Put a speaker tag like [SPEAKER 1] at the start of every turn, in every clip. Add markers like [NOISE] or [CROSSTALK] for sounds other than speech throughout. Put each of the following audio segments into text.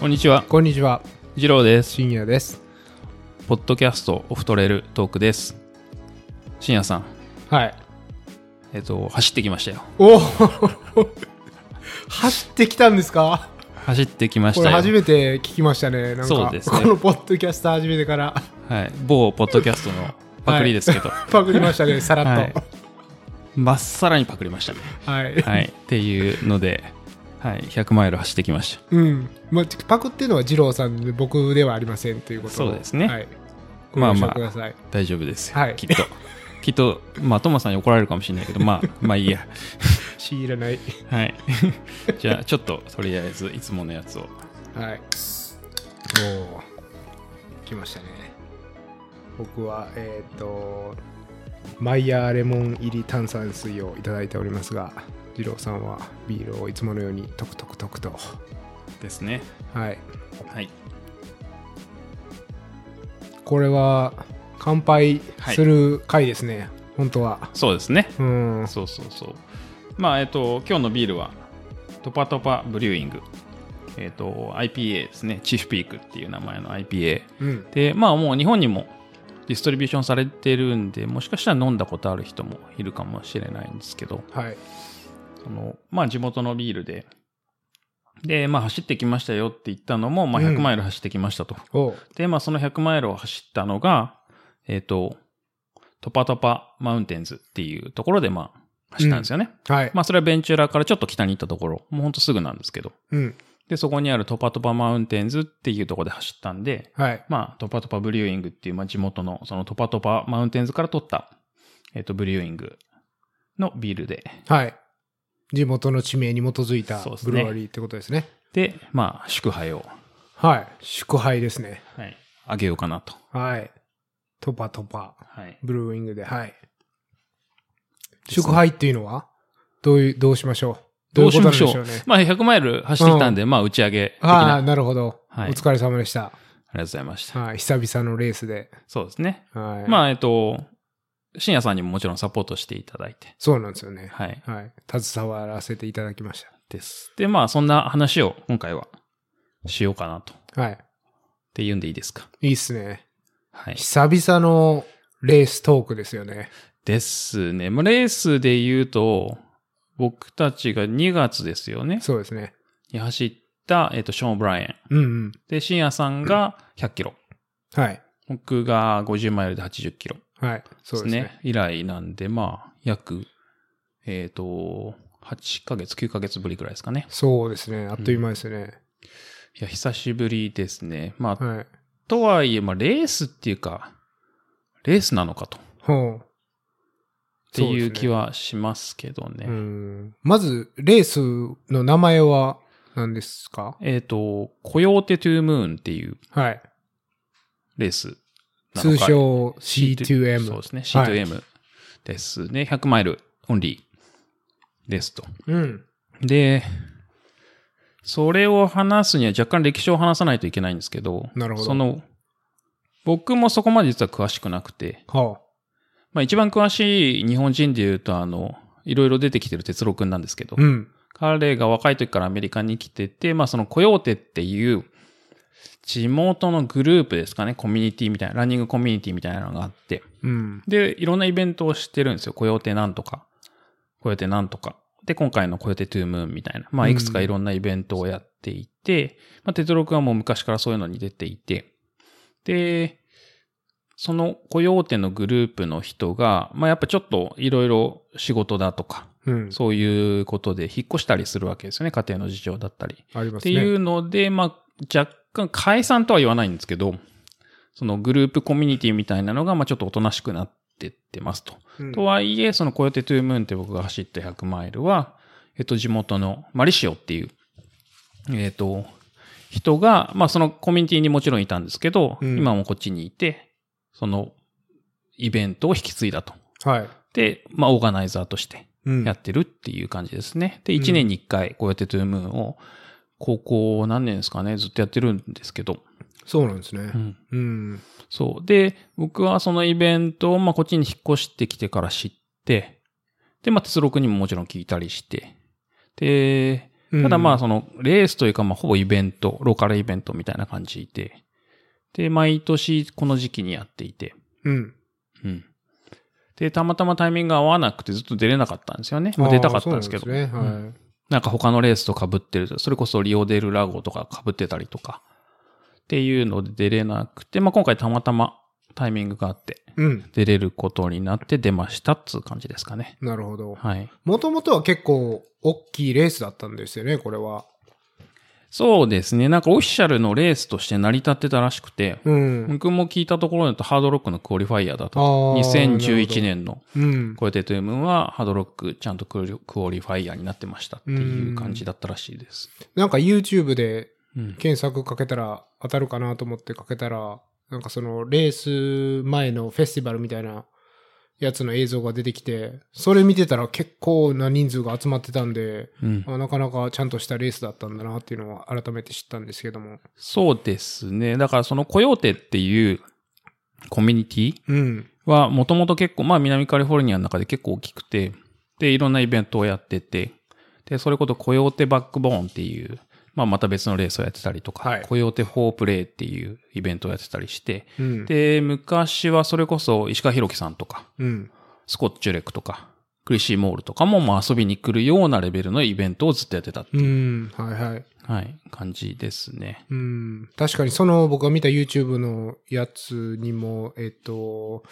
[SPEAKER 1] こんにちは、
[SPEAKER 2] こんにちは、
[SPEAKER 1] 二郎です。
[SPEAKER 2] 深夜です。
[SPEAKER 1] ポッドキャストオフトレールトークです。深夜さん、
[SPEAKER 2] はい。
[SPEAKER 1] えっと、走ってきましたよ。
[SPEAKER 2] おお [LAUGHS] 走ってきたんですか
[SPEAKER 1] 走ってきまし
[SPEAKER 2] これ
[SPEAKER 1] た
[SPEAKER 2] 初
[SPEAKER 1] よ。
[SPEAKER 2] めて聞きましたね。なんか、
[SPEAKER 1] そうですね
[SPEAKER 2] このポッドキャスト始めてから、 [LAUGHS]
[SPEAKER 1] はい、某ポッドキャストのパクリですけど、
[SPEAKER 2] パクりましたね、さら
[SPEAKER 1] はい
[SPEAKER 2] っと。
[SPEAKER 1] まっさらにパクりました
[SPEAKER 2] [LAUGHS]
[SPEAKER 1] ね。
[SPEAKER 2] はい。
[SPEAKER 1] はい、っていうので、はい、100マイル走ってきました。
[SPEAKER 2] うん。まあ、パクっていうのは二郎さんで僕ではありませんということを
[SPEAKER 1] そうですね
[SPEAKER 2] はい。
[SPEAKER 1] まあまあ
[SPEAKER 2] ご了承ください。
[SPEAKER 1] 大丈夫ですよ、
[SPEAKER 2] はい
[SPEAKER 1] きっ
[SPEAKER 2] [LAUGHS]
[SPEAKER 1] と。きっと、まあ、トモさんに怒られるかもしれないけど、まあ、まあいいや。
[SPEAKER 2] 強いらない。 [LAUGHS]
[SPEAKER 1] はい。じゃあ、ちょっと、とりあえず、いつものやつを。
[SPEAKER 2] はい。おお。来ましたね。僕は、えっ、と、マイヤーレモン入り炭酸水をいただいておりますが、二郎さんはビールをいつものようにトクトクトクと。
[SPEAKER 1] ですね。
[SPEAKER 2] はい。
[SPEAKER 1] はい。
[SPEAKER 2] これは、乾杯する回ですね、本当は。
[SPEAKER 1] そうですね。
[SPEAKER 2] うん。
[SPEAKER 1] そうそうそう。まあ、えっと、今日のビールは、トパトパブリューイング。えっと、IPA ですね。チーフピークっていう名前の IPA。
[SPEAKER 2] うん。
[SPEAKER 1] で、まあ、もう日本にもディストリビューションされてるんで、もしかしたら飲んだことある人もいるかもしれないんですけど、
[SPEAKER 2] はい。
[SPEAKER 1] その、まあ、地元のビールで、で、まあ、走ってきましたよって言ったのも、まあ、
[SPEAKER 2] うん
[SPEAKER 1] 100マイル走ってきましたと。
[SPEAKER 2] おう
[SPEAKER 1] で、まあ、その100マイルを走ったのが、えっ、と、トパトパマウンテンズっていうところで、まあ、走ったんですよね。
[SPEAKER 2] はい。
[SPEAKER 1] まあそれはベンチュラからちょっと北に行ったところ、もうほんとすぐなんですけど。
[SPEAKER 2] うん。
[SPEAKER 1] で、そこにあるトパトパマウンテンズっていうところで走ったんで、
[SPEAKER 2] はい。
[SPEAKER 1] まあトパトパブリューイングっていう、まあ地元のそのトパトパマウンテンズから取った、えっ、と、ブリューイングのビールで、
[SPEAKER 2] はい。地元の地名に基づいた
[SPEAKER 1] そうですね
[SPEAKER 2] ブロワリーってことですね。
[SPEAKER 1] で、まあ祝杯を、
[SPEAKER 2] はい。祝杯ですね。
[SPEAKER 1] はい、あげようかなと。
[SPEAKER 2] はい。トパトパ。
[SPEAKER 1] はい。
[SPEAKER 2] ブルーイングで。はい。
[SPEAKER 1] すね
[SPEAKER 2] 祝杯っていうのはどういう、どうしましょう
[SPEAKER 1] どうしましょう。
[SPEAKER 2] どいことなんでしょうね。
[SPEAKER 1] まあ100マイル走ってきたんで、まあ打ち上げ的
[SPEAKER 2] あ
[SPEAKER 1] な。
[SPEAKER 2] あ、
[SPEAKER 1] あり
[SPEAKER 2] なるほど。お
[SPEAKER 1] はい
[SPEAKER 2] 疲れ様でした。
[SPEAKER 1] がとうございました。
[SPEAKER 2] はい。久々のレースで。
[SPEAKER 1] そうですね。
[SPEAKER 2] はい。
[SPEAKER 1] ま
[SPEAKER 2] あ。
[SPEAKER 1] あえっ、と、深夜さんにももちろんサポートしていただいて。
[SPEAKER 2] そうなんですよね。
[SPEAKER 1] はい。
[SPEAKER 2] はい。携わらせていただきまし。
[SPEAKER 1] です。で、まあ、そんな話を今回はしようかなと。った
[SPEAKER 2] はい。
[SPEAKER 1] て言うんでいいですか。
[SPEAKER 2] いいっすね。
[SPEAKER 1] はい。
[SPEAKER 2] 久々のレーストークですよね。
[SPEAKER 1] ですね。まあ、レースで言うと、僕たちが2月ですよね。
[SPEAKER 2] そうですね。
[SPEAKER 1] に走った、えっ、と、ショーン・オブライエン。
[SPEAKER 2] うんうん。
[SPEAKER 1] で、深夜さんが100キロ。
[SPEAKER 2] はい。
[SPEAKER 1] 僕が50マイルで80キロで
[SPEAKER 2] はい。そう
[SPEAKER 1] すね。
[SPEAKER 2] ですね。
[SPEAKER 1] 以来なんで、まあ、約、えっ、と、8ヶ月、9ヶ月ぶりぐらいですかね。
[SPEAKER 2] そうですね。あっという間ですね。
[SPEAKER 1] いや、久しぶりですね。まあ、
[SPEAKER 2] はい。
[SPEAKER 1] とはいえ、まあ、レースっていうか、レースなのかと。
[SPEAKER 2] ほう。
[SPEAKER 1] っていう気
[SPEAKER 2] は
[SPEAKER 1] はしますけどね。
[SPEAKER 2] うんまず、レースの名前は何ですか
[SPEAKER 1] えっ、と、コヨーテ・トゥ・ムーンっていう
[SPEAKER 2] はい。
[SPEAKER 1] レースなの
[SPEAKER 2] 通
[SPEAKER 1] か。
[SPEAKER 2] 称
[SPEAKER 1] C2M。そうで。
[SPEAKER 2] C2M
[SPEAKER 1] すね。C2M ですね。100マイルオンリーですと。
[SPEAKER 2] うん。
[SPEAKER 1] で、それを話すには若干歴史を話さないといけないんですけど、
[SPEAKER 2] なるほど
[SPEAKER 1] その、僕もそこまで実は詳しくなくて、
[SPEAKER 2] は
[SPEAKER 1] まあ一番詳しい日本人で言うと、あの、いろいろ出てきてる哲郎くんなんですけど
[SPEAKER 2] あ。、うん。
[SPEAKER 1] 彼が若い時からアメリカに来てて、まあそのコヨーテっていう地元のグループですかね、コミュニティみたいな、ランニングコミュニティみたいなのがあって、
[SPEAKER 2] うん。
[SPEAKER 1] で、いろんなイベントをしてるんですよ。コヨーテなんとか、コヨーテなんとか。で、今回のコヨーテトゥームーンみたいな、まあ
[SPEAKER 2] うん
[SPEAKER 1] いくつかいろんなイベントをやっていて、まあテトロ君はもう昔からそういうのに出ていて、で、そのコヨーテのグループの人が、まあやっぱちょっといろいろ仕事だとか、
[SPEAKER 2] うん。
[SPEAKER 1] そういうことで引っ越したりするわけですよね。家庭の事情だったり。
[SPEAKER 2] ありま
[SPEAKER 1] っ
[SPEAKER 2] す
[SPEAKER 1] て
[SPEAKER 2] ね。
[SPEAKER 1] いうので、まあ、若干解散とは言わないんですけど、そのグループコミュニティみたいなのが、まあちょっとおとなしくなってってますと。
[SPEAKER 2] うん
[SPEAKER 1] とはいえ、そのコヨテトゥームーンって僕が走った100マイルは、えっと、地元のマリシオっていう、えっと、人が、まあそのコミュニティにもちろんいたんですけど、
[SPEAKER 2] うん
[SPEAKER 1] 今もこっちにいて、そのイベントを引き継いだと。
[SPEAKER 2] はい。
[SPEAKER 1] で、まあオーガナイザーとして
[SPEAKER 2] うん
[SPEAKER 1] やってるっていう感じですね。で、
[SPEAKER 2] うん
[SPEAKER 1] 1年に1回、こうやってトゥームーンを、高校何年ですかね、ずっとやってるんですけど。
[SPEAKER 2] そうなんですね
[SPEAKER 1] う。ん
[SPEAKER 2] うん。
[SPEAKER 1] そう。で、僕はそのイベントを、まあ、こっちに引っ越してきてから知って、で、まあ、哲郎君にももちろん聞いたりして、で、ただまあ
[SPEAKER 2] そ
[SPEAKER 1] そのレースというかまあほぼイベント、ローカルイベントみたいな感じで、で、毎年この時期にやっていて、
[SPEAKER 2] うん。
[SPEAKER 1] うん。で、たまたまタイミングが合わなくてずっと出れなかったんですよね。まあ、出たかったんですけど。
[SPEAKER 2] そうなんですね。
[SPEAKER 1] うん
[SPEAKER 2] は
[SPEAKER 1] なんか他のレースと被ってると、それこそリオデルラゴとか被ってたりとか、っていうので出れなくて、まあ今回たまたまタイミングがあって、
[SPEAKER 2] い。うん。
[SPEAKER 1] 出れることになって出ましたっつう感じですかね。
[SPEAKER 2] なるほど。
[SPEAKER 1] はい。
[SPEAKER 2] もともとは結構大きいレースだったんですよね、これは。
[SPEAKER 1] そうですね。なんかオフィシャルのレースとして成り立ってたらしくて、
[SPEAKER 2] うん。
[SPEAKER 1] 僕も聞いたところだとハードロックのクオリファイヤーだ
[SPEAKER 2] あ
[SPEAKER 1] と。
[SPEAKER 2] ー
[SPEAKER 1] 2011。年の
[SPEAKER 2] なるほどうん。
[SPEAKER 1] コエテトゥームンはハードロックちゃんとクオリクオリファイヤーになってましたっていう感じだったらしいです。
[SPEAKER 2] なんか YouTube で
[SPEAKER 1] うん。
[SPEAKER 2] 検索かけたら当たるかなと思ってかけたら、なんかそのレース前のフェスティバルみたいなやつの映像が出てきて、それ見てたら結構な人数が集まってたんで、
[SPEAKER 1] うん。
[SPEAKER 2] あなかなかちゃんとしたレースだったんだなっていうのは改めて知ったんですけども。
[SPEAKER 1] そうですね。だからそのコヨーテっていうコミュニティ
[SPEAKER 2] うん。
[SPEAKER 1] はもともと結構、まあ南カリフォルニアの中で結構大きくて、で、いろんなイベントをやってて、で、それこそコヨーテバックボーンっていう、まあまた別のレースをやってたりとか、
[SPEAKER 2] はい
[SPEAKER 1] コヨーテフォープレイっていうイベントをやってたりして、
[SPEAKER 2] うん。
[SPEAKER 1] で、昔はそれこそ石川博樹さんとか、
[SPEAKER 2] うん。
[SPEAKER 1] スコッチュレックとか、クリシー・モールとかもまあ遊びに来るようなレベルのイベントをずっとやってた、
[SPEAKER 2] うん。はいはい。
[SPEAKER 1] はい、感じですね。
[SPEAKER 2] うん、確かにその僕が見た YouTube のやつにも、えっと、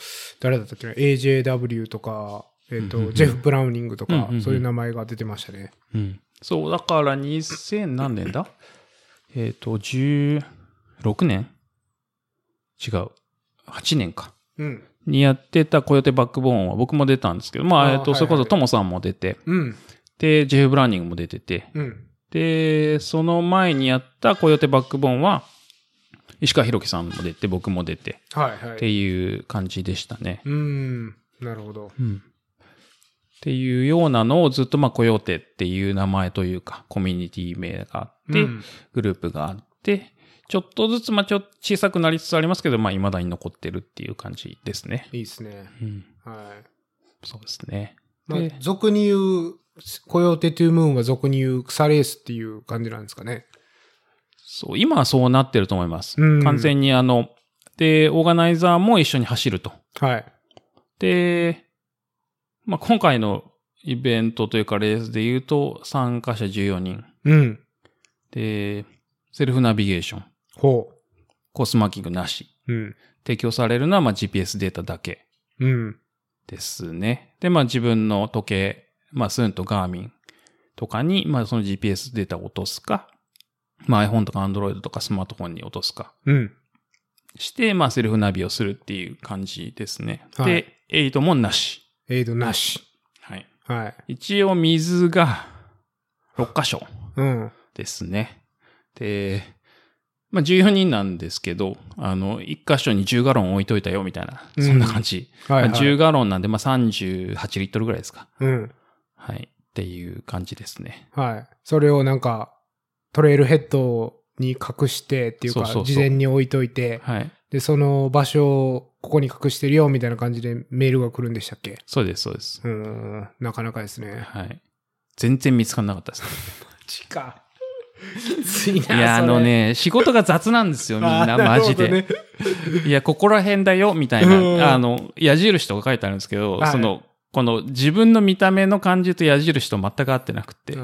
[SPEAKER 2] 誰だったっけな、AJW とか、えっと、
[SPEAKER 1] うんうんうん
[SPEAKER 2] ジェフ・ブラウニングとか、
[SPEAKER 1] うんうんうん
[SPEAKER 2] そういう名前が出てましたね。
[SPEAKER 1] うん。そう、だから2000何年だえっと、16年違う。8年か。
[SPEAKER 2] うん。
[SPEAKER 1] にやってたコヨテバックボーンは僕も出たんですけど、ま
[SPEAKER 2] あ
[SPEAKER 1] あ、
[SPEAKER 2] ー
[SPEAKER 1] えっと、
[SPEAKER 2] はいはい
[SPEAKER 1] それこそトモさんも出て、
[SPEAKER 2] うん。
[SPEAKER 1] で、ジェフ・ブラウニングも出てて、
[SPEAKER 2] うん。
[SPEAKER 1] で、その前にやったコヨテバックボーンは、石川博樹さんも出て、僕も出て、
[SPEAKER 2] はい
[SPEAKER 1] っ
[SPEAKER 2] は
[SPEAKER 1] て
[SPEAKER 2] い。
[SPEAKER 1] いう感じでしたね。
[SPEAKER 2] うん。なるほど。
[SPEAKER 1] うん。っていうようなのをずっとまあ、コヨーテっていう名前というか、コミュニティ名があって、
[SPEAKER 2] うん
[SPEAKER 1] グループがあって、ちょっとずつまあ、ちょっと小さくなりつつありますけど、まあ、未だに残ってるっていう感じですね。
[SPEAKER 2] いいですね。
[SPEAKER 1] うん。
[SPEAKER 2] はい。
[SPEAKER 1] そうですね。
[SPEAKER 2] まあ
[SPEAKER 1] で、
[SPEAKER 2] 俗に言う、コヨーテ・トゥ・ムーンは俗に言う草レースっていう感じなんですかね。
[SPEAKER 1] そう、今はそうなってると思います。
[SPEAKER 2] うん
[SPEAKER 1] 完全にあの、で、オーガナイザーも一緒に走ると。
[SPEAKER 2] はい。
[SPEAKER 1] で、まあ、今回のイベントというかレースで言うと、参加者14人。
[SPEAKER 2] うん。
[SPEAKER 1] で、セルフナビゲーション、
[SPEAKER 2] ほ
[SPEAKER 1] コースマーキングなし。
[SPEAKER 2] う。うん。
[SPEAKER 1] 提供されるのはまあ GPS データだけ
[SPEAKER 2] うん。
[SPEAKER 1] ですね。で、まあ自分の時計、まあスンとガーミンとかに、まあその GPS データを落とすか、まあ iPhone とか Android とかスマートフォンに落とすか
[SPEAKER 2] うん。
[SPEAKER 1] して、まあセルフナビをするっていう感じですね。
[SPEAKER 2] はい
[SPEAKER 1] で、エイトもなし。
[SPEAKER 2] エイドなし。
[SPEAKER 1] はい。
[SPEAKER 2] はい。
[SPEAKER 1] 一応水が6箇所
[SPEAKER 2] うん。
[SPEAKER 1] ですね。で、まあ14人なんですけど、あの、1箇所に10ガロン置いといたよみたいな、
[SPEAKER 2] うん
[SPEAKER 1] そんな感じ。
[SPEAKER 2] はい、はい。
[SPEAKER 1] まあ10ガロンなんで、まあ、38リットルぐらいですか。
[SPEAKER 2] うん。
[SPEAKER 1] はい。っていう感じですね。
[SPEAKER 2] はい。それをなんか、トレイルヘッドに隠してっていう
[SPEAKER 1] そう
[SPEAKER 2] か、
[SPEAKER 1] そうそう
[SPEAKER 2] 事前に置いといて、
[SPEAKER 1] はい。
[SPEAKER 2] で、その場所をここに隠してるよみたいな感じでメールが来るんでしたっけ
[SPEAKER 1] そうです、そうです。
[SPEAKER 2] うーん、なかなかですね。
[SPEAKER 1] はい。全然見つからなかったですね。
[SPEAKER 2] ちか。きつ [LAUGHS] い
[SPEAKER 1] いや、あの、ね、仕事が雑なんです
[SPEAKER 2] [LAUGHS]
[SPEAKER 1] よ、みんな、マジで。いや、ここら辺だよ、みたい
[SPEAKER 2] うん
[SPEAKER 1] な。あの、矢印とか書いてあるんですけど、
[SPEAKER 2] はい
[SPEAKER 1] その、この自分の見た目の感じと矢印と全く合ってなくて。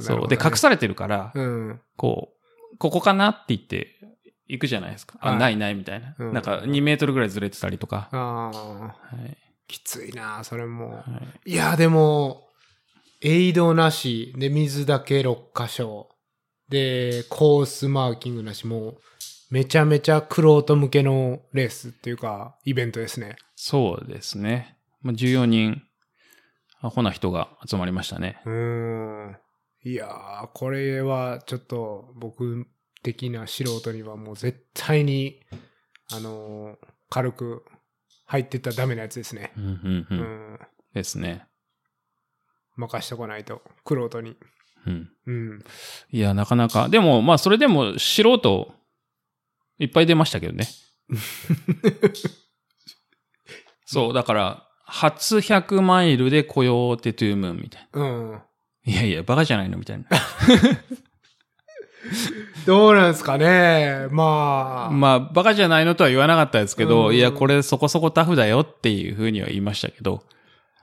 [SPEAKER 1] そう。で、隠
[SPEAKER 2] す。
[SPEAKER 1] されてるから、
[SPEAKER 2] うん。
[SPEAKER 1] こう、ここかなって言って、行くじゃないですか。あ、
[SPEAKER 2] はい
[SPEAKER 1] ないないみたいな。
[SPEAKER 2] うん
[SPEAKER 1] なんか2メートルぐらいずれてたりとか。
[SPEAKER 2] ああ、
[SPEAKER 1] はい。
[SPEAKER 2] きついな、それも。
[SPEAKER 1] はい
[SPEAKER 2] いや、でも、エイドなし、で、水だけ6箇所、で、コースマーキングなし、もう、めちゃめちゃクロート向けのレースっていうか、イベントですね。
[SPEAKER 1] そうですね。まあ、14人、アホな人が集まりましたね。
[SPEAKER 2] うーん。いやー、これはちょっと僕的な素人にはもう絶対に、あのー軽く入ってったらダメなやつですね
[SPEAKER 1] う。んうんう。
[SPEAKER 2] うんん。
[SPEAKER 1] ですね。
[SPEAKER 2] 任しとかないと、クロートに。
[SPEAKER 1] うん。
[SPEAKER 2] うん。
[SPEAKER 1] いや、なかなか。でも、まあ、それでも素人、いっぱい出ましたけど
[SPEAKER 2] [LAUGHS]
[SPEAKER 1] ね。そう、だから、初100マイルで雇用テトゥームーンみたいな。
[SPEAKER 2] うん。
[SPEAKER 1] いやいや、バカじゃないのみたい
[SPEAKER 2] どうなんですかね。ま
[SPEAKER 1] な。
[SPEAKER 2] あ、
[SPEAKER 1] まあ、バカじゃないのとは言わなかったですけ
[SPEAKER 2] う
[SPEAKER 1] ど、
[SPEAKER 2] ん
[SPEAKER 1] いや、これそこそこタフだよっていうふうには言いましたけど、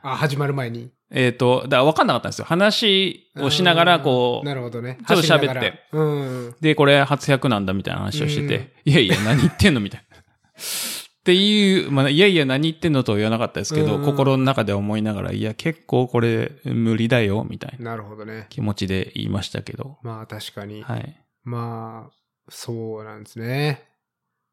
[SPEAKER 2] あ、始まる前に。
[SPEAKER 1] えっ、と、だから分かんなかったんですよ。話をしながら、こ
[SPEAKER 2] うんなるほどね。
[SPEAKER 1] ちょっと喋って
[SPEAKER 2] 走りながら。うん。
[SPEAKER 1] う、で、これ初100なんだみたいな話をしてて、いやいや、何言ってんのみたいな。っていう、まあ、いやいや、何言ってんのとは言わなかったですけど、
[SPEAKER 2] うん
[SPEAKER 1] 心の中で思いながら、いや、結構これ無理だよ、みたいな
[SPEAKER 2] なるほどね。
[SPEAKER 1] 気持ちで言いましたけど、
[SPEAKER 2] まあ確かに。
[SPEAKER 1] はい。
[SPEAKER 2] まあ、そうなんですね。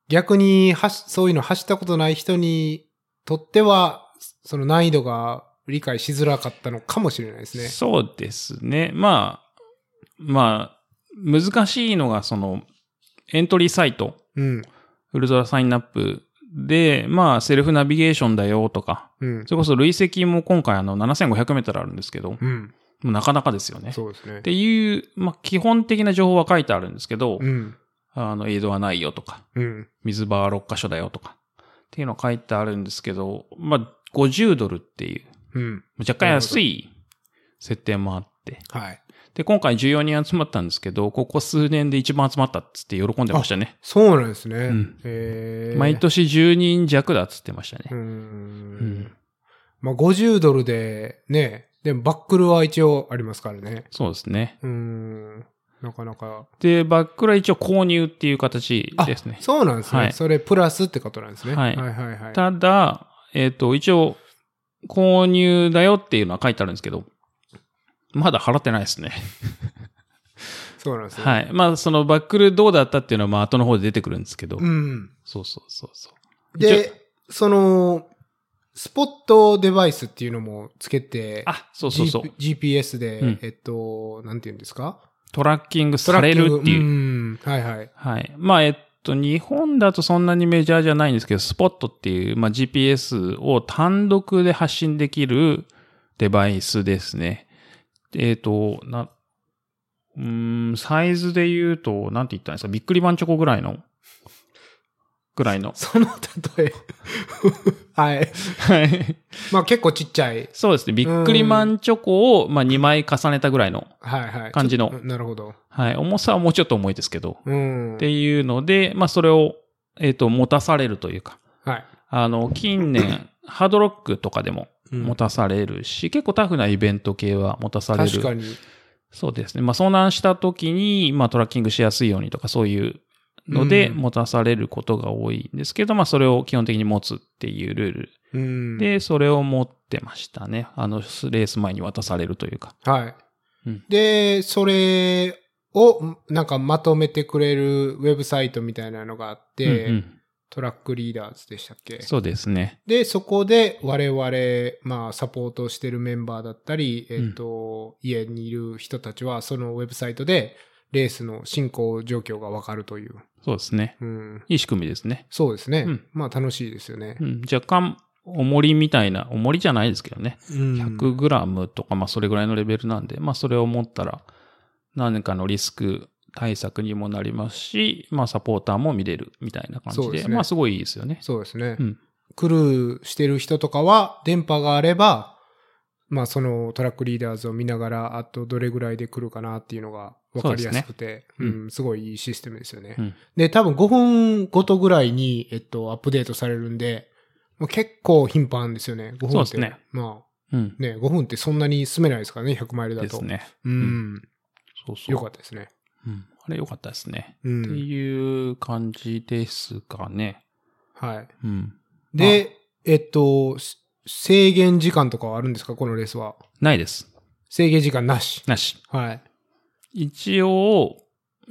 [SPEAKER 2] 逆にはし、そういうの走ったことない人にとっては、その難易度が理解しづらかったのかもしれないですね。
[SPEAKER 1] そうですね。まあ、まあ、難しいのが、その、エントリーサイト、
[SPEAKER 2] うん。
[SPEAKER 1] ウルトラサインアップで、まあ、セルフナビゲーションだよとか、
[SPEAKER 2] うん。
[SPEAKER 1] それこそ累積も今回あの7500メートルあるんですけど、も
[SPEAKER 2] うん。
[SPEAKER 1] うなかなかですよね。っ
[SPEAKER 2] そうですね。
[SPEAKER 1] ていう、まあ、基本的な情報は書いてあるんですけど、
[SPEAKER 2] うん。
[SPEAKER 1] あの、エイドはないよとか、
[SPEAKER 2] うん。
[SPEAKER 1] 水場は6箇所だよとか、っていうの書いてあるんですけど、まあ、50ドルっていう、
[SPEAKER 2] うん。
[SPEAKER 1] 若干安い設定もあって、
[SPEAKER 2] はい。
[SPEAKER 1] で、今回14人集まったんですけど、ここ数年で一番集まったっつって喜んでましたね。
[SPEAKER 2] そうなんですね。へ
[SPEAKER 1] ん
[SPEAKER 2] え
[SPEAKER 1] 毎。年10人弱だっつってました
[SPEAKER 2] う
[SPEAKER 1] ね。
[SPEAKER 2] ん。まあ50ドルでね、でもバックルは一応ありますからね。
[SPEAKER 1] そうですね。
[SPEAKER 2] うん。なかなか。
[SPEAKER 1] で、バックラ一応購入っていう形
[SPEAKER 2] あ
[SPEAKER 1] ですね。
[SPEAKER 2] そうなんですね、
[SPEAKER 1] はい
[SPEAKER 2] それプラスってことなんですね。
[SPEAKER 1] はい
[SPEAKER 2] はいはいはい
[SPEAKER 1] ただ、えっ、と、一応、購入だよっていうのは書いてあるんですけど、まだ払ってないですね。
[SPEAKER 2] そうなんですね。
[SPEAKER 1] はい。まあ、そのバックルどうだったっていうのは、まあ、後の方で出てくるんですけど、
[SPEAKER 2] うん。
[SPEAKER 1] そうそうそうそう。一
[SPEAKER 2] で、その、スポットデバイスっていうのもつけて、
[SPEAKER 1] あ、そうそうそう。
[SPEAKER 2] G- GPS で、
[SPEAKER 1] うん
[SPEAKER 2] えっと、なんて言うんですか
[SPEAKER 1] トラッキングされるっていう。
[SPEAKER 2] うん。はいはい。
[SPEAKER 1] はい。まあ、えっと、日本だとそんなにメジャーじゃないんですけど、スポットっていう、まあ、GPS を単独で発信できるデバイスですね。えっと、な、うーん、サイズで言うと、なんて言ったんですか、びっくりバンチョコぐらいのぐらいの。
[SPEAKER 2] その例え。 [LAUGHS] はい。
[SPEAKER 1] はい。
[SPEAKER 2] まあ結構ちっちゃい。
[SPEAKER 1] そうですね。びっくりマンチョコを、まあ、2枚重ねたぐらいの。
[SPEAKER 2] はいはい。
[SPEAKER 1] 感じの
[SPEAKER 2] ちょっとなるほど。
[SPEAKER 1] はい。重さはもうちょっと重いですけど。
[SPEAKER 2] うん。
[SPEAKER 1] っていうので、まあ、それを、えっ、と、持たされるというか。
[SPEAKER 2] はい。
[SPEAKER 1] あの、近
[SPEAKER 2] [LAUGHS]
[SPEAKER 1] 年、ハードロックとかでも
[SPEAKER 2] うん
[SPEAKER 1] 持たされるし、結構タフなイベント系は持たされる。
[SPEAKER 2] 確かに。
[SPEAKER 1] そうですね。まあ、遭難した時に、まあ、トラッキングしやすいようにとか、そういうので、
[SPEAKER 2] うん
[SPEAKER 1] 持たされることが多いんですけど、まあ、それを基本的に持つっていうルール
[SPEAKER 2] うん。
[SPEAKER 1] で、それを持ってましたね。あの、レース前に渡されるというか。
[SPEAKER 2] はい。
[SPEAKER 1] うん
[SPEAKER 2] で、それを、なんかまとめてくれるウェブサイトみたいなのがあって、
[SPEAKER 1] うんうん
[SPEAKER 2] トラックリーダーズでしたっけ
[SPEAKER 1] そうですね。
[SPEAKER 2] で、そこで我々、まあ、サポートしてるメンバーだったり、えっ、と、家にいる人たちは、そのウェブサイトで、レースの進行状況がわかるという。
[SPEAKER 1] そうですね。
[SPEAKER 2] うん。
[SPEAKER 1] いい仕組みですね。
[SPEAKER 2] そうですね。
[SPEAKER 1] うん
[SPEAKER 2] まあ、楽しいですよね
[SPEAKER 1] う。ん、若干、重りみたいな、重りじゃないですけどね。
[SPEAKER 2] うん。
[SPEAKER 1] 100g とか、まあそれぐらいのレベルなんで、まあそれを持ったら何かのリスク対策にもなりますし、まあサポーターも見れるみたいな感
[SPEAKER 2] そ
[SPEAKER 1] じ
[SPEAKER 2] うで
[SPEAKER 1] で、
[SPEAKER 2] すね
[SPEAKER 1] まあすごいいいですよね。
[SPEAKER 2] そうですね。
[SPEAKER 1] うん
[SPEAKER 2] クルーしてる人とかは、電波があれば、まあ、そのトラックリーダーズを見ながら、あとどれぐらいで来るかなっていうのが分かりやすくて、
[SPEAKER 1] そうですね
[SPEAKER 2] うん、すごいいいシステムですよね。
[SPEAKER 1] うん
[SPEAKER 2] で、多分5分ごとぐらいに、えっと、アップデートされるんで、もう結構頻繁ですよね、5分って。
[SPEAKER 1] そうですね。
[SPEAKER 2] ま
[SPEAKER 1] うん。
[SPEAKER 2] あ、ね、5分ってそんなに進めないですからね、100マイルだと。
[SPEAKER 1] ですね。
[SPEAKER 2] うん、
[SPEAKER 1] そうそう。
[SPEAKER 2] よかったですね。
[SPEAKER 1] うんあれよかったですね。
[SPEAKER 2] う
[SPEAKER 1] って
[SPEAKER 2] ん。
[SPEAKER 1] いう感じですかね。
[SPEAKER 2] はい。
[SPEAKER 1] うん。
[SPEAKER 2] で、えっと、し制限時間とかはあるんですか、このレースは。
[SPEAKER 1] ないです。
[SPEAKER 2] 制限時間なし。
[SPEAKER 1] なし。
[SPEAKER 2] はい。
[SPEAKER 1] 一応、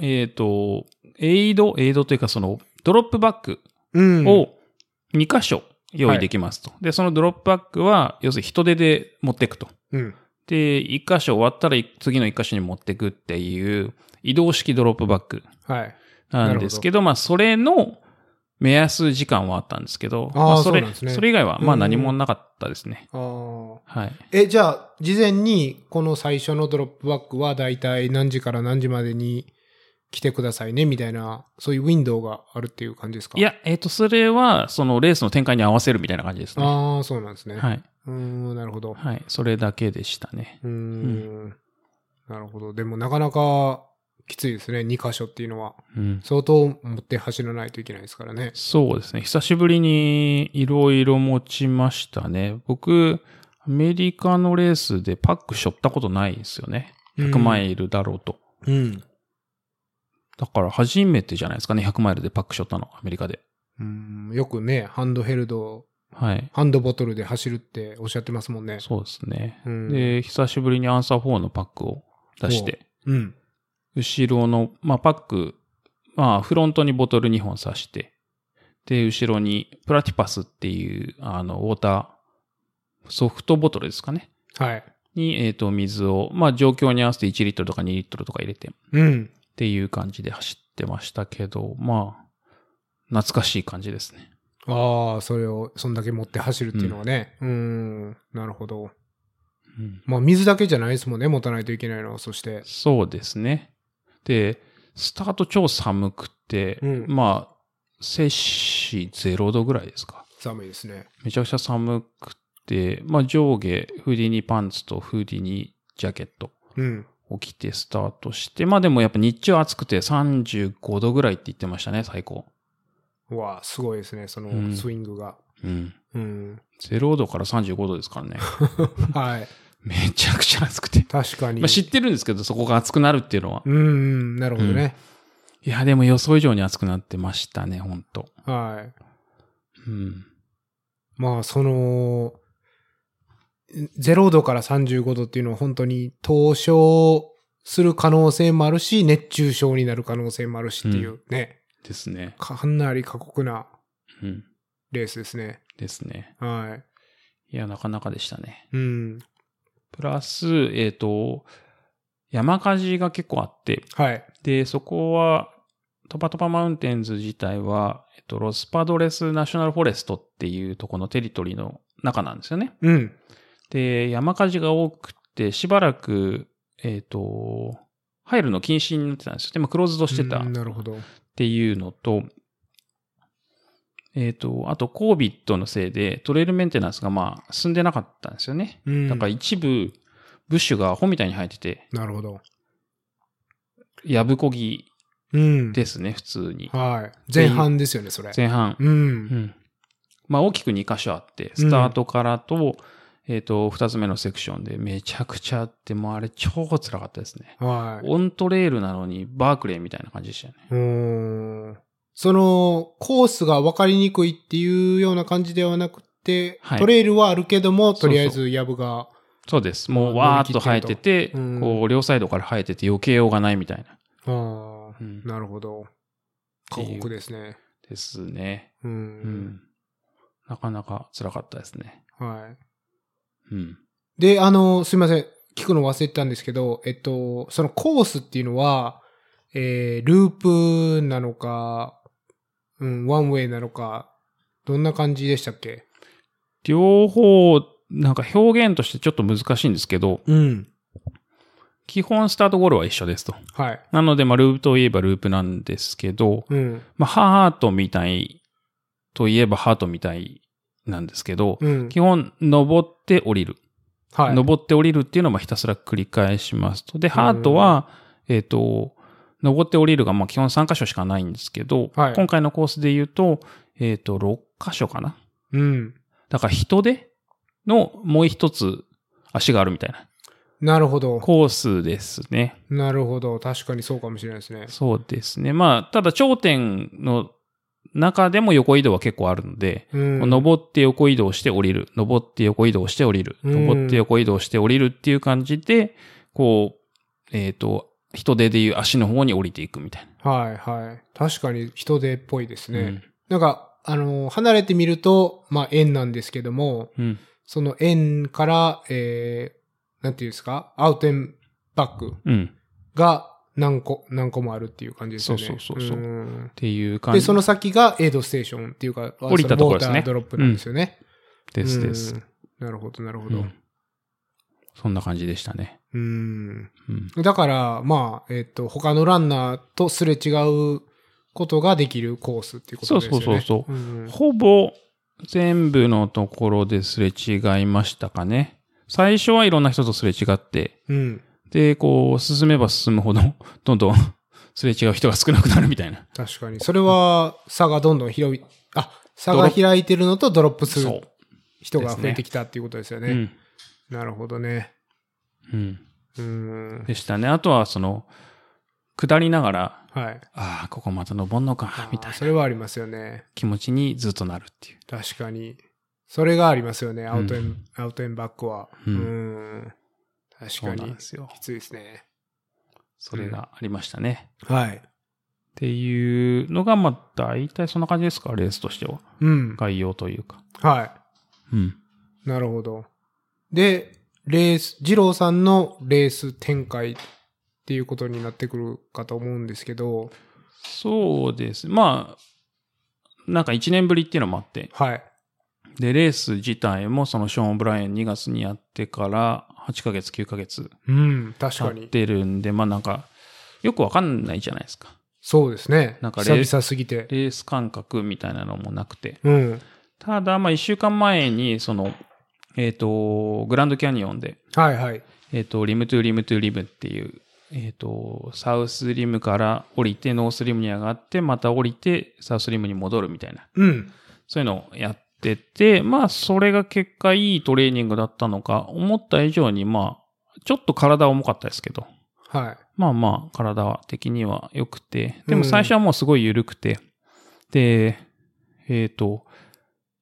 [SPEAKER 1] えっ、と、エイド、エイドというかその、ドロップバッグ
[SPEAKER 2] うん
[SPEAKER 1] を2箇所用意できますと。で、そのドロップバッグは、要するに人手で持っていくと。
[SPEAKER 2] うん。
[SPEAKER 1] で、1箇所終わったら次の1箇所に持っていくっていう移動式ドロップバッグ
[SPEAKER 2] はい。
[SPEAKER 1] なんですけど、まあ、それの目安時間はあったんですけど、
[SPEAKER 2] あー
[SPEAKER 1] まそ
[SPEAKER 2] そう
[SPEAKER 1] れ
[SPEAKER 2] なんですね
[SPEAKER 1] それ以外は、まあ
[SPEAKER 2] うん
[SPEAKER 1] 何もなかったですね。
[SPEAKER 2] ああ。
[SPEAKER 1] はい。
[SPEAKER 2] え、じゃあ、事前に、この最初のドロップバックは、だいたい何時から何時までに来てくださいね、みたいな、そういうウィンドウがあるっていう感じですか
[SPEAKER 1] い。や、えっ、と、それは、そのレースの展開に合わせるみたいな感じですね。
[SPEAKER 2] ああ、そうなんですね。
[SPEAKER 1] はい。
[SPEAKER 2] うーん、なるほど。
[SPEAKER 1] はい。それだけでしたね。
[SPEAKER 2] うーん。なるほど。でもなかなかきついですね、2箇所っていうのは。
[SPEAKER 1] うん。
[SPEAKER 2] 相当持って走らないといけないですからね。
[SPEAKER 1] そうですね。久しぶりにいろいろ持ちましたね。僕、アメリカのレースでパックしょったことないですよね。100マイルだろうと。
[SPEAKER 2] うん。
[SPEAKER 1] だから初めてじゃないですかね。100マイルでパックしょったの、アメリカで。
[SPEAKER 2] うん。よくね、ハンドヘルド、
[SPEAKER 1] はい。
[SPEAKER 2] ハンドボトルで走るっておっしゃってますもんね。
[SPEAKER 1] そうですね。
[SPEAKER 2] うん
[SPEAKER 1] で、久しぶりにアンサー4のパックを出して、
[SPEAKER 2] うん。
[SPEAKER 1] 後ろの、まあ、パック、まあ、フロントにボトル2本挿して、で、後ろにプラティパスっていう、あの、ウォーター、ソフトボトルですかね。
[SPEAKER 2] はい。
[SPEAKER 1] に、えっ、と、水を、まあ、状況に合わせて1リットルとか2リットルとか入れて、っ
[SPEAKER 2] うん。
[SPEAKER 1] ていう感じで走ってましたけど、まあ、懐かしい感じですね。
[SPEAKER 2] ああ、それを、そんだけ持って走るっていうのはね。うん。なるほど。
[SPEAKER 1] うん
[SPEAKER 2] まあ、水だけじゃないですもんね、持たないといけないのは。そして。
[SPEAKER 1] そうですね。で、スタート超寒くて、
[SPEAKER 2] うん
[SPEAKER 1] まあ、摂氏0度ぐらいですか。
[SPEAKER 2] 寒いですね。
[SPEAKER 1] めちゃくちゃ寒くて、まあ上下、フーディニパンツとフーディニジャケット
[SPEAKER 2] うん。
[SPEAKER 1] を着てスタートして、まあでもやっぱ日中暑くて35度ぐらいって言ってましたね、最高。
[SPEAKER 2] うわあ、すごいですね、そ
[SPEAKER 1] うん
[SPEAKER 2] のスイングが。
[SPEAKER 1] うん。
[SPEAKER 2] うん。
[SPEAKER 1] 0度から35度ですから
[SPEAKER 2] [LAUGHS]
[SPEAKER 1] ね。
[SPEAKER 2] はい。
[SPEAKER 1] めちゃくちゃ暑くて。
[SPEAKER 2] 確かに。
[SPEAKER 1] まあ知ってるんですけど、そこが暑くなるっていうのは。
[SPEAKER 2] うんうん、なるほどね。
[SPEAKER 1] いや、でも予想以上に暑くなってましたね、ほんと。
[SPEAKER 2] はい。
[SPEAKER 1] うん。
[SPEAKER 2] まあ、その、0度から35度っていうのは本当に凍傷する可能性もあるし、熱中症になる可能性もあるしっていうね、
[SPEAKER 1] ですね。
[SPEAKER 2] かなり過酷な
[SPEAKER 1] うん。
[SPEAKER 2] レースですね。
[SPEAKER 1] ですね。
[SPEAKER 2] はい
[SPEAKER 1] や、なかなかでしたね。
[SPEAKER 2] い。うん。
[SPEAKER 1] プラス、えっ、と、山火事が結構あって、
[SPEAKER 2] はい。
[SPEAKER 1] で、そこは、トパトパマウンテンズ自体は、えっと、ロスパドレスナショナルフォレストっていうとこのテリトリーの中なんですよね。
[SPEAKER 2] うん。
[SPEAKER 1] で、山火事が多くて、しばらく、えっ、と、入るの禁止になってたんですよ。でもクローズドしてたっ
[SPEAKER 2] うんなるほど。
[SPEAKER 1] ていうのと、えっ、と、あと COVID のせいでトレイルメンテナンスがまあ進んでなかったんですよね。
[SPEAKER 2] うん。
[SPEAKER 1] だから一部、ブッシュがアホみたいに生えてて、
[SPEAKER 2] なるほど。
[SPEAKER 1] やぶこぎ
[SPEAKER 2] うん。
[SPEAKER 1] ですね、普通に。
[SPEAKER 2] はい。前半ですよね、それ。
[SPEAKER 1] 前半。
[SPEAKER 2] う。
[SPEAKER 1] うんん。まあ大きく2箇所あって、スタートからと、えっ、と、2つ目のセクションでめちゃくちゃあって、もうあれ超辛かったですね。
[SPEAKER 2] はい。
[SPEAKER 1] オントレールなのにバークレーみたいな感じでしたよね。
[SPEAKER 2] うーんそのコースが分かりにくいっていうような感じではなくて、
[SPEAKER 1] はい
[SPEAKER 2] トレイルはあるけども、とりあえ
[SPEAKER 1] そう
[SPEAKER 2] ずヤブが、
[SPEAKER 1] そうです。もうわーっと生えてて、
[SPEAKER 2] うん
[SPEAKER 1] こう両サイドから生えてて避けようがないみたいな。
[SPEAKER 2] ああ
[SPEAKER 1] うん
[SPEAKER 2] なるほど。過酷ですね。
[SPEAKER 1] ですね。
[SPEAKER 2] う。
[SPEAKER 1] うんん。なかなか辛かったですね。
[SPEAKER 2] はい。
[SPEAKER 1] うん。
[SPEAKER 2] で、あの、すいません。聞くの忘れてたんですけど、えっと、そのコースっていうのは、えー、ループなのか、うん、ワンウェイなのか、どんな感じでしたっけ
[SPEAKER 1] 両方、なんか表現としてちょっと難しいんですけど、
[SPEAKER 2] うん。
[SPEAKER 1] 基本スタートゴールは一緒ですと。
[SPEAKER 2] はい。
[SPEAKER 1] なので、まあ、ループといえばループなんですけど、
[SPEAKER 2] うん。
[SPEAKER 1] まあ、ハートみたいといえばハートみたいなんですけど、
[SPEAKER 2] うん。
[SPEAKER 1] 基本、登って降りる。
[SPEAKER 2] はい。
[SPEAKER 1] 登って降りるっていうのはひたすら繰り返しますと。で、ハートは、えっ、と、登って降りるが、まあ、基本3箇所しかないんですけど、
[SPEAKER 2] はい
[SPEAKER 1] 今回のコースで言うと、えっ、と、6箇所かな。
[SPEAKER 2] うん。
[SPEAKER 1] だから、人手のもう一つ足があるみたいな
[SPEAKER 2] なるほど。
[SPEAKER 1] コースですね。
[SPEAKER 2] なるほど。確かにそうかもしれないですね。
[SPEAKER 1] そうですね。まあ、ただ頂点の中でも横移動は結構あるので、
[SPEAKER 2] うん。
[SPEAKER 1] 登って横移動して降りる、登って横移動して降りる、
[SPEAKER 2] うん
[SPEAKER 1] 登って横移動して降りるっていう感じで、こう、えっ、と、人手でいう足の方に降りていくみたい
[SPEAKER 2] はいはい。確かに人手っぽいです
[SPEAKER 1] な。
[SPEAKER 2] ね。なんか、あのー、離れてみると、まあ円なんですけども、
[SPEAKER 1] うん。うん。
[SPEAKER 2] その円から、えー、なんていうんですか、アウトエンバック
[SPEAKER 1] うん。っ
[SPEAKER 2] が何個、何個もあるっていう感じですよね。
[SPEAKER 1] そうそうそうそうんていう感
[SPEAKER 2] で、
[SPEAKER 1] じ
[SPEAKER 2] その先がエイドステーションっていうか、
[SPEAKER 1] 降りたところですね
[SPEAKER 2] ウォータードロップなんですよね。
[SPEAKER 1] ですです
[SPEAKER 2] う。ん。なるほど、なるほ
[SPEAKER 1] う
[SPEAKER 2] ど。
[SPEAKER 1] んそんな感じでしたね。
[SPEAKER 2] うん
[SPEAKER 1] うん。
[SPEAKER 2] だから、まあ、えっ、と、他のランナーとすれ違うことができるコースっていうことですよね。。
[SPEAKER 1] そうそうそう
[SPEAKER 2] うん、
[SPEAKER 1] ほぼ全部のところですれ違いましたかね。最初はいろんな人とすれ違って、
[SPEAKER 2] うん。
[SPEAKER 1] で、こう、進めば進むほど、 [LAUGHS] どんどんすれ違う人が少なくなるみたいな。
[SPEAKER 2] 確かに。それは、差がどんどん広い、あ、差が開いてるのとドロップす
[SPEAKER 1] そ
[SPEAKER 2] る人が増えてきたっていうことですよ
[SPEAKER 1] う。
[SPEAKER 2] ね。
[SPEAKER 1] うん。
[SPEAKER 2] なるほどね。
[SPEAKER 1] うん。
[SPEAKER 2] うーん。
[SPEAKER 1] でしたね。あとは、その、下りながら、
[SPEAKER 2] はい。
[SPEAKER 1] ああ、ここまた登んのか、みたいな
[SPEAKER 2] あーそれはありますよね。
[SPEAKER 1] 気持ちにずっとなるっていう。
[SPEAKER 2] 確かに。それがありますよね。アウトエン、アウトエンバックは。う
[SPEAKER 1] うん
[SPEAKER 2] ーん。確
[SPEAKER 1] そう
[SPEAKER 2] か
[SPEAKER 1] なん
[SPEAKER 2] に
[SPEAKER 1] で。すよ。
[SPEAKER 2] きついですね。
[SPEAKER 1] それがありましたね。
[SPEAKER 2] はい。
[SPEAKER 1] っていうのが、まあ、大体そんな感じですか、レースとしては。
[SPEAKER 2] うん。
[SPEAKER 1] 概要というか。
[SPEAKER 2] はい。
[SPEAKER 1] うん。
[SPEAKER 2] なるほど。で、レース、二郎さんのレース展開っていうことになってくるかと思うんですけど、
[SPEAKER 1] そうです。まあ、なんか1年ぶりっていうのもあって。
[SPEAKER 2] はい。
[SPEAKER 1] で、レース自体もそのショーン・オブライエン2月にやってから8ヶ月、9ヶ月
[SPEAKER 2] うん、確か
[SPEAKER 1] 経っ
[SPEAKER 2] に。
[SPEAKER 1] てるんで、まあなんか、よくわかんないじゃないですか。
[SPEAKER 2] そうですね。
[SPEAKER 1] なんかレー
[SPEAKER 2] 久々すぎて。
[SPEAKER 1] レース感覚みたいなのもなくて。
[SPEAKER 2] うん。
[SPEAKER 1] ただ、まあ1週間前に、その、えっ、と、グランドキャニオンで、
[SPEAKER 2] はいはい。
[SPEAKER 1] えっ、と、リムトゥリムトゥリムっていう、えっ、と、サウスリムから降りて、ノースリムに上がって、また降りて、サウスリムに戻るみたいな。
[SPEAKER 2] うん。
[SPEAKER 1] そういうのをやってて、まあ、それが結果いいトレーニングだったのか、思った以上に、まあ、ちょっと体は重かったですけど、
[SPEAKER 2] はい。
[SPEAKER 1] まあまあ、体は的には良くて、で
[SPEAKER 2] うん
[SPEAKER 1] も最初はもうすごい緩くて、で、えっ、と、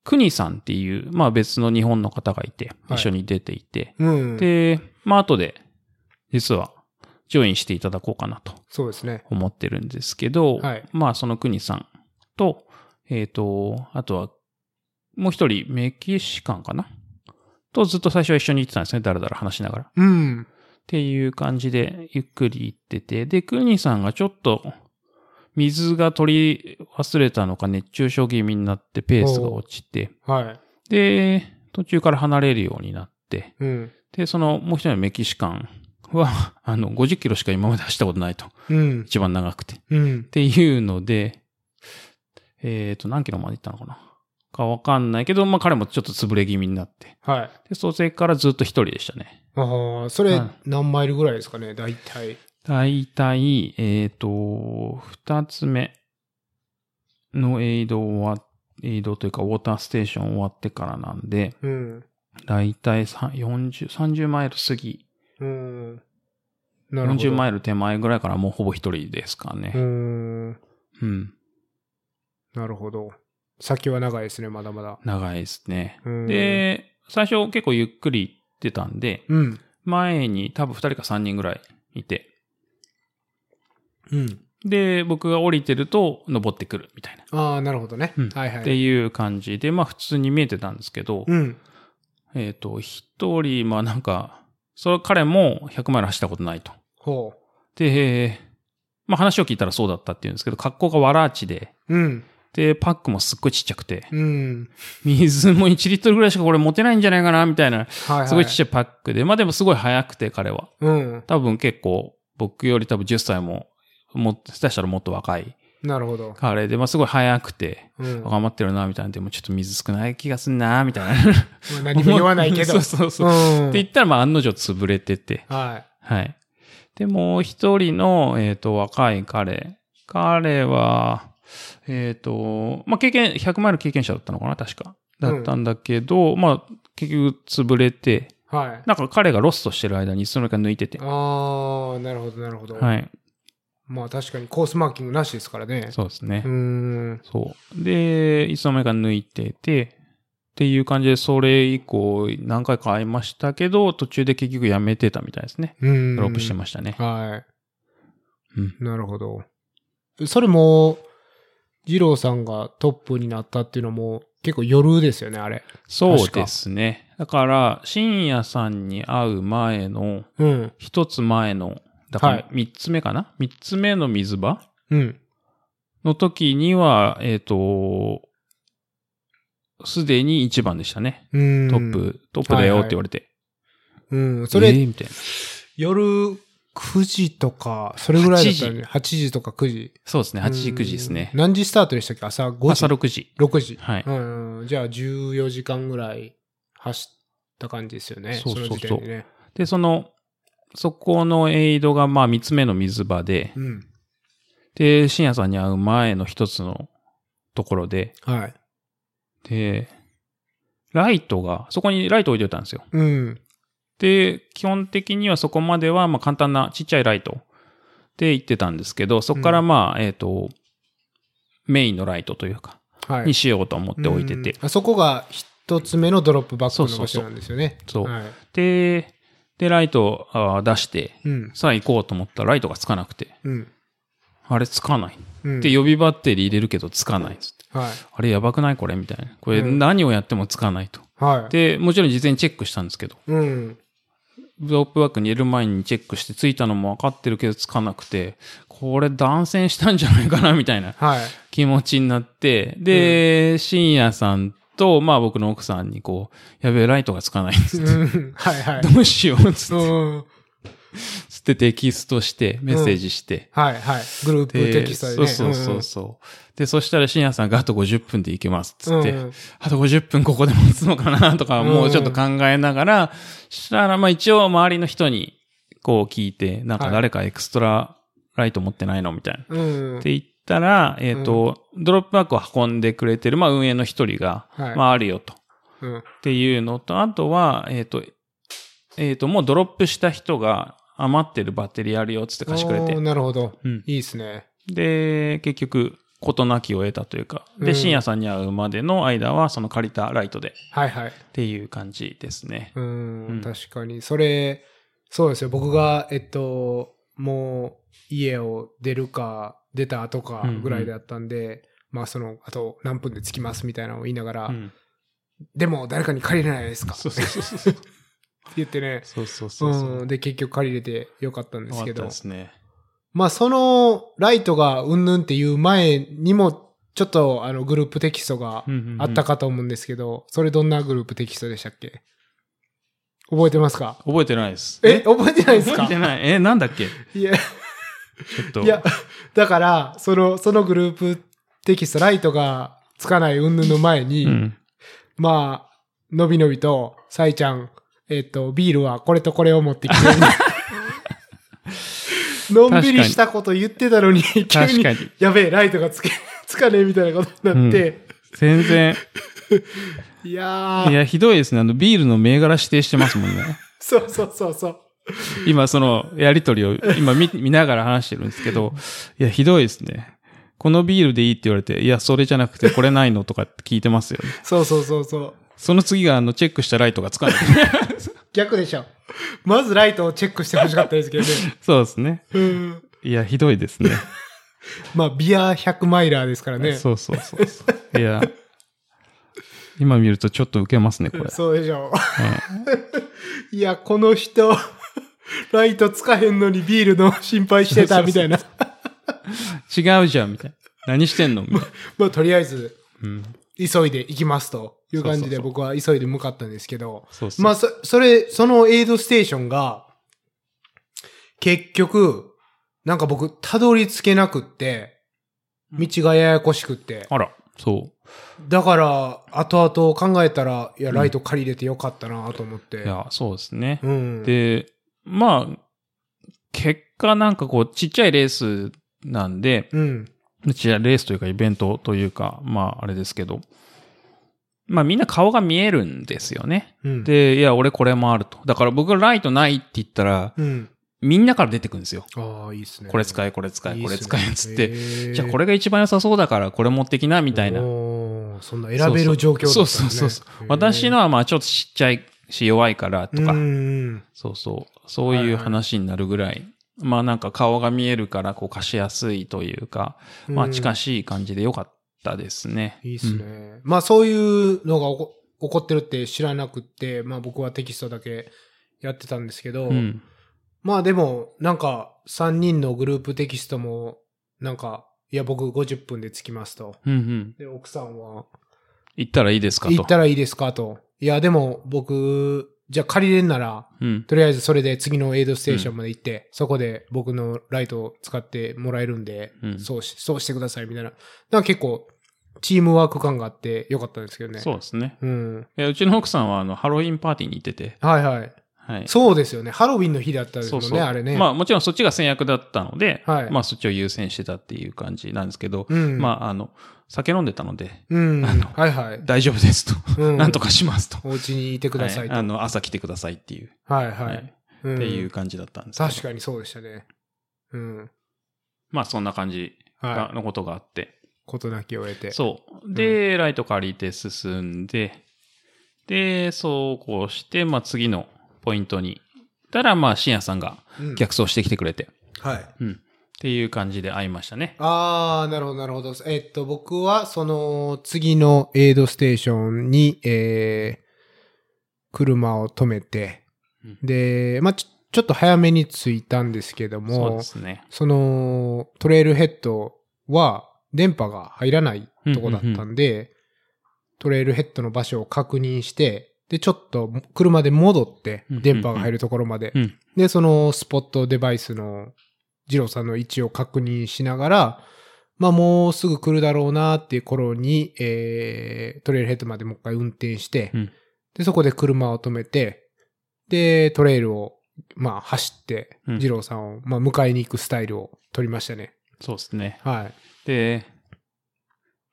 [SPEAKER 1] くにさんっていう、まあ別の日本の方がいて、
[SPEAKER 2] はい
[SPEAKER 1] 一緒に出ていて、
[SPEAKER 2] うん。
[SPEAKER 1] で、まあ後で、実は、ジョインしていただこうかなと
[SPEAKER 2] そうですね。
[SPEAKER 1] 思ってるんですけど、
[SPEAKER 2] はい
[SPEAKER 1] まあその国さんと、えっ、と、あとは、もう一人メキシカンかなとずっと最初は一緒に行ってたんですね。だらだら話しながら。っ
[SPEAKER 2] うん。
[SPEAKER 1] ていう感じでゆっくり行ってて、で、国さんがちょっと水が取り忘れたのか熱中症気味になってペースが落ちて、
[SPEAKER 2] はい。
[SPEAKER 1] で、途中から離れるようになって、
[SPEAKER 2] うん。
[SPEAKER 1] で、そのもう一人のメキシカンは、あの、50キロしか今まで走ったことないと。
[SPEAKER 2] うん。
[SPEAKER 1] 一番長くて。
[SPEAKER 2] うん
[SPEAKER 1] っ。ていうので、えっ、と、何キロまで行ったのかなかわかんないけど、まあ彼もちょっと潰れ気味になって。
[SPEAKER 2] はい。
[SPEAKER 1] で、それからずっと一人でしたね。
[SPEAKER 2] ああ、それ
[SPEAKER 1] はい
[SPEAKER 2] 何マイルぐらいですかね、大体。
[SPEAKER 1] 大体、えっ、と、二つ目のエイド終わ、エイドというかウォーターステーション終わってからなんで、
[SPEAKER 2] うん。
[SPEAKER 1] 大体さ40、30マイル過ぎ、
[SPEAKER 2] うん。なるほど。
[SPEAKER 1] 40マイル手前ぐらいからもうほぼ一人ですか
[SPEAKER 2] う
[SPEAKER 1] ね。
[SPEAKER 2] ん。
[SPEAKER 1] うん。
[SPEAKER 2] なるほど。先は長いですね、まだまだ。
[SPEAKER 1] 長いですね。
[SPEAKER 2] うん、
[SPEAKER 1] で、最初結構ゆっくり行ってたんで、
[SPEAKER 2] うん。
[SPEAKER 1] 前に多分2人か3人ぐらいいて、
[SPEAKER 2] うん。
[SPEAKER 1] で、僕が降りてると登ってくるみたいな。
[SPEAKER 2] ああ、なるほどね。
[SPEAKER 1] うん
[SPEAKER 2] はいは
[SPEAKER 1] って
[SPEAKER 2] い。
[SPEAKER 1] いう感じで、まあ普通に見えてたんですけど、
[SPEAKER 2] うん。
[SPEAKER 1] えっ、と、一人、まあなんか、それ彼も100マイル走ったことないと。
[SPEAKER 2] ほ
[SPEAKER 1] で、まあ話を聞いたらそうだったっていうんですけど、格好がわらあちで、
[SPEAKER 2] う。うん。
[SPEAKER 1] で、パックもすっごいちっちゃくて、 [LAUGHS]
[SPEAKER 2] うん。
[SPEAKER 1] 水も1リットルぐらいしかこれ持てないんじゃないかな、みたいな、
[SPEAKER 2] はいはい。
[SPEAKER 1] すごいちっちゃいパックで、まあでもすごい速くて彼は。
[SPEAKER 2] うん。
[SPEAKER 1] 多分結構、僕より多分10歳も、もっ下手したらもっと若い
[SPEAKER 2] なるほど。
[SPEAKER 1] 彼で、まあすごい速くて、
[SPEAKER 2] うん。ま
[SPEAKER 1] 頑張ってるな、みたいな。でもちょっと水少ない気がすんな、みたいな。
[SPEAKER 2] あ [LAUGHS] 何も言わないけ
[SPEAKER 1] [LAUGHS] そ
[SPEAKER 2] ど。
[SPEAKER 1] うそうそう。っ
[SPEAKER 2] うん。
[SPEAKER 1] て言ったら、まあ案の定潰れてて。
[SPEAKER 2] は
[SPEAKER 1] はい。で、もう一人の、えっ、と、若い彼。彼は、えっ、と、まあ経験、100マイル経験者だったのかな、確か。だったんだけど、まあ結局潰れて、
[SPEAKER 2] い。はい。
[SPEAKER 1] なんか彼がロストしてる間にその間抜いてて。
[SPEAKER 2] ああ、なるほど、なるほど。
[SPEAKER 1] はい。
[SPEAKER 2] まあ確かにコースマーキングなしですからね。
[SPEAKER 1] そうですね
[SPEAKER 2] う。ん。
[SPEAKER 1] そう。で、いつの間にか抜いてて、っていう感じで、それ以降、何回か会いましたけど、途中で結局やめてたみたいですね。
[SPEAKER 2] うん。
[SPEAKER 1] ドロップしてましたね。
[SPEAKER 2] は
[SPEAKER 1] うん。
[SPEAKER 2] い。なるほど。それも、二郎さんがトップになったっていうのも結構夜ですよね、あれ。
[SPEAKER 1] そうですね。だから、深夜さんに会う前の、
[SPEAKER 2] うん。
[SPEAKER 1] 一つ前の、だか
[SPEAKER 2] はい
[SPEAKER 1] ら、三つ目かな三、つ目の水場
[SPEAKER 2] うん。
[SPEAKER 1] の時には、えっ、と、すでに一番でしたね。
[SPEAKER 2] うん。
[SPEAKER 1] トップ、。トップだよって言われて。
[SPEAKER 2] うん。それ、
[SPEAKER 1] えーみたいな。
[SPEAKER 2] 夜9時とか、それぐらいだったよね。8時とか9時。
[SPEAKER 1] そうですね。8時、9時ですね
[SPEAKER 2] うん。何時スタートでしたっけ朝5時
[SPEAKER 1] 朝6時。
[SPEAKER 2] 6時。
[SPEAKER 1] はい
[SPEAKER 2] うんうん。じゃあ14時間ぐらい走った感じですよね。
[SPEAKER 1] そうそうそう
[SPEAKER 2] の時点でね。
[SPEAKER 1] で、その、そこのエイドが、まあ、三つ目の水場で、
[SPEAKER 2] うん。
[SPEAKER 1] で、深夜さんに会う前の一つのところで、
[SPEAKER 2] はい。
[SPEAKER 1] で、ライトが、そこにライト置いておいたんですよ。
[SPEAKER 2] うん。
[SPEAKER 1] で、基本的にはそこまでは、まあ、簡単なちっちゃいライトで行ってたんですけど、そこから、まあ、えっ、と、メインのライトというか、
[SPEAKER 2] はい。
[SPEAKER 1] にしようと思って置いてて、
[SPEAKER 2] うんあそこが一つ目のドロップバック
[SPEAKER 1] そう
[SPEAKER 2] の
[SPEAKER 1] そ
[SPEAKER 2] 場
[SPEAKER 1] うそ
[SPEAKER 2] 所
[SPEAKER 1] う
[SPEAKER 2] なんですよね。
[SPEAKER 1] そう
[SPEAKER 2] はい。
[SPEAKER 1] で、で、ライトあー出して、
[SPEAKER 2] うん。
[SPEAKER 1] さあ行こうと思ったらライトがつかなくて、
[SPEAKER 2] うん。
[SPEAKER 1] あれつかない。
[SPEAKER 2] うん。
[SPEAKER 1] で、予備バッテリー入れるけどつかないっつって。
[SPEAKER 2] はい。
[SPEAKER 1] あれやばくないこれみたいな。これ
[SPEAKER 2] うん
[SPEAKER 1] 何をやってもつかないと。
[SPEAKER 2] はい。
[SPEAKER 1] で、もちろん事前にチェックしたんですけど、
[SPEAKER 2] うん。
[SPEAKER 1] ブロップワークにいる前にチェックしてついたのも分かってるけどつかなくて、これ断線したんじゃないかなみた
[SPEAKER 2] [LAUGHS]
[SPEAKER 1] いな
[SPEAKER 2] はい。
[SPEAKER 1] 気持ちになって、で、深夜さんと、まあ僕の奥さんにこう、やべえ、ライトがつかないっつって。
[SPEAKER 2] うん。はいはい。
[SPEAKER 1] どうしようっつって、
[SPEAKER 2] うん。
[SPEAKER 1] つってテキストして、メッセージして、
[SPEAKER 2] はいはい。グループ
[SPEAKER 1] で
[SPEAKER 2] テキストでね。
[SPEAKER 1] そうそうそうそう、で、そしたら深夜さんがあと50分で行けますっつって、
[SPEAKER 2] うん
[SPEAKER 1] あと50分ここで待つのかなとか、
[SPEAKER 2] うん
[SPEAKER 1] もうちょっと考えながら、したら、まあ一応周りの人にこう聞いて、なんか
[SPEAKER 2] はい
[SPEAKER 1] 誰かエクストラライト持ってないのみたいな。
[SPEAKER 2] うん。うん
[SPEAKER 1] って言ったら、えっ、と、ドロップバックを運んでくれてる、まあ運営の一人が、
[SPEAKER 2] はい
[SPEAKER 1] まああるよと。
[SPEAKER 2] うん。
[SPEAKER 1] っていうのと、あとは、えっ、と、えっ、と、もうドロップした人が余ってるバッテリーあるよっつって貸してくれて
[SPEAKER 2] おー。なるほど。
[SPEAKER 1] うん
[SPEAKER 2] いいですね。
[SPEAKER 1] で、結局、事なきを得たというか、
[SPEAKER 2] う
[SPEAKER 1] で、
[SPEAKER 2] ん
[SPEAKER 1] 深夜さんに会うまでの間は、その借りたライトで
[SPEAKER 2] はいはい。
[SPEAKER 1] っていう感じですね。
[SPEAKER 2] う
[SPEAKER 1] うんん。
[SPEAKER 2] 確かに。それ、そうですよ。僕が、えっと、もう家を出るか、出た後かぐらいだったんで、まあその、あと何分で着きますみたいなのを言いながら
[SPEAKER 1] う、ん
[SPEAKER 2] でも誰かに借りれないですか
[SPEAKER 1] そ
[SPEAKER 2] っ
[SPEAKER 1] うそうそうそう。
[SPEAKER 2] て言ってね。
[SPEAKER 1] そうそうそうそう。
[SPEAKER 2] うん。で、結局借りれてよかったんで
[SPEAKER 1] よ
[SPEAKER 2] す
[SPEAKER 1] か
[SPEAKER 2] け
[SPEAKER 1] った
[SPEAKER 2] ど
[SPEAKER 1] で。すね。
[SPEAKER 2] まあ、そのライトがうんぬんっていう前にも、ちょっとあのグループテキストがあった
[SPEAKER 1] か。
[SPEAKER 2] かと思うんですけど、それどんなグループテキストでしたっけ覚えてますか
[SPEAKER 1] 覚えてないです。
[SPEAKER 2] え、覚えてないです
[SPEAKER 1] 覚
[SPEAKER 2] か
[SPEAKER 1] えてない。え、なんだっけち
[SPEAKER 2] いや、
[SPEAKER 1] ょっと。
[SPEAKER 2] いや、だから、その、そのグループテキスト、ライトがつかないうんぬんの前に、
[SPEAKER 1] うん。
[SPEAKER 2] まあ、のびのびと、さいちゃん、えっ、と、ビールはこれとこれを持ってき [LAUGHS] て、のんびりしたこと言ってたのに、急
[SPEAKER 1] 確
[SPEAKER 2] に
[SPEAKER 1] かに。
[SPEAKER 2] やべえ、ライトがつけ、つかねえみたいなことになって、
[SPEAKER 1] 全然。
[SPEAKER 2] いやー
[SPEAKER 1] いや、ひどいですね。あの、ビールの銘柄指定してますもんね。
[SPEAKER 2] そうそうそうそう。
[SPEAKER 1] 今、その、やりとりを、今見、見ながら話してるんですけど、いや、ひどいですね。このビールでいいって言われて、いや、それじゃなくて、これないのとかって聞いてますよね。
[SPEAKER 2] そうそうそうそう。
[SPEAKER 1] その次が、あの、チェックしたライトが [LAUGHS] つかない。
[SPEAKER 2] 逆でしょ。まずライトをチェックしてほしかったですけどね。
[SPEAKER 1] [LAUGHS] そうですね。
[SPEAKER 2] うん。
[SPEAKER 1] いや、ひどいですね。
[SPEAKER 2] まあ、ビア100マイラーですからね。
[SPEAKER 1] [LAUGHS]
[SPEAKER 2] そ
[SPEAKER 1] そうそうそうそう。いや、今見るとちょっとウケますね、これ
[SPEAKER 2] う。でしょ。いや、この人、ライトつかへんのにビールの心配してたみたいな。
[SPEAKER 1] 違うじゃん、みたいな。何してんのみたいな。
[SPEAKER 2] まあ、とりあえず、
[SPEAKER 1] うん。
[SPEAKER 2] 急いで行きますという感じ
[SPEAKER 1] そうそう
[SPEAKER 2] で
[SPEAKER 1] そう
[SPEAKER 2] 僕は急いで向かったんですけど、
[SPEAKER 1] そうそう。
[SPEAKER 2] まあ、そ、それ、そのエイドステーションが、結局、なんか僕、たどり着けなくって、道がややこしくって。
[SPEAKER 1] あら、そ
[SPEAKER 2] だから、後々考えたら、いや、ライト借りれてよかったなと思って。
[SPEAKER 1] う。いや、そうですね。
[SPEAKER 2] うん。
[SPEAKER 1] で、まあ、結果なんかこう、ちっちゃいレースなんで、
[SPEAKER 2] うん。
[SPEAKER 1] ちっちゃいレースというかイベントというか、まああれですけど、まあみんな顔が見えるんですよね。
[SPEAKER 2] うん。、
[SPEAKER 1] で、いや、俺これもあると。だから僕ライトないって言ったら、
[SPEAKER 2] うん。
[SPEAKER 1] みんなから出てくるんですよ。
[SPEAKER 2] ああ、いいっすね。
[SPEAKER 1] これ使え、これ使え、これ使え、つって。
[SPEAKER 2] て
[SPEAKER 1] じゃあこれが一番良さそうだから、これ持ってきな、みたいな。
[SPEAKER 2] おーそんな選べる状況だったん
[SPEAKER 1] そ
[SPEAKER 2] で
[SPEAKER 1] う
[SPEAKER 2] す
[SPEAKER 1] そ
[SPEAKER 2] ね
[SPEAKER 1] うそうそう。私のはまあちょっとちっちゃいし弱いからとか、
[SPEAKER 2] うんうん。
[SPEAKER 1] そうそう。そういう話になるぐらい。まあなんか顔が見えるからこう貸しやすいというか、まあ近
[SPEAKER 2] し
[SPEAKER 1] しい感じで良かったですね。
[SPEAKER 2] いいっす
[SPEAKER 1] うん
[SPEAKER 2] ね。まあそういうのが起こ起こってるって知らなくって、まあ僕はテキストだけやってたんですけど、
[SPEAKER 1] うん。
[SPEAKER 2] まあでも、なんか3人のグループテキストも、なんか、いや僕50分で着きますと。
[SPEAKER 1] うんうん。
[SPEAKER 2] で、奥さんは、
[SPEAKER 1] 行ったらいいですかと。
[SPEAKER 2] 行ったらいいですかと。いやでも僕、じゃあ借りれんなら、
[SPEAKER 1] うん。
[SPEAKER 2] とりあえずそれで次のエイドステーションまで行って、そこで僕のライトを使ってもらえるんで、
[SPEAKER 1] うん
[SPEAKER 2] そうし、そうしてくださいみたいな。なんか結構、チームワーク感があってよかったんですけどね。
[SPEAKER 1] そうですね。
[SPEAKER 2] うん。
[SPEAKER 1] えうちの奥さんはあのハロウィンパーティーに行ってて、
[SPEAKER 2] はいはい。
[SPEAKER 1] はい。
[SPEAKER 2] そうですよね。ハロウィンの日だったです
[SPEAKER 1] そ
[SPEAKER 2] も
[SPEAKER 1] うん
[SPEAKER 2] ね、
[SPEAKER 1] そう。
[SPEAKER 2] あれね。
[SPEAKER 1] まあもちろんそっちが先約だったので、
[SPEAKER 2] はい
[SPEAKER 1] まあそっちを優先してたっていう感じなんですけど、
[SPEAKER 2] うん。
[SPEAKER 1] まああの、酒飲んでたので、
[SPEAKER 2] うん。
[SPEAKER 1] あの
[SPEAKER 2] はいはい。
[SPEAKER 1] 大丈夫ですと。
[SPEAKER 2] うん
[SPEAKER 1] [LAUGHS] なんとかしますと。
[SPEAKER 2] お家にいてくださいと。
[SPEAKER 1] は
[SPEAKER 2] はい
[SPEAKER 1] あ
[SPEAKER 2] い
[SPEAKER 1] の、朝来てくださいっていう、
[SPEAKER 2] は
[SPEAKER 1] はい
[SPEAKER 2] い。うん
[SPEAKER 1] っていう感じだったんですけど
[SPEAKER 2] 確かにそうでしたね。うん。
[SPEAKER 1] まあそんな感じが
[SPEAKER 2] はい。
[SPEAKER 1] のことがあって。
[SPEAKER 2] 事なきを得て。
[SPEAKER 1] そう。で、ライト借りて進んで、で、そうこうして、まあ次のポイントに。たら、まあ、深夜さんが
[SPEAKER 2] うん
[SPEAKER 1] 逆走してきてくれて、
[SPEAKER 2] はい。
[SPEAKER 1] うん。っていう感じで会いましたね。
[SPEAKER 2] あー、なるほど、なるほど。えっと、僕は、その、次のエイドステーションに、えー、車を止めて
[SPEAKER 1] うん、
[SPEAKER 2] で、まあ、ちょちょっと早めに着いたんですけど
[SPEAKER 1] そう
[SPEAKER 2] も
[SPEAKER 1] で、すね。
[SPEAKER 2] そのトレイルヘッドは電波が入らないとこだったんで、トレイルヘッドの場所を確認して、で、ちょっと車で戻って、
[SPEAKER 1] うんうんうん
[SPEAKER 2] 電波が入るところまで。
[SPEAKER 1] うん
[SPEAKER 2] で、そのスポットデバイスの二郎さんの位置を確認しながら、まあもうすぐ来るだろうなっていう頃に、えー、トレイルヘッドまでもう一回運転して、
[SPEAKER 1] うん
[SPEAKER 2] で、そこで車を止めて、で、トレイルをまあ、走って、
[SPEAKER 1] うん
[SPEAKER 2] 二郎さんを、まあ、迎えに行くスタイルを取りましたね。
[SPEAKER 1] そうですね。
[SPEAKER 2] はい。
[SPEAKER 1] で、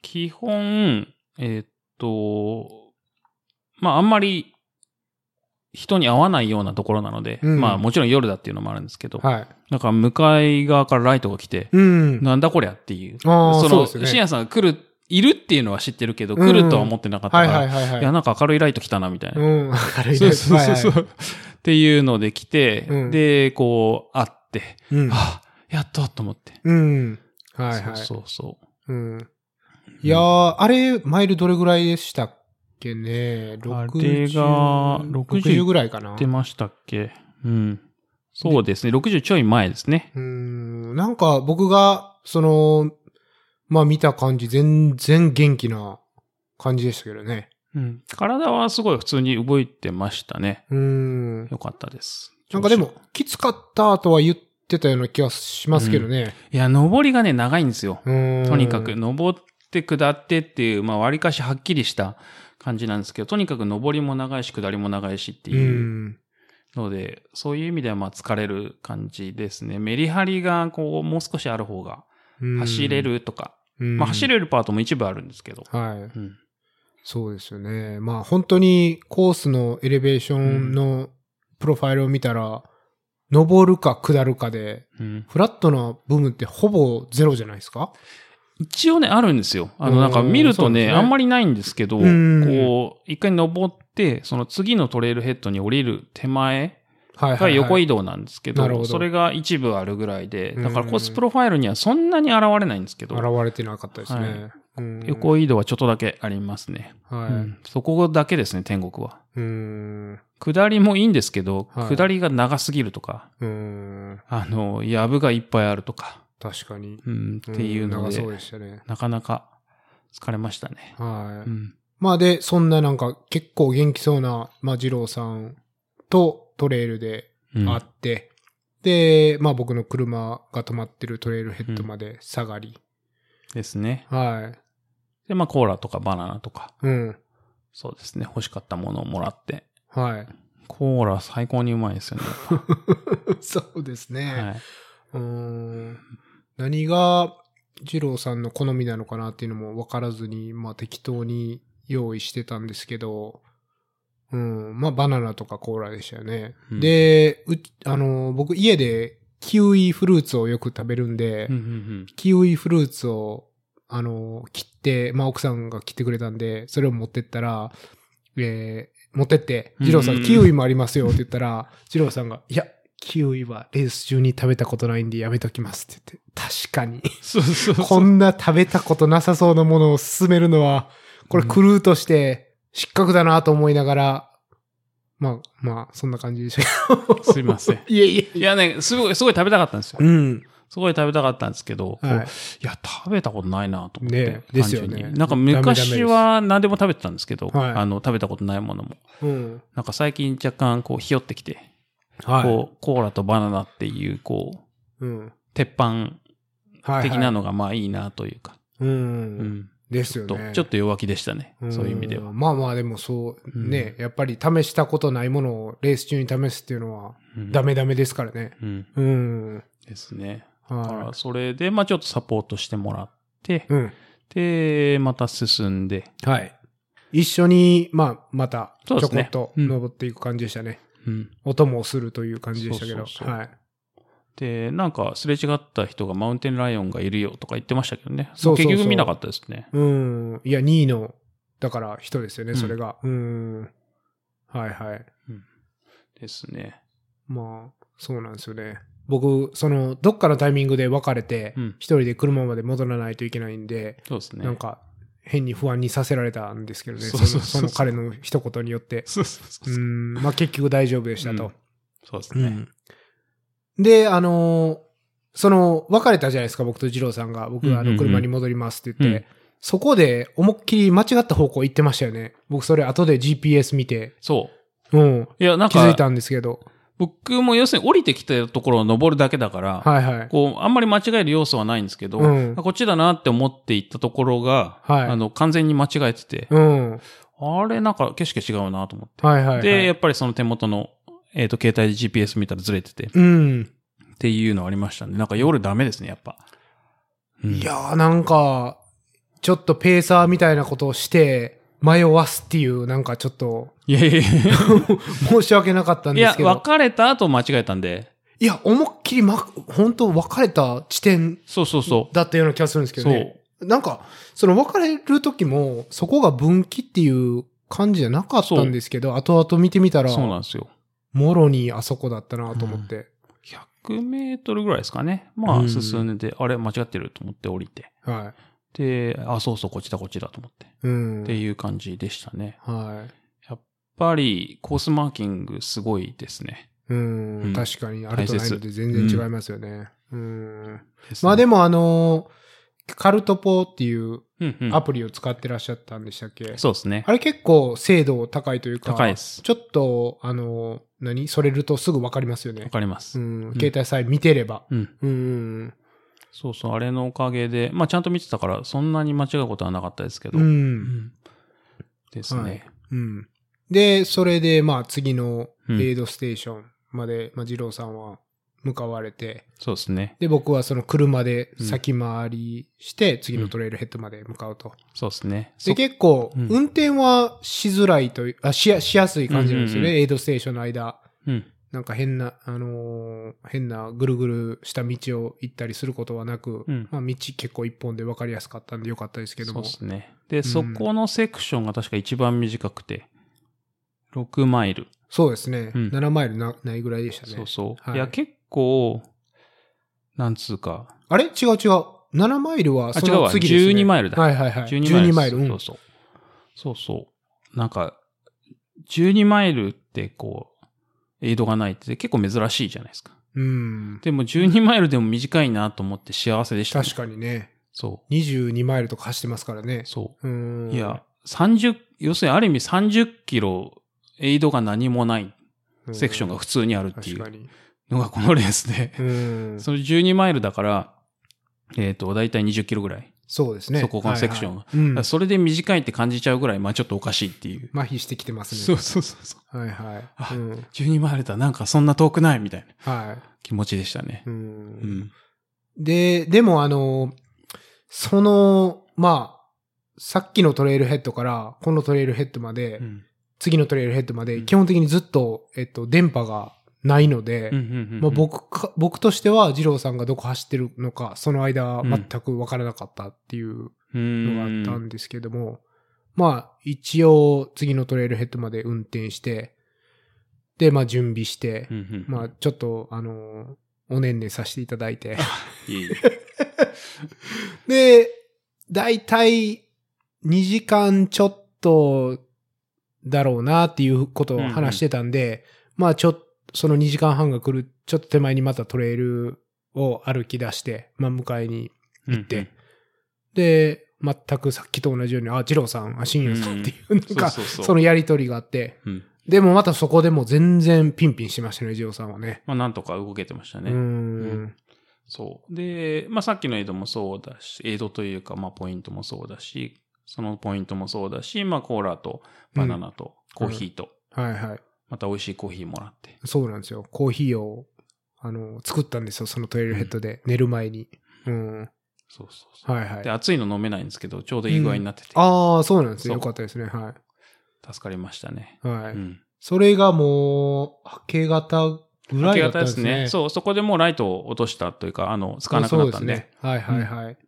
[SPEAKER 1] 基本、えーっと、まあ、あんまり人に会わないようなところなので、
[SPEAKER 2] うん
[SPEAKER 1] まあ、もちろん夜だっていうのもあるんですけど、
[SPEAKER 2] はい。
[SPEAKER 1] なんか向かい側からライトが来て、
[SPEAKER 2] うん。
[SPEAKER 1] なんだこりゃっていう。
[SPEAKER 2] ああ、
[SPEAKER 1] そ
[SPEAKER 2] そう
[SPEAKER 1] の、
[SPEAKER 2] ですよね。
[SPEAKER 1] 深夜さんが来る、いるっていうのは知ってるけど、
[SPEAKER 2] うんうん
[SPEAKER 1] 来るとは思ってなかった
[SPEAKER 2] は
[SPEAKER 1] から、
[SPEAKER 2] いはい
[SPEAKER 1] い
[SPEAKER 2] はいはい。
[SPEAKER 1] や、なんか明るいライト来たな、みたいな。
[SPEAKER 2] うん、明るい
[SPEAKER 1] そう
[SPEAKER 2] ね
[SPEAKER 1] そうそうそう。
[SPEAKER 2] はいは
[SPEAKER 1] っていうので来て、
[SPEAKER 2] うん
[SPEAKER 1] で、こう、会って、
[SPEAKER 2] いうん。
[SPEAKER 1] はあ、やっとと思って。
[SPEAKER 2] うん。はいはい。
[SPEAKER 1] そうそうそう。
[SPEAKER 2] うん。いやー、あれ、マイルどれぐらいでしたっけ
[SPEAKER 1] あ
[SPEAKER 2] ね。60
[SPEAKER 1] れが60
[SPEAKER 2] ぐらいかな
[SPEAKER 1] 出。ましたっけうん。そうですね。60ちょい前ですね。
[SPEAKER 2] うん。なんか、僕が、その、まあ見た感じ、全然元気な感じでしたけどね。
[SPEAKER 1] うん。体はすごい普通に動いてましたね。
[SPEAKER 2] うん。
[SPEAKER 1] よかったです。
[SPEAKER 2] なんかでも、きつかったとは言ってたような気はしますけどね。
[SPEAKER 1] いや、登りがね、長いんですよ。
[SPEAKER 2] うん
[SPEAKER 1] とにかく。登って下ってっていう、まあ割かしはっきりした感じなんですけど、とにかく登りも長いし下りも長いしって
[SPEAKER 2] う。
[SPEAKER 1] いうんので、そういう意味ではまあ疲れる感じですね。メリハリがこうもう少しある方が
[SPEAKER 2] うん
[SPEAKER 1] 走れ。るとか、
[SPEAKER 2] うん
[SPEAKER 1] まあ走。れるパートも一部あるんですけど。
[SPEAKER 2] はい。
[SPEAKER 1] うん。
[SPEAKER 2] そうですよね。まあ本当にコースのエレベーションのプロファイルを見たら、登るか下るかで、
[SPEAKER 1] うん
[SPEAKER 2] フラットな部分ってほぼゼロじゃないですか
[SPEAKER 1] 一応ね、あるんですよ。あの、なんか
[SPEAKER 2] うん
[SPEAKER 1] 見るとね、
[SPEAKER 2] そうですね
[SPEAKER 1] あんまりないんですけど、
[SPEAKER 2] うん
[SPEAKER 1] こう、一回登って、その次のトレイルヘッドに降りる手前
[SPEAKER 2] はいはい、
[SPEAKER 1] が
[SPEAKER 2] はい。
[SPEAKER 1] 横移動なんですけど、
[SPEAKER 2] なるほど
[SPEAKER 1] それが一部あるぐらいで、だか
[SPEAKER 2] う
[SPEAKER 1] ら
[SPEAKER 2] ん
[SPEAKER 1] コスプロファイルにはそんなに現れないんですけど、
[SPEAKER 2] 現れてなかったですね。
[SPEAKER 1] はい
[SPEAKER 2] うん
[SPEAKER 1] 横移動はちょっとだけありますね、
[SPEAKER 2] はい。
[SPEAKER 1] うんそこだけですね、天国は。
[SPEAKER 2] うん。
[SPEAKER 1] 下りもいいんですけど、
[SPEAKER 2] はい
[SPEAKER 1] 下りが長すぎるとか、
[SPEAKER 2] うん。
[SPEAKER 1] あの、やぶがいっぱいあるとか、
[SPEAKER 2] 確かに。
[SPEAKER 1] うん、っていうの
[SPEAKER 2] ん長
[SPEAKER 1] で、
[SPEAKER 2] そうでしたね。
[SPEAKER 1] なかなか疲れましたね。
[SPEAKER 2] はい。
[SPEAKER 1] うん。
[SPEAKER 2] まあで、そんななんか結構元気そうな、まあ、二郎さんとトレイルで
[SPEAKER 1] うん
[SPEAKER 2] 会って、で、まあ僕の車が止まってるトレイルヘッドまで下がり、
[SPEAKER 1] ですね。
[SPEAKER 2] はい。
[SPEAKER 1] で、まあ、コーラとかバナナとか、
[SPEAKER 2] うん。
[SPEAKER 1] そうですね、欲しかったものをもらって。
[SPEAKER 2] はい。 [LAUGHS]
[SPEAKER 1] コーラ最高にうまいですよね。
[SPEAKER 2] そうですね。
[SPEAKER 1] はいう
[SPEAKER 2] ーん。何が二郎さんの好みなのかなっていうのも分からずに、まあ適当に用意してたんですけど、うん。まあバナナとかコーラでしたよね。
[SPEAKER 1] うん
[SPEAKER 2] で、うちあの、僕家でキウイフルーツをよく食べるんで、
[SPEAKER 1] うんうん
[SPEAKER 2] キウイフルーツを、あの、切って、まあ、奥さんが切ってくれたんで、それを持ってったら、えー持ってって、
[SPEAKER 1] うん
[SPEAKER 2] 二郎さん、キウイもありますよって言ったら、二郎さんが、いや、キウイはレース中に食べたことないんでやめときますって言って、確かに。
[SPEAKER 1] うん。そうそうそう
[SPEAKER 2] こんな食べたことなさそうなものを勧めるのは、これ
[SPEAKER 1] うん
[SPEAKER 2] クルーとして失格だなと思いながら、まあ、まあ、そんな感じでしたけど。
[SPEAKER 1] すいません。
[SPEAKER 2] [LAUGHS] いえいえ。
[SPEAKER 1] いやね、すごい、すごい食べたかったんですよ。
[SPEAKER 2] うん。
[SPEAKER 1] すごい食べたかったんですけど、こう
[SPEAKER 2] はい。
[SPEAKER 1] いや、食べたことないなと思って。
[SPEAKER 2] ねえですよね
[SPEAKER 1] 単純になんか
[SPEAKER 2] ダメダメ
[SPEAKER 1] 昔
[SPEAKER 2] です
[SPEAKER 1] は何でも食べてたんですけど、
[SPEAKER 2] はい
[SPEAKER 1] あの、食べたことないものも。
[SPEAKER 2] うん。
[SPEAKER 1] なんか最近若干こう、ひよってきて、
[SPEAKER 2] は
[SPEAKER 1] こう、コーラとバナナっていう、こう、
[SPEAKER 2] い。うん。
[SPEAKER 1] 鉄板
[SPEAKER 2] はいはい
[SPEAKER 1] 的なのがまあいいなというか。
[SPEAKER 2] うん
[SPEAKER 1] うん。
[SPEAKER 2] ですよ
[SPEAKER 1] と
[SPEAKER 2] ね。
[SPEAKER 1] ちょっと弱気でしたね。
[SPEAKER 2] ん
[SPEAKER 1] そういう意味では。
[SPEAKER 2] まあまあでもそう、
[SPEAKER 1] うん
[SPEAKER 2] ね、やっぱり試したことないものをレース中に試すっていうのは
[SPEAKER 1] うん
[SPEAKER 2] ダ。メダメですからね。
[SPEAKER 1] うん。
[SPEAKER 2] うん。
[SPEAKER 1] ですね。だか
[SPEAKER 2] は
[SPEAKER 1] ら、それで、まあちょっとサポートしてもらって
[SPEAKER 2] い。、うん。
[SPEAKER 1] で、また進んで、
[SPEAKER 2] はい。一緒に、まあ、また、ち
[SPEAKER 1] そう
[SPEAKER 2] ょ
[SPEAKER 1] で
[SPEAKER 2] こ
[SPEAKER 1] すね
[SPEAKER 2] っと
[SPEAKER 1] うん
[SPEAKER 2] 登っていく感じでしたね。
[SPEAKER 1] うん。
[SPEAKER 2] 音もするという感じでしたけど。
[SPEAKER 1] そうそうそう
[SPEAKER 2] はい。
[SPEAKER 1] で、なんか、すれ違った人がマウンテンライオンがいるよとか言ってましたけどね。
[SPEAKER 2] そうそうそう
[SPEAKER 1] 結局見なかったですね。
[SPEAKER 2] うん。いや、2位の、だから人ですよね、
[SPEAKER 1] うん
[SPEAKER 2] それが。うん。はいはい。
[SPEAKER 1] ですね。
[SPEAKER 2] まあ、そうなんですよね。僕、その、どっかのタイミングで別れて
[SPEAKER 1] うん、
[SPEAKER 2] 一人で車まで戻らないといけないんで、
[SPEAKER 1] そうですね。
[SPEAKER 2] なんか、変に不安にさせられたんですけどね、
[SPEAKER 1] そ
[SPEAKER 2] そうの
[SPEAKER 1] そうそう
[SPEAKER 2] その彼の一言によって。
[SPEAKER 1] そうそうそう
[SPEAKER 2] う
[SPEAKER 1] そう。
[SPEAKER 2] ん、まあ結局大丈夫でしたと。
[SPEAKER 1] そうです
[SPEAKER 2] う
[SPEAKER 1] ね。
[SPEAKER 2] んで、あのーその、別れたじゃないですか、僕と二郎さんが。僕があ
[SPEAKER 1] うんうんう
[SPEAKER 2] の
[SPEAKER 1] ん
[SPEAKER 2] 車に戻りますって言って、
[SPEAKER 1] うん
[SPEAKER 2] そこで思いっきり間違った方向行ってましたよね。僕それ後で GPS 見て、
[SPEAKER 1] そ
[SPEAKER 2] うん、
[SPEAKER 1] う。いや、なん
[SPEAKER 2] 気づい
[SPEAKER 1] か、
[SPEAKER 2] たんですけど。
[SPEAKER 1] 僕も要するに降りてきたところを登るだけだから、
[SPEAKER 2] はいはい。
[SPEAKER 1] こう、あんまり間違える要素はないんですけど、
[SPEAKER 2] うん
[SPEAKER 1] あこっちだなって思って行ったところが、
[SPEAKER 2] はい
[SPEAKER 1] あの、完全に間違えてて、
[SPEAKER 2] うん。はい
[SPEAKER 1] あれ、なんか景色違うなと思って。
[SPEAKER 2] はい、はい。
[SPEAKER 1] で、やっぱりその手元の、えっ、と、携帯で GPS 見たらずれてて、
[SPEAKER 2] うん。
[SPEAKER 1] っていうのありましたね。なんか夜ダメですね、やっぱ。うん
[SPEAKER 2] いやーなんか、ちょっとペーサーみたいなことをして、迷わすっていう、なんかちょっと、 [LAUGHS]
[SPEAKER 1] いやいやいや。
[SPEAKER 2] 申し訳なかった
[SPEAKER 1] い
[SPEAKER 2] んです
[SPEAKER 1] や、
[SPEAKER 2] けど。
[SPEAKER 1] 別れた後間違えたんで。
[SPEAKER 2] いや、思いっきり、ま、本当別れた地点
[SPEAKER 1] そうそうそ
[SPEAKER 2] だったような気がするんです
[SPEAKER 1] う。
[SPEAKER 2] け
[SPEAKER 1] そ
[SPEAKER 2] ど
[SPEAKER 1] う。
[SPEAKER 2] ね。なんか、その別れる時も、そこが分岐っていう感じじゃなかったんですけど、後々見てみたら、
[SPEAKER 1] そうなんですよ。
[SPEAKER 2] もろにあそこだったなと思って。
[SPEAKER 1] 100メートルぐらいですかね。ま
[SPEAKER 2] う
[SPEAKER 1] あ、
[SPEAKER 2] ん
[SPEAKER 1] 進んで、あれ、間違ってると思って降りて。
[SPEAKER 2] はい。
[SPEAKER 1] で、あ、そうそう、こっちだ、こっちだと思って。
[SPEAKER 2] うん。
[SPEAKER 1] っていう感じでしたね。
[SPEAKER 2] は
[SPEAKER 1] やっぱり、コースマーキングすごいですね。
[SPEAKER 2] い。うん。
[SPEAKER 1] うん
[SPEAKER 2] 確かに、あるとないので全然違いますよね。うん。まあ
[SPEAKER 1] も、
[SPEAKER 2] でも、あのーカルトポっていう
[SPEAKER 1] うんうん
[SPEAKER 2] アプリを使ってらっしゃったんでしたっけ、
[SPEAKER 1] そうですね
[SPEAKER 2] あ。れ結構精度高いというか、
[SPEAKER 1] 高いです
[SPEAKER 2] ちょっと、あのー何それるとすぐわかりますよね
[SPEAKER 1] わ。かりま
[SPEAKER 2] う
[SPEAKER 1] す。
[SPEAKER 2] ん。携帯さえ見てれば。
[SPEAKER 1] うん。
[SPEAKER 2] うん。
[SPEAKER 1] そうそう、あれのおかげで、まあ、ちゃんと見てたから、そんなに間違うことはなかったですけど。
[SPEAKER 2] う。
[SPEAKER 1] うんんです
[SPEAKER 2] はい
[SPEAKER 1] ね。
[SPEAKER 2] うん。で、それで、まあ、次の
[SPEAKER 1] うん
[SPEAKER 2] エイドステーションまで、まあ、二郎さんは向かわれて、
[SPEAKER 1] そうですね。
[SPEAKER 2] で、僕はその車で先回りして、次のトレイルヘッドまで向かうと。
[SPEAKER 1] そうですね。
[SPEAKER 2] で、結構、
[SPEAKER 1] うん
[SPEAKER 2] 運転はしづらいという、あ、しや、しやすい感じなんですよね、
[SPEAKER 1] うんうんう
[SPEAKER 2] エイドステーションの間。
[SPEAKER 1] うん。
[SPEAKER 2] なんか変な、あのー変なぐるぐるした道を行ったりすることはなく、
[SPEAKER 1] うん
[SPEAKER 2] まあ道結構一本で分かりやすかったんでよかったですけ
[SPEAKER 1] そ
[SPEAKER 2] ど
[SPEAKER 1] う
[SPEAKER 2] も。
[SPEAKER 1] ですね。で、そこのセクションが確か一番短くて、6マイル。
[SPEAKER 2] そうですね。
[SPEAKER 1] うん
[SPEAKER 2] 7マイルなないぐらいでしたね。
[SPEAKER 1] そうそう。
[SPEAKER 2] はい
[SPEAKER 1] いや、結構、なんつうか、
[SPEAKER 2] あれ違う違う。7マイルはそ
[SPEAKER 1] あ違う
[SPEAKER 2] の
[SPEAKER 1] わ
[SPEAKER 2] 次です、ね。
[SPEAKER 1] 12マイルだ
[SPEAKER 2] はいはいはい。
[SPEAKER 1] 12
[SPEAKER 2] 12
[SPEAKER 1] マ
[SPEAKER 2] マ
[SPEAKER 1] イ
[SPEAKER 2] イ
[SPEAKER 1] ル
[SPEAKER 2] ル。
[SPEAKER 1] です。そうそ
[SPEAKER 2] うん
[SPEAKER 1] う。そうそう。なんか、12マイルってこう、エイドがないって結構珍しいじゃないですか。
[SPEAKER 2] うん。
[SPEAKER 1] でも12マイルでも短いなと思って幸せでした、
[SPEAKER 2] 確かにね。
[SPEAKER 1] そ
[SPEAKER 2] 22マイルとか走ってますからね
[SPEAKER 1] う。。そうう。
[SPEAKER 2] ん。
[SPEAKER 1] いや、30、要するにある意味30キロ、エイドが何もない
[SPEAKER 2] うん、
[SPEAKER 1] セクションが普通にあるってい
[SPEAKER 2] 確か
[SPEAKER 1] う
[SPEAKER 2] に。
[SPEAKER 1] のがこのレースで
[SPEAKER 2] う。ん。
[SPEAKER 1] その12マイルだから、えっ、と、だいたい20キロぐらい。
[SPEAKER 2] そうですね。
[SPEAKER 1] そこがセクション
[SPEAKER 2] はい
[SPEAKER 1] だ
[SPEAKER 2] はい
[SPEAKER 1] か
[SPEAKER 2] う
[SPEAKER 1] ら
[SPEAKER 2] ん。
[SPEAKER 1] それで短いって感じちゃうぐらい、まあちょっとおかしいっていう。
[SPEAKER 2] 麻痺してきてますね。
[SPEAKER 1] そうそうそうそう。
[SPEAKER 2] はいはい。
[SPEAKER 1] あ
[SPEAKER 2] うん、
[SPEAKER 1] 12マイルだ、なんかそんな遠くないみたいな
[SPEAKER 2] は
[SPEAKER 1] 気持ちでしたね
[SPEAKER 2] い、う。。
[SPEAKER 1] うんん。
[SPEAKER 2] で、でもあの、その、まあ、さっきのトレイルヘッドから、このトレイルヘッドまで、
[SPEAKER 1] うん。
[SPEAKER 2] 次のトレイルヘッドまで、
[SPEAKER 1] うん
[SPEAKER 2] 基本的にずっと、えっと、電波がないので、
[SPEAKER 1] うんうんうん
[SPEAKER 2] まあ、僕か、僕としては、二郎さんがどこ走ってるのか、その間、
[SPEAKER 1] うん
[SPEAKER 2] 全く分からなかったっていうのがあった
[SPEAKER 1] の
[SPEAKER 2] んですけども、まあ、一応、次のトレイルヘッドまで運転して、で、まあ、準備して、まあ、ちょっと、あのーおねんねさせていただいて。
[SPEAKER 1] いい。
[SPEAKER 2] で、だいたい2時間ちょっとだろうなっていうことを話してたんで、まあちょっと、その2時間半が来る、ちょっと手前にまたトレイルを歩き出して、まあ迎えに。
[SPEAKER 1] 行
[SPEAKER 2] ってで、全くさっきと同じように、あ、二郎さん、あ、深夜さんっていう、なんか、
[SPEAKER 1] そうそうそう
[SPEAKER 2] そのやりとりがあって、
[SPEAKER 1] うん。
[SPEAKER 2] でもまたそこでも全然ピンピンしてましたね、二郎さんはね。
[SPEAKER 1] まあなんとか動けてました
[SPEAKER 2] う
[SPEAKER 1] ね。
[SPEAKER 2] ー
[SPEAKER 1] うん
[SPEAKER 2] ん。
[SPEAKER 1] そう。で、まあさっきのエイドもそうだし、エイドというか、まあポイントもそうだし、そのポイントもそうだし、まあコーラとバナナとコーヒーと、
[SPEAKER 2] はいはい。
[SPEAKER 1] また美味しいコーヒーもらって。
[SPEAKER 2] そうなんですよ。コーヒーを、あの、作ったんですよ。そのトイレヘッドで、寝る前に。うん。はい
[SPEAKER 1] そうそうそう。
[SPEAKER 2] はい。
[SPEAKER 1] で、
[SPEAKER 2] あ
[SPEAKER 1] 暑いの飲めないんですけど、ちょうどいい具合になってて、
[SPEAKER 2] あー、そうなんです
[SPEAKER 1] そ
[SPEAKER 2] よ。
[SPEAKER 1] う
[SPEAKER 2] よかったですね。は
[SPEAKER 1] 助かりましたね。
[SPEAKER 2] い。はい。
[SPEAKER 1] うん。
[SPEAKER 2] それがもう、明け方ぐ
[SPEAKER 1] 明
[SPEAKER 2] らい
[SPEAKER 1] け
[SPEAKER 2] だった
[SPEAKER 1] 方
[SPEAKER 2] ん
[SPEAKER 1] で
[SPEAKER 2] ですす
[SPEAKER 1] ね。
[SPEAKER 2] ね。う。
[SPEAKER 1] そう、そこでもうライトを落としたというか、あの、使わなくなったんで。
[SPEAKER 2] そうですね。はいはいはい。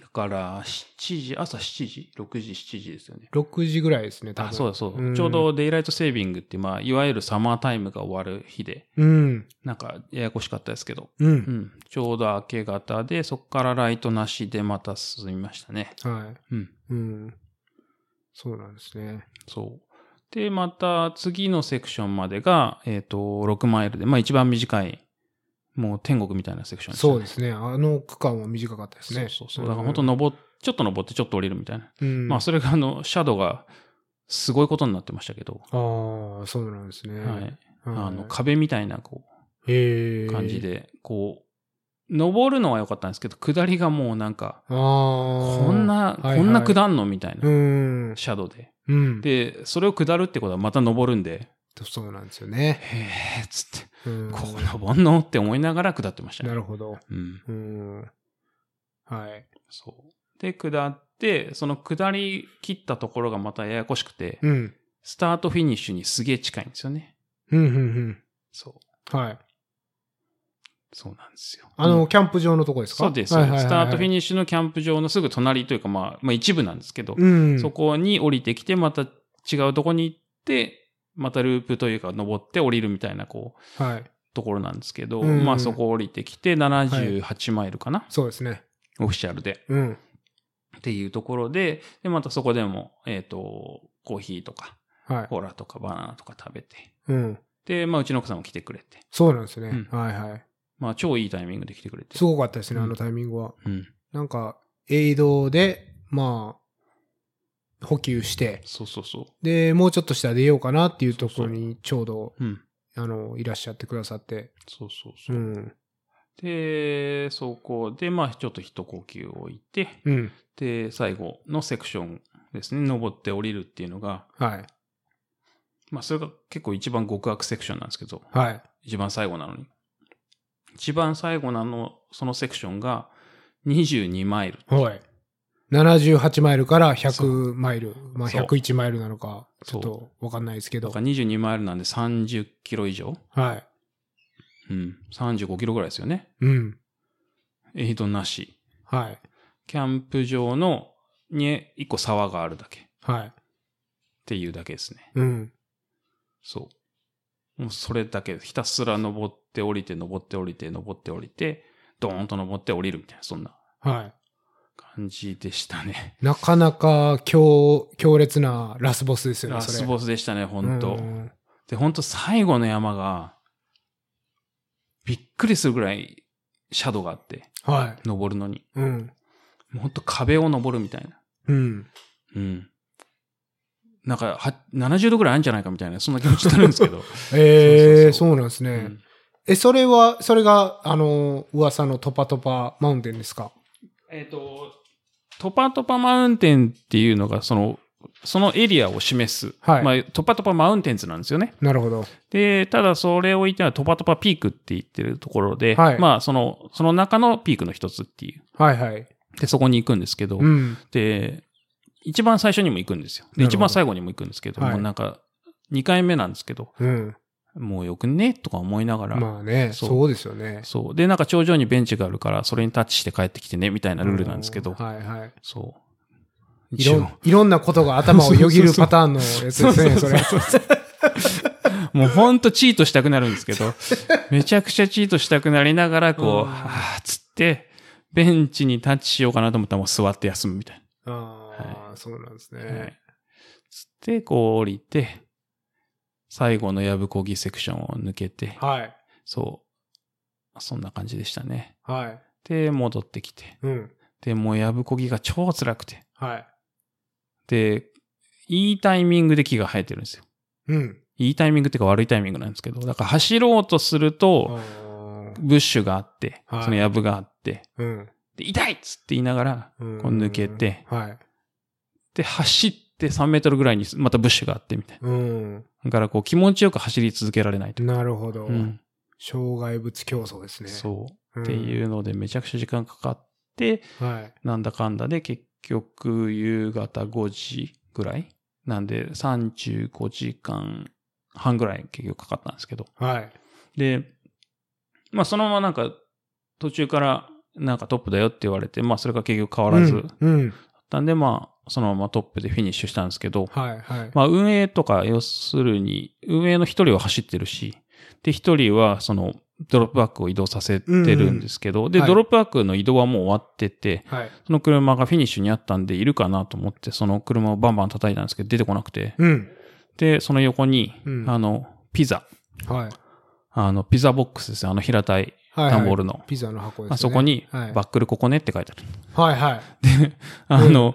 [SPEAKER 1] だから、7時、朝7時 ?6 時、7時ですよね。
[SPEAKER 2] 6時ぐらいですね、多分。
[SPEAKER 1] あ、そうだそうだ、
[SPEAKER 2] うん
[SPEAKER 1] ちょうどデイライトセービングって、まあ、いわゆるサマータイムが終わる日で、
[SPEAKER 2] うん。
[SPEAKER 1] なんか、ややこしかったですけど、
[SPEAKER 2] う。
[SPEAKER 1] うんん。ちょうど明け方で、そこからライトなしでまた進みましたね。
[SPEAKER 2] は
[SPEAKER 1] うん。
[SPEAKER 2] い。うん。そうなんですね。
[SPEAKER 1] そう。で、また次のセクションまでが、えっ、と、6マイルで、まあ一番短い、もう天国みたいなセクション
[SPEAKER 2] そう
[SPEAKER 1] で
[SPEAKER 2] ですね。あの区間は短かったで
[SPEAKER 1] す
[SPEAKER 2] す
[SPEAKER 1] ね。
[SPEAKER 2] ね。
[SPEAKER 1] そうそうそう。だから本当登っ、ちょっと登ってちょっと降りるみたいな。
[SPEAKER 2] 当うん。
[SPEAKER 1] まあそれがあの、シャドウがすごいことになってましたけど、
[SPEAKER 2] ああ、そうなんですね。
[SPEAKER 1] はい。
[SPEAKER 2] はい
[SPEAKER 1] あの、壁みたいなこ
[SPEAKER 2] へえ
[SPEAKER 1] う、感じ。で、こう、登るのは良かったんですけど、下りがもうなんか、
[SPEAKER 2] ああ。
[SPEAKER 1] こんな、
[SPEAKER 2] はいはい
[SPEAKER 1] こんな下んのみたいうな、
[SPEAKER 2] ん。
[SPEAKER 1] シャドウで。
[SPEAKER 2] うん。
[SPEAKER 1] で、それを下るってことはまた登るんで、
[SPEAKER 2] そうなんですよね。
[SPEAKER 1] へえ、つって。
[SPEAKER 2] うん
[SPEAKER 1] ここ登んのって思いながら下ってましたね。
[SPEAKER 2] なるほど。
[SPEAKER 1] うん。
[SPEAKER 2] うん。はい。
[SPEAKER 1] そう。で、下って、その下り切ったところがまたややこしくて、
[SPEAKER 2] うん。
[SPEAKER 1] スタートフィニッシュにすげえ近いんですよね。
[SPEAKER 2] うん、うん、
[SPEAKER 1] そう。
[SPEAKER 2] うん。はい。
[SPEAKER 1] そうなんですよ。
[SPEAKER 2] あ
[SPEAKER 1] う
[SPEAKER 2] の、
[SPEAKER 1] ん
[SPEAKER 2] キャンプ場のとこですか
[SPEAKER 1] そうです、
[SPEAKER 2] はいはいはい
[SPEAKER 1] スタートフィ
[SPEAKER 2] ッ
[SPEAKER 1] ニッシュのキャンプ場のすぐ隣というか、まあ、まあ一部なんですけど、
[SPEAKER 2] うん。
[SPEAKER 1] そこに降りてきて、また違うとこに行って、またループというか登って降りるみたいな、こう、
[SPEAKER 2] はい。
[SPEAKER 1] ところなんですけど、
[SPEAKER 2] うん
[SPEAKER 1] まあそこ降りてきて、78マイルかな、
[SPEAKER 2] そうですね。
[SPEAKER 1] オフィシャルで。
[SPEAKER 2] うん。
[SPEAKER 1] っていうところで、で、またそこでも、えっ、と、コーヒーとか、
[SPEAKER 2] はい。
[SPEAKER 1] コーラとかバナナとか食べて、
[SPEAKER 2] うん。
[SPEAKER 1] で、まあ、うちの奥さんも来てくれて、
[SPEAKER 2] そうなんですね。
[SPEAKER 1] うん
[SPEAKER 2] はいはい。
[SPEAKER 1] まあ、超いいタイミングで来てくれて。
[SPEAKER 2] すごかったですね、
[SPEAKER 1] うん
[SPEAKER 2] あのタイミングは。
[SPEAKER 1] うん。
[SPEAKER 2] なんか、エイドで、まあ、補給して、
[SPEAKER 1] そうそうそ
[SPEAKER 2] で、もうちょっとしたら出ようかなっていうところにちょうど、
[SPEAKER 1] う。うん。
[SPEAKER 2] あの、いらっしゃってくださって。
[SPEAKER 1] そうそうそうう。
[SPEAKER 2] ん。
[SPEAKER 1] で、そこで、まあ、ちょっと一呼吸置いて、
[SPEAKER 2] うん。
[SPEAKER 1] で、最後のセクションですね、登って降りるっていうのが、
[SPEAKER 2] はい。
[SPEAKER 1] まあ、それが結構一番極悪セクションなんですけど、
[SPEAKER 2] はい。
[SPEAKER 1] 一番最後なのに。一番最後なの、そのセクションが、22マイル。
[SPEAKER 2] はい。78マイルから
[SPEAKER 1] そ
[SPEAKER 2] 100マイル。まあ、
[SPEAKER 1] そう
[SPEAKER 2] 101マイルなのか、ち
[SPEAKER 1] そ
[SPEAKER 2] ょ
[SPEAKER 1] う
[SPEAKER 2] っとわかんないですけ
[SPEAKER 1] だ
[SPEAKER 2] ど。
[SPEAKER 1] から22マイルなんで30キロ以上
[SPEAKER 2] はい。
[SPEAKER 1] うん。35キロぐらいですよね。
[SPEAKER 2] うん。
[SPEAKER 1] エイドなし。
[SPEAKER 2] はい。
[SPEAKER 1] キャンプ場のに1個沢があるだけっ
[SPEAKER 2] はい。
[SPEAKER 1] ていうだけですね。
[SPEAKER 2] うん。
[SPEAKER 1] そう。もうそれだけ。ひたすら登って降りて、登って降りて、登って降りて、ドーンと登って降りるみたいな、そんな
[SPEAKER 2] は
[SPEAKER 1] 感じでしたね。
[SPEAKER 2] い。なかなか強、強烈なラスボスですよね、
[SPEAKER 1] ラ
[SPEAKER 2] それ。
[SPEAKER 1] スボスでしたね、本当
[SPEAKER 2] うん
[SPEAKER 1] で、本当最後の山が、びっくりするぐらいシャドウがあって、
[SPEAKER 2] は
[SPEAKER 1] 登るのに。
[SPEAKER 2] い。うん。
[SPEAKER 1] もう本当壁を登るみたいな。
[SPEAKER 2] うん。
[SPEAKER 1] うん。なんか、は70度ぐらいあるんじゃないかみたいな、そんな気持ちになるんですけ
[SPEAKER 2] [LAUGHS]
[SPEAKER 1] ど。
[SPEAKER 2] ええ
[SPEAKER 1] そうそうそう
[SPEAKER 2] そうなんですね。
[SPEAKER 1] うん
[SPEAKER 2] え、それは、それが、あの、噂のトパトパマウンテンですか
[SPEAKER 1] えっ、と、トパトパマウンテンっていうのが、その、そのエリアを示す。
[SPEAKER 2] はい
[SPEAKER 1] まあ、トパトパマウンテンズなんですよね。
[SPEAKER 2] なるほど。
[SPEAKER 1] で、ただそれを言ってはトパトパピークって言ってるところで、
[SPEAKER 2] はい
[SPEAKER 1] まあ、その、その中のピークの一つってい
[SPEAKER 2] はいはい。
[SPEAKER 1] う。で、そこに行くんですけど、
[SPEAKER 2] うん。
[SPEAKER 1] で、一番最初にも行くんですよ。
[SPEAKER 2] な
[SPEAKER 1] で、
[SPEAKER 2] るほど
[SPEAKER 1] 一番最後にも行くんですけど、
[SPEAKER 2] はい
[SPEAKER 1] もうなんか、2回目なんですけど、
[SPEAKER 2] うん。
[SPEAKER 1] もうよくねとか思いながら、
[SPEAKER 2] まあね、
[SPEAKER 1] そう
[SPEAKER 2] そうですよね。
[SPEAKER 1] そう。で、なんか頂上にベンチがあるから、それにタッチして帰ってきてね、みたいなルールなんですけど。
[SPEAKER 2] はいはい。
[SPEAKER 1] そう。
[SPEAKER 2] いろんいろんなことが頭をよぎるパターンのやつです
[SPEAKER 1] [LAUGHS]
[SPEAKER 2] ね、それ。
[SPEAKER 1] もうほんとチートしたくなるんですけ
[SPEAKER 2] [LAUGHS]
[SPEAKER 1] ど、めちゃくちゃチートしたくなりながら、
[SPEAKER 2] うん
[SPEAKER 1] こう、はぁ、つって、ベンチにタッチしようかなと思ったらもう座って休むみたい
[SPEAKER 2] ああ、そうなんです
[SPEAKER 1] な。は
[SPEAKER 2] ね
[SPEAKER 1] い。つって、こう降りて、最後のやぶこぎセクションを抜けて、
[SPEAKER 2] はい。
[SPEAKER 1] そう。そんな感じでしたね。
[SPEAKER 2] はい。
[SPEAKER 1] で、戻ってきて。
[SPEAKER 2] うん。
[SPEAKER 1] で、もうやぶこぎが超辛くて。
[SPEAKER 2] はい。
[SPEAKER 1] で、いいタイミングで木が生えてるんですよ。
[SPEAKER 2] うん。
[SPEAKER 1] いいタイミングっていうか悪いタイミングなんですけど、だから走ろうとすると、
[SPEAKER 2] あー
[SPEAKER 1] ブッシュがあって、
[SPEAKER 2] はい
[SPEAKER 1] そのヤブがあって、
[SPEAKER 2] うん。
[SPEAKER 1] で、痛いっつって言いながら、
[SPEAKER 2] うん
[SPEAKER 1] こう抜けて、
[SPEAKER 2] はい。
[SPEAKER 1] て走って3メートルぐらいにまたブッシュがあってみたいな。
[SPEAKER 2] うん。
[SPEAKER 1] だからこう気持ちよく走り続けられないと。
[SPEAKER 2] なるほど。
[SPEAKER 1] うん。
[SPEAKER 2] 障害物競争ですね。
[SPEAKER 1] そう。
[SPEAKER 2] うん。
[SPEAKER 1] っていうのでめちゃくちゃ時間かかって、
[SPEAKER 2] はい。
[SPEAKER 1] なんだかんだで結局夕方5時ぐらいなんで35時間半ぐらい結局かかったんですけど。
[SPEAKER 2] はい。
[SPEAKER 1] で、まあそのままなんか途中からなんかトップだよって言われて、まあそれが結局変わらず、
[SPEAKER 2] うん。うん
[SPEAKER 1] なんでまあそのままトップでフィニッシュしたんですけど、
[SPEAKER 2] はい、はい。
[SPEAKER 1] まあ運営とか要するに、運営の一人は走ってるし、で一人はそのドロップバックを移動させてるんですけど、で、
[SPEAKER 2] はい
[SPEAKER 1] ドロップバックの移動はもう終わってて、
[SPEAKER 2] はい。
[SPEAKER 1] その車がフィニッシュにあったんでいるかなと思って、その車をバンバン叩いたんですけど出てこなくて、
[SPEAKER 2] うん。
[SPEAKER 1] で、その横に、
[SPEAKER 2] うん
[SPEAKER 1] あの、ピザ、
[SPEAKER 2] はい。
[SPEAKER 1] あの、ピザボックスですよあの平たい
[SPEAKER 2] はい、
[SPEAKER 1] 段ボー
[SPEAKER 2] ル。
[SPEAKER 1] ルの。
[SPEAKER 2] ピザの箱ですね。
[SPEAKER 1] あそこに、
[SPEAKER 2] はい
[SPEAKER 1] バックルここねって書いてある。
[SPEAKER 2] はい、はい。
[SPEAKER 1] あの、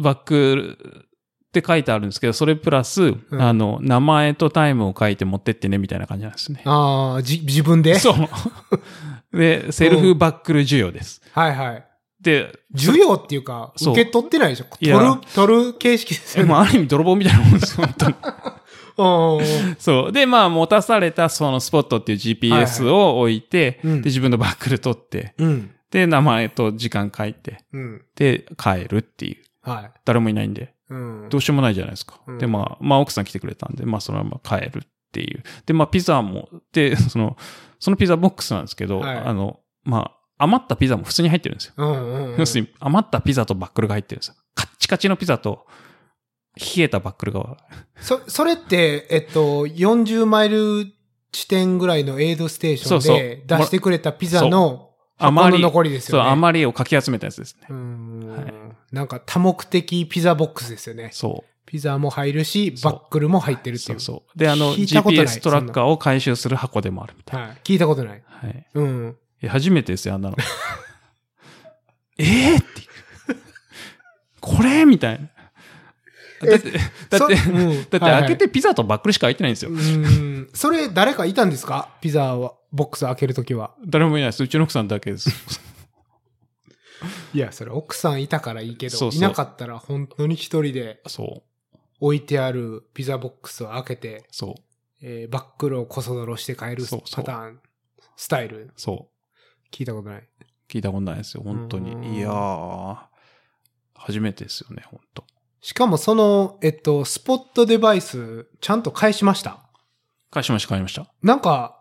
[SPEAKER 1] バックルって書いてあるんですけど、それプラス、
[SPEAKER 2] ん
[SPEAKER 1] あの、名前とタイムを書いて持ってってね、みたいな感じなんですね。
[SPEAKER 2] ああ、じ、自分で
[SPEAKER 1] そう。で、セルフバックル需要です。
[SPEAKER 2] はい、はい。
[SPEAKER 1] で、
[SPEAKER 2] 授与っていうか、
[SPEAKER 1] そう
[SPEAKER 2] 受け取ってないでしょ。
[SPEAKER 1] い
[SPEAKER 2] 取る
[SPEAKER 1] や、
[SPEAKER 2] 取る形式です
[SPEAKER 1] え
[SPEAKER 2] よね。
[SPEAKER 1] もうある意味泥棒みたいなもんです、本当に。
[SPEAKER 2] うんうん
[SPEAKER 1] そう。で、まあ、持たされたそのスポットっていう GPS を置いて、
[SPEAKER 2] うん
[SPEAKER 1] で、自分のバックル取って、
[SPEAKER 2] うん。
[SPEAKER 1] で、名前と時間書いて、
[SPEAKER 2] うん。
[SPEAKER 1] で、帰るっていう。
[SPEAKER 2] はい。
[SPEAKER 1] 誰もいないんで、
[SPEAKER 2] うん。
[SPEAKER 1] どうしようもないじゃないですか。
[SPEAKER 2] うん
[SPEAKER 1] で、まあ、まあ、奥さん来てくれたんで、まあ、そのまま帰るっていう。で、まあ、ピザも、で、 [LAUGHS] その、そのピザボックスなんですけど、
[SPEAKER 2] はい
[SPEAKER 1] あの、まあ、余ったピザも普通に入ってるんですよ。
[SPEAKER 2] うんうんうん。
[SPEAKER 1] 要するに、余ったピザとバックルが入ってるんですよ。カッチカチのピザと、冷えたバックルが、
[SPEAKER 2] そ、それって、えっと、40マイル地点ぐらいのエイドステーション
[SPEAKER 1] そう
[SPEAKER 2] で
[SPEAKER 1] そう
[SPEAKER 2] 出してくれたピザの箱
[SPEAKER 1] 余
[SPEAKER 2] の
[SPEAKER 1] り、
[SPEAKER 2] 残りです
[SPEAKER 1] そう、
[SPEAKER 2] よね。
[SPEAKER 1] 余りをかき集めたやつですね。
[SPEAKER 2] うん
[SPEAKER 1] は
[SPEAKER 2] なんか多目的ピザボックスですよね。
[SPEAKER 1] そう。
[SPEAKER 2] ピザも入るし、
[SPEAKER 1] そう
[SPEAKER 2] バックルも入ってるって
[SPEAKER 1] そ
[SPEAKER 2] いうう。
[SPEAKER 1] そう。で、あの、
[SPEAKER 2] 聞いたことない
[SPEAKER 1] GPS トラッカーを回収する箱でもあるみたい
[SPEAKER 2] はい。聞いたことない。
[SPEAKER 1] な。はい。
[SPEAKER 2] うん。
[SPEAKER 1] いや初めてですよ、あんな
[SPEAKER 2] [LAUGHS]
[SPEAKER 1] の。ええっていう。これみたいな。だって、 [LAUGHS] だって、
[SPEAKER 2] そうん
[SPEAKER 1] だって
[SPEAKER 2] はいはい
[SPEAKER 1] 開けてピザとバックルしか開いてないんですよ。
[SPEAKER 2] うん。それ、誰かいたんですかピザは、ボックス開けるときは。
[SPEAKER 1] 誰もいないです。うちの奥さんだけです。
[SPEAKER 2] いや、それ、奥さんいたからいいけど、
[SPEAKER 1] そうそう
[SPEAKER 2] いなかったら本当に一人で
[SPEAKER 1] そう、
[SPEAKER 2] 置いてあるピザボックスを開けて、
[SPEAKER 1] そう、
[SPEAKER 2] えーバックルをこそ泥して帰る
[SPEAKER 1] そうそ
[SPEAKER 2] パ
[SPEAKER 1] う
[SPEAKER 2] ターン、スタイル、
[SPEAKER 1] そ
[SPEAKER 2] 聞いたことない。
[SPEAKER 1] う。聞いたことないですよ、本当
[SPEAKER 2] うん
[SPEAKER 1] に。いやー、初めてですよね、本当
[SPEAKER 2] しかもその、えっと、スポットデバイス、ちゃんと返しました。
[SPEAKER 1] 返しました、返しました。
[SPEAKER 2] なんか、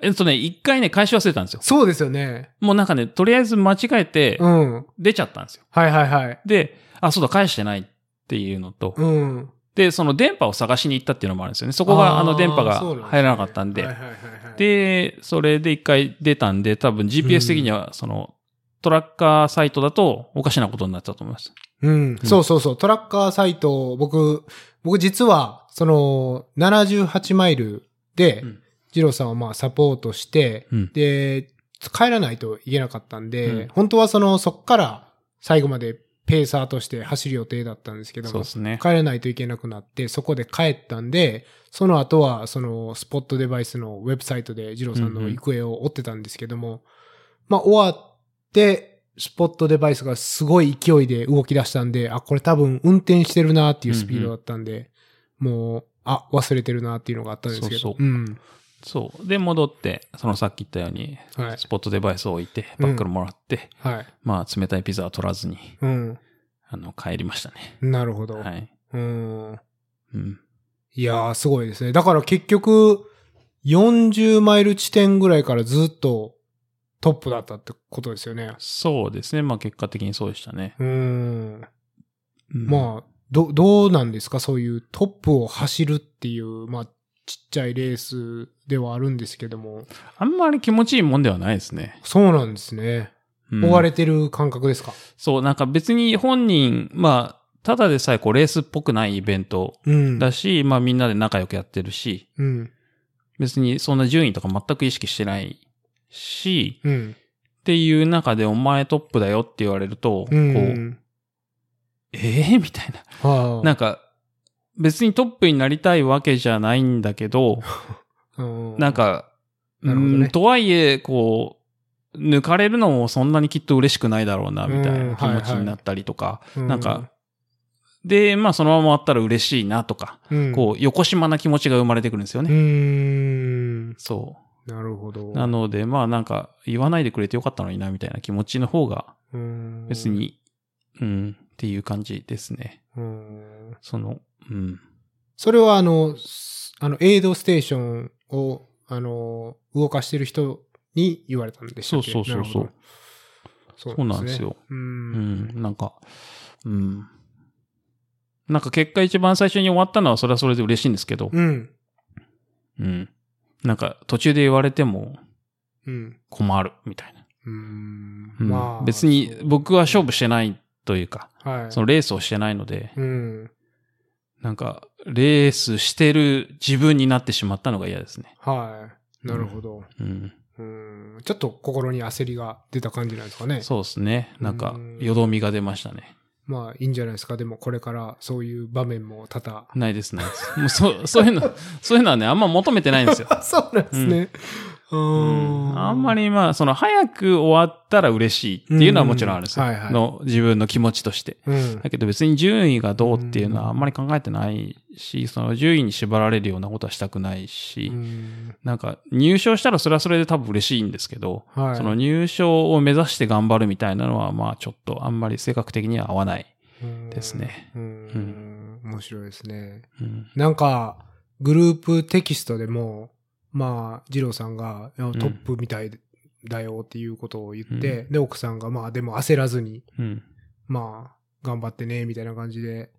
[SPEAKER 1] えっとね、一回ね、返し忘れたんですよ。
[SPEAKER 2] そうですよね。
[SPEAKER 1] もうなんかね、とりあえず間違えて
[SPEAKER 2] う、ん。
[SPEAKER 1] 出ちゃったんですよ。
[SPEAKER 2] はいはいはい。
[SPEAKER 1] で、あ、そうだ、返してないっていうのと、
[SPEAKER 2] うん。
[SPEAKER 1] で、その電波を探しに行ったっていうのもあるんですよね。そこが、
[SPEAKER 2] ー
[SPEAKER 1] あの、電波が
[SPEAKER 2] そうですね
[SPEAKER 1] 入らなかったん
[SPEAKER 2] はい
[SPEAKER 1] で。
[SPEAKER 2] はいはいはい、
[SPEAKER 1] で、それで一回出たんで、多分 GPS 的には、その、トラッカーサイトだとおかしなことになったと思います。
[SPEAKER 2] うん。そうそうそう。トラッカーサイト、僕、僕実は、その、78マイルで、
[SPEAKER 1] うん
[SPEAKER 2] ジローさんをまあサポートして、
[SPEAKER 1] うん
[SPEAKER 2] で、帰らないといけなかったんで、
[SPEAKER 1] うん
[SPEAKER 2] 本当はその、そっから最後までペーサーとして走る予定だったんですけど
[SPEAKER 1] そう
[SPEAKER 2] も
[SPEAKER 1] で、すね。
[SPEAKER 2] 帰らないといけなくなって、そこで帰ったんで、その後は、その、スポットデバイスのウェブサイトで、二郎さん
[SPEAKER 1] うん
[SPEAKER 2] の
[SPEAKER 1] うん
[SPEAKER 2] 行方を追ってたんですけども、まあ、終わって、スポットデバイスがすごい勢いで動き出したんで、あ、これ多分運転してるなっていうスピードだったんで、もう、あ、忘れてるなっていうのがあったんですけど。
[SPEAKER 1] そうそう
[SPEAKER 2] うん。
[SPEAKER 1] そう。で、戻って、そのさっき言ったように、
[SPEAKER 2] はい
[SPEAKER 1] スポットデバイスを置いて、
[SPEAKER 2] うん
[SPEAKER 1] バックルもらって、
[SPEAKER 2] はい。
[SPEAKER 1] まあ、冷たいピザは取らずに、
[SPEAKER 2] うん。
[SPEAKER 1] あの、帰りましたね。
[SPEAKER 2] なるほど。
[SPEAKER 1] はい。
[SPEAKER 2] うん。
[SPEAKER 1] うん。
[SPEAKER 2] いやー、すごいですね。だから結局、40マイル地点ぐらいからずっとトップだったってことですよね。
[SPEAKER 1] そうですね。まあ、結果的にそうでしたね。
[SPEAKER 2] うーん。
[SPEAKER 1] うん
[SPEAKER 2] まあ、ど、どうなんですかそういうトップを走るっていう、まあ、ちっちゃいレースではあるんですけども。
[SPEAKER 1] あんまり気持ちいいもんではないですね。
[SPEAKER 2] そうなんですね。
[SPEAKER 1] うん
[SPEAKER 2] 追われてる感覚ですか、
[SPEAKER 1] そう、なんか別に本人、まあ、ただでさえこうレースっぽくないイベント
[SPEAKER 2] うん。
[SPEAKER 1] だし、まあみんなで仲良くやってるし、
[SPEAKER 2] うん。
[SPEAKER 1] 別にそんな順位とか全く意識してないし、
[SPEAKER 2] うん。
[SPEAKER 1] っていう中でお前トップだよって言われると、
[SPEAKER 2] う
[SPEAKER 1] こう、
[SPEAKER 2] ん。
[SPEAKER 1] ええみたいな。
[SPEAKER 2] はあ。
[SPEAKER 1] なんか、別にトップになりたいわけじゃないんだけ
[SPEAKER 2] [LAUGHS]
[SPEAKER 1] ど、
[SPEAKER 2] うん
[SPEAKER 1] なんか、う
[SPEAKER 2] なるほどね
[SPEAKER 1] んとはいえ、こう、抜かれるのもそんなにきっと嬉しくないだろうな、みたいな気持ちになったりとか、
[SPEAKER 2] うん
[SPEAKER 1] なんか、で、まあそのまま終わったら嬉しいなとか、
[SPEAKER 2] うん
[SPEAKER 1] こう、横島な気持ちが生まれてくるんですよね。
[SPEAKER 2] うーん。
[SPEAKER 1] そ
[SPEAKER 2] なるほど
[SPEAKER 1] う。。なので、まあなんか、言わないでくれてよかったのにな、みたいな気持ちの方が、
[SPEAKER 2] うーん
[SPEAKER 1] 別。に、うん、っていう感じですね。
[SPEAKER 2] うーん
[SPEAKER 1] その、うん。
[SPEAKER 2] それはあの、s- あの、エイドステーションを、あの、動かしてる人に言われたんでしたっけ
[SPEAKER 1] そうそうそうそう。
[SPEAKER 2] なるほど
[SPEAKER 1] そうなんですよ。
[SPEAKER 2] う
[SPEAKER 1] う
[SPEAKER 2] ー。
[SPEAKER 1] んん、なんか、うん。なんか結果一番最初に終わったのはそれはそれで嬉しいんですけど、
[SPEAKER 2] うん。
[SPEAKER 1] うん。なんか途中で言われても
[SPEAKER 2] うん。
[SPEAKER 1] 困るみたいな。
[SPEAKER 2] うーん
[SPEAKER 1] うん
[SPEAKER 2] まあ。
[SPEAKER 1] 別に
[SPEAKER 2] そう
[SPEAKER 1] 僕は勝負してないというか、
[SPEAKER 2] はい。
[SPEAKER 1] そのレースをしてないので、
[SPEAKER 2] うん。
[SPEAKER 1] なんかレースしてる自分になってしまったのが嫌ですね。
[SPEAKER 2] はい。なるほど。
[SPEAKER 1] うん。
[SPEAKER 2] うん。ちょっと心に焦りが出た感じなんですかね。
[SPEAKER 1] そうですね。なんか
[SPEAKER 2] うん
[SPEAKER 1] よどみが出ましたね。
[SPEAKER 2] まあ、いいんじゃないですか。でも、これからそういう場面も多々。 [LAUGHS]
[SPEAKER 1] ないです、ないです。もうそう、 [LAUGHS] そういうの、そういうのはね、あんま求めてないんですよ。
[SPEAKER 2] あそうなんですね。うー
[SPEAKER 1] あんまりまあ、その早く終わったら嬉しいっていうのはもちろんあるんですよ。
[SPEAKER 2] うんはいはい
[SPEAKER 1] の自分の気持ちとして。
[SPEAKER 2] うん
[SPEAKER 1] だけど別に順位がどうっていうのはあんまり考えてないし、その順位に縛られるようなことはしたくないし、
[SPEAKER 2] うん
[SPEAKER 1] なんか入賞したらそれはそれで多分嬉しいんですけど、
[SPEAKER 2] はい。
[SPEAKER 1] その入賞を目指して頑張るみたいなのはまあちょっとあんまり性格的には合わないですね。
[SPEAKER 2] うん。うん面白いですね。
[SPEAKER 1] うん。
[SPEAKER 2] なんか、グループテキストでも、まあ、二郎さんがいやトップみたいだよっていうことを言って、で、奥さんが、まあ、でも焦らずに、
[SPEAKER 1] うん。
[SPEAKER 2] まあ、頑張ってね、みたいな感じで、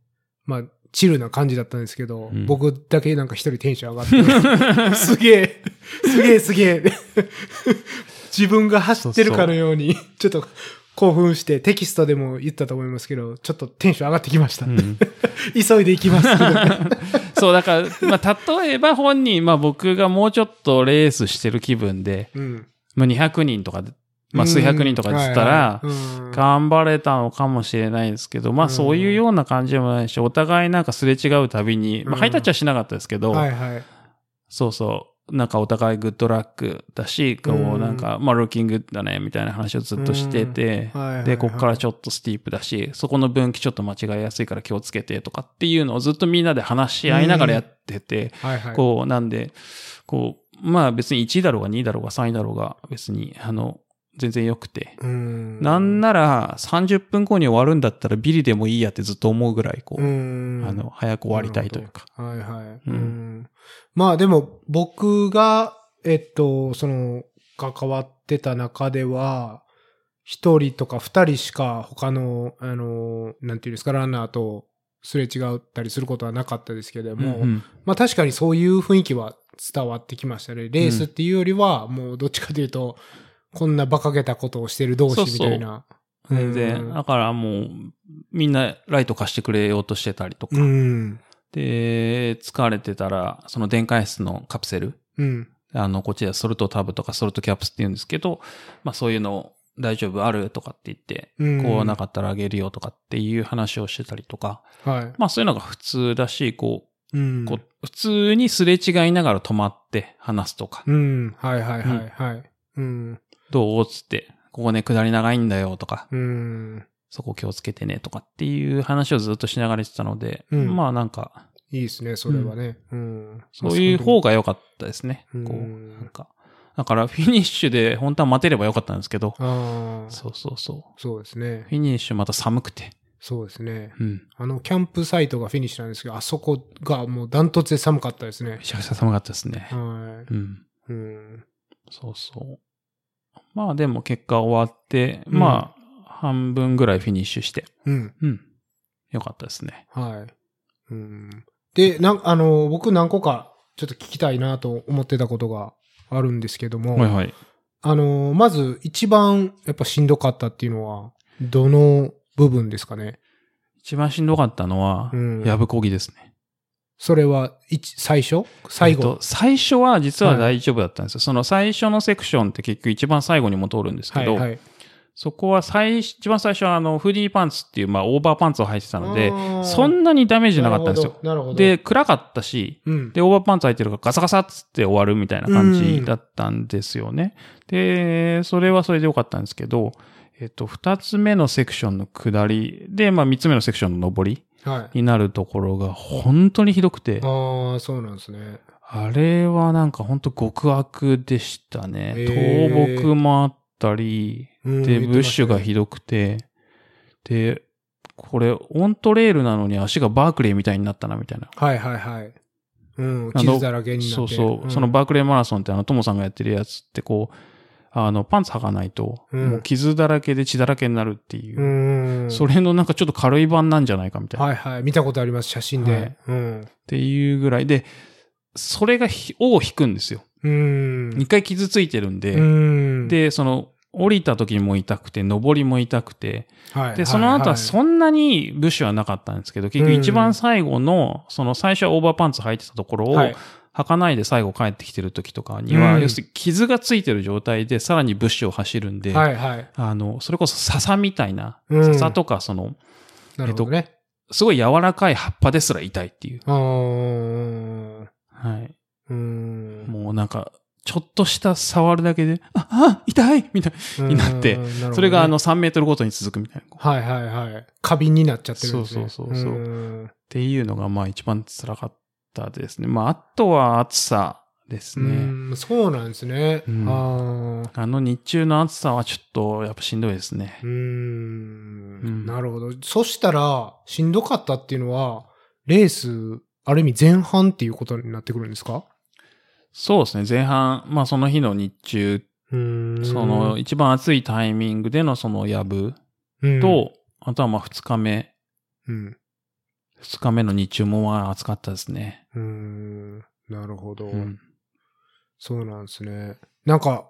[SPEAKER 2] まあ、チルな感じだったんですけど、
[SPEAKER 1] うん
[SPEAKER 2] 僕だけなんか一人テンション上がっ
[SPEAKER 1] [LAUGHS]
[SPEAKER 2] て、すげえ、すげえすげえ、自分が走ってるかのように、ちょっと興奮して、テキストでも言ったと思いますけど、ちょっとテンション上がってきました。
[SPEAKER 1] うん
[SPEAKER 2] 急いで行きます。
[SPEAKER 1] [LAUGHS] そう、だから、まあ、例えば本人、まあ僕がもうちょっとレースしてる気分で、
[SPEAKER 2] うん
[SPEAKER 1] まあ200人とかで、まあ数百人とかでしたら、
[SPEAKER 2] うんはいはいうん
[SPEAKER 1] 頑張れたのかもしれないですけど、まあそういうような感じでもないし、お互いなんかすれ違うたびに、ま
[SPEAKER 2] う
[SPEAKER 1] あ
[SPEAKER 2] ん
[SPEAKER 1] ハイタッチはしなかったですけど、
[SPEAKER 2] はいはい。
[SPEAKER 1] そうそう、なんかお互いグッドラックだし、こ
[SPEAKER 2] う
[SPEAKER 1] うんなんか、まあルーキングだね、みたいな話をずっとしてて
[SPEAKER 2] うんはいはいはい、
[SPEAKER 1] で、こっからちょっとスティープだし、そこの分岐ちょっと間違えやすいから気をつけてとかっていうのをずっとみんなで話し合いながらやってて、
[SPEAKER 2] はいはい。
[SPEAKER 1] こう、なんで、こう、まあ別に1位だろうが2位だろうが3位だろうが、別に、あの、全然良くて、
[SPEAKER 2] うん。
[SPEAKER 1] なんなら30分後に終わるんだったらビリでもいいやってずっと思うぐらい、こ
[SPEAKER 2] う
[SPEAKER 1] う、
[SPEAKER 2] ん
[SPEAKER 1] あの、早く終わりたいというか。
[SPEAKER 2] はいはい。う
[SPEAKER 1] うん
[SPEAKER 2] ん。まあでも、僕が、えっと、その、関わってた中では、一人とか二人しか他の、あの、なんていうんですか、ランナーとすれ違ったりすることはなかったですけれども、
[SPEAKER 1] うん
[SPEAKER 2] まあ確かにそういう雰囲気は伝わってきましたね。レースっていうよりは、もうどっちかというと、こんな馬鹿げたことをしてる同士みたいな。
[SPEAKER 1] うん全
[SPEAKER 2] うん
[SPEAKER 1] 然。だからもう、みんなライト貸してくれようとしてたりとか。
[SPEAKER 2] うん。
[SPEAKER 1] で、疲れてたら、その電解質のカプセル、
[SPEAKER 2] うん。
[SPEAKER 1] あの、こっちではソルトタブとかソルトキャプスって言うんですけど、まあそういうの大丈夫あるとかって言って、
[SPEAKER 2] うん
[SPEAKER 1] こうなかったらあげるよとかっていう話をしてたりとか、
[SPEAKER 2] はい。
[SPEAKER 1] まあそういうのが普通だし、こ
[SPEAKER 2] うん
[SPEAKER 1] う、こう普通にすれ違いながら止まって話すとか、
[SPEAKER 2] うん。はいはいはいはい。うん。
[SPEAKER 1] どうっつって、ここね、下り長いんだよとか、
[SPEAKER 2] うん。
[SPEAKER 1] そこ気をつけてねとかっていう話をずっとしながらしてたので、
[SPEAKER 2] うん
[SPEAKER 1] まあなんか、
[SPEAKER 2] いいですね、それはね。うん。
[SPEAKER 1] そういう方
[SPEAKER 2] が、
[SPEAKER 1] が良かったですね。
[SPEAKER 2] う
[SPEAKER 1] こ
[SPEAKER 2] ん
[SPEAKER 1] う、なんか。だからフィニッシュで本当は待てればよかったんですけど、
[SPEAKER 2] ああ、
[SPEAKER 1] そうそうそう。
[SPEAKER 2] そうですね。
[SPEAKER 1] フィニッシュまた寒くて。
[SPEAKER 2] そうですね。
[SPEAKER 1] うん。
[SPEAKER 2] あの、キャンプサイトがフィニッシュなんですけど、あそこがもうダントツで寒かったです
[SPEAKER 1] め。
[SPEAKER 2] ね
[SPEAKER 1] ちゃくちゃ寒かったですね。
[SPEAKER 2] は
[SPEAKER 1] うん。
[SPEAKER 2] い。うん。
[SPEAKER 1] そうそう。まあでも結果終わって、
[SPEAKER 2] うん
[SPEAKER 1] まあ、半分ぐらいフィニッシュして。
[SPEAKER 2] うん。
[SPEAKER 1] うん。よかったですね。
[SPEAKER 2] はい。うん。で、なんあの、僕何個かちょっと聞きたいなと思ってたことがあるんですけども、
[SPEAKER 1] はいはい。
[SPEAKER 2] あの、まず一番やっぱしんどかったっていうのは、どの部分ですかね
[SPEAKER 1] 一番しんどかったのは
[SPEAKER 2] う、ん
[SPEAKER 1] やぶこぎですね。
[SPEAKER 2] それは、一最初最
[SPEAKER 1] えっ
[SPEAKER 2] 後
[SPEAKER 1] と、最初は実は大丈夫だったんですよ。その最初のセクションって結局一番最後にも通るんですけ
[SPEAKER 2] はい
[SPEAKER 1] ど、
[SPEAKER 2] はい。
[SPEAKER 1] そこは最、一番最初はあの、フーディーパンツっていう、まあ、オーバーパンツを履いてたので、そんなにダメージなかったんですよ。
[SPEAKER 2] なるほど。なるほど、
[SPEAKER 1] で、暗かったし、
[SPEAKER 2] うん。
[SPEAKER 1] で、オーバーパンツ履いてるからガサガサっつって終わるみたいな感じだったんですよね。で、それはそれでよかったんですけど、えっと、二つ目のセクションの下りで、まあ、三つ目のセクションの上り
[SPEAKER 2] はい。
[SPEAKER 1] になるところが本当にひどくて、
[SPEAKER 2] ああ、そうなんですね。
[SPEAKER 1] あれはなんか本当極悪でしたね。
[SPEAKER 2] へー
[SPEAKER 1] 倒木もあったり、
[SPEAKER 2] うん
[SPEAKER 1] で、ブッシュが
[SPEAKER 2] ひ
[SPEAKER 1] ひどくて、で、これ、オントレールなのに足がバークレーみたいになったな、みたいな。
[SPEAKER 2] はいはいはい。うん、
[SPEAKER 1] あの
[SPEAKER 2] 傷だらけになって。
[SPEAKER 1] そうそう、
[SPEAKER 2] ん
[SPEAKER 1] そのバークレーマラソンってあの、トモさんがやってるやつってこう、あの、パンツ履かないと、
[SPEAKER 2] うん
[SPEAKER 1] もう傷だらけで血だらけになるっていうう、
[SPEAKER 2] ん。
[SPEAKER 1] それのなんかちょっと軽い版なんじゃないかみたいな、
[SPEAKER 2] はいはい。見たことあります、写真で。
[SPEAKER 1] はい
[SPEAKER 2] うん。
[SPEAKER 1] っていうぐらいで、それがひ尾を引くんですよ。
[SPEAKER 2] うん。
[SPEAKER 1] 2回傷ついてるんで、
[SPEAKER 2] うん、
[SPEAKER 1] で、その、降りた時も痛くて、登りも痛くて、
[SPEAKER 2] はい、
[SPEAKER 1] で、その後はそんなにブッシュはなかったんですけど、結局一番最後の、その最初はオーバーパンツ履いてたところを、
[SPEAKER 2] はいはい
[SPEAKER 1] 履かないで最後帰ってきてる時とかには、
[SPEAKER 2] うん
[SPEAKER 1] 要するに傷がついてる状態でさらにブッシュを走るんで、
[SPEAKER 2] はいはい。
[SPEAKER 1] あの、それこそ笹みたいな、
[SPEAKER 2] うん
[SPEAKER 1] 笹とかその、
[SPEAKER 2] なるほどね。
[SPEAKER 1] すごい柔らかい葉っぱですら痛いっていう。
[SPEAKER 2] あー
[SPEAKER 1] はい。
[SPEAKER 2] うん。
[SPEAKER 1] もうなんか、ちょっとした触るだけで、あ、あ、痛いみたい
[SPEAKER 2] うん
[SPEAKER 1] になって、
[SPEAKER 2] るほどね
[SPEAKER 1] な。それがあの、3メートルごとに続くみたいな。っ
[SPEAKER 2] はいはいはい。過敏になっちゃってるんですね。
[SPEAKER 1] そうそうそうそうんていうのがまあ一番辛かったですね。まああとは暑さですね。
[SPEAKER 2] うんそうなんですね。
[SPEAKER 1] うん
[SPEAKER 2] ああ。
[SPEAKER 1] あの日中の暑さはちょっとやっぱしんどいですね。
[SPEAKER 2] うー
[SPEAKER 1] うん
[SPEAKER 2] ん。なるほど。そしたら、しんどかったっていうのは、レース、ある意味前半っていうことになってくるんですか
[SPEAKER 1] そうですね。前半、まあその日の日中、
[SPEAKER 2] うーん。
[SPEAKER 1] その、一番暑いタイミングでのそのやぶ
[SPEAKER 2] うん、
[SPEAKER 1] と、あとはまあ二日目、
[SPEAKER 2] うん。
[SPEAKER 1] 二日目の日中もまあ暑かったですね。
[SPEAKER 2] うーん。なるほど。
[SPEAKER 1] うん。
[SPEAKER 2] そうなんですね。なんか、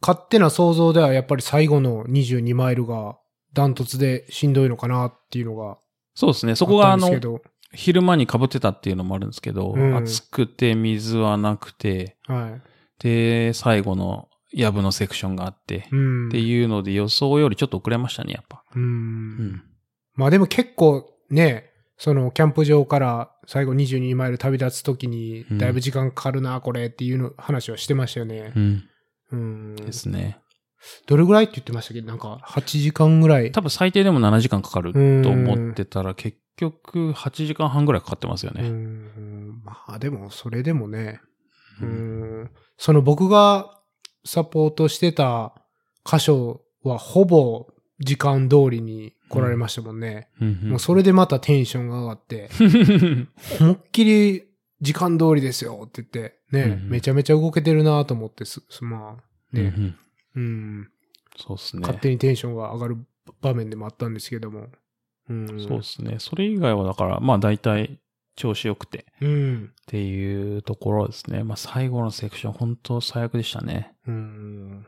[SPEAKER 2] 勝手な想像ではやっぱり最後の22マイルがダントツでしんどいのかなっていうのが
[SPEAKER 1] そうですね。そこが
[SPEAKER 2] あ
[SPEAKER 1] あ
[SPEAKER 2] ったんです
[SPEAKER 1] の
[SPEAKER 2] け、ど、
[SPEAKER 1] 昼間に被ってたっていうのもあるんですけど、
[SPEAKER 2] うん
[SPEAKER 1] 暑くて水はなくて、
[SPEAKER 2] はい。
[SPEAKER 1] で、最後のやぶのセクションがあって、
[SPEAKER 2] うん。
[SPEAKER 1] っていうので予想よりちょっと遅れましたね、やっぱ。
[SPEAKER 2] うん。
[SPEAKER 1] うん。
[SPEAKER 2] まあでも結構ね、そのキャンプ場から最後22マイル旅立つときに
[SPEAKER 1] うん
[SPEAKER 2] だいぶ時間かかるな、これっていうの話をしてましたよね
[SPEAKER 1] う。ん。
[SPEAKER 2] うん。
[SPEAKER 1] ですね。
[SPEAKER 2] どれぐらいって言ってましたっけなんか8時間ぐらい。
[SPEAKER 1] 多分最低でも7時間かかると思ってたら、結局8時間半ぐらいかかってますよ
[SPEAKER 2] う
[SPEAKER 1] ね。
[SPEAKER 2] ん。まあでもそれでもね、う
[SPEAKER 1] うん
[SPEAKER 2] ん。その僕がサポートしてた箇所はほぼ時間通りに来られましたもんね。
[SPEAKER 1] うん
[SPEAKER 2] もうそれでまたテンションが上がって。思いっきり時間通りですよって言って、ね、
[SPEAKER 1] うん
[SPEAKER 2] めちゃめちゃ動けてるなと思ってす、すまあ、ね、
[SPEAKER 1] うん
[SPEAKER 2] うん、
[SPEAKER 1] そうですね。
[SPEAKER 2] 勝手にテンションが上がる場面でもあったんですけども。うん。
[SPEAKER 1] そうですね。それ以外はだから、まあ大体調子良くてっ
[SPEAKER 2] うん。
[SPEAKER 1] ていうところですね。まあ最後のセクション、本当最悪でしたね。
[SPEAKER 2] うん。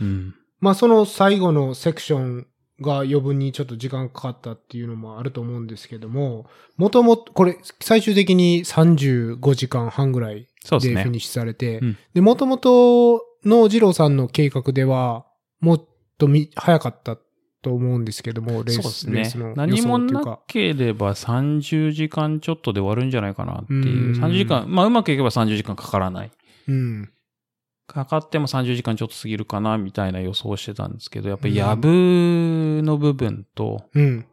[SPEAKER 1] うん。
[SPEAKER 2] まあ、その最後のセクションが余分にちょっと時間かかったっていうのもあると思うんですけども、もともと、これ、最終的に35時間半ぐらい
[SPEAKER 1] そうです
[SPEAKER 2] でフィ
[SPEAKER 1] ね。
[SPEAKER 2] ニッシュされて、
[SPEAKER 1] うん
[SPEAKER 2] で、もともとの二郎さんの計画では、もっとみ早かったと思うんですけども、レー
[SPEAKER 1] そう
[SPEAKER 2] ス、
[SPEAKER 1] です
[SPEAKER 2] レースの
[SPEAKER 1] ね。
[SPEAKER 2] 予
[SPEAKER 1] 何
[SPEAKER 2] 想
[SPEAKER 1] も
[SPEAKER 2] っていう
[SPEAKER 1] な
[SPEAKER 2] か。
[SPEAKER 1] ければ30時間ちょっとで終わるんじゃないかなっていう。
[SPEAKER 2] うん
[SPEAKER 1] 30時間、まあうまくいけば30時間かからない。
[SPEAKER 2] うん。
[SPEAKER 1] かかっても30時間ちょっと過ぎるかな、みたいな予想をしてたんですけど、やっぱりやぶの部分と、
[SPEAKER 2] うん。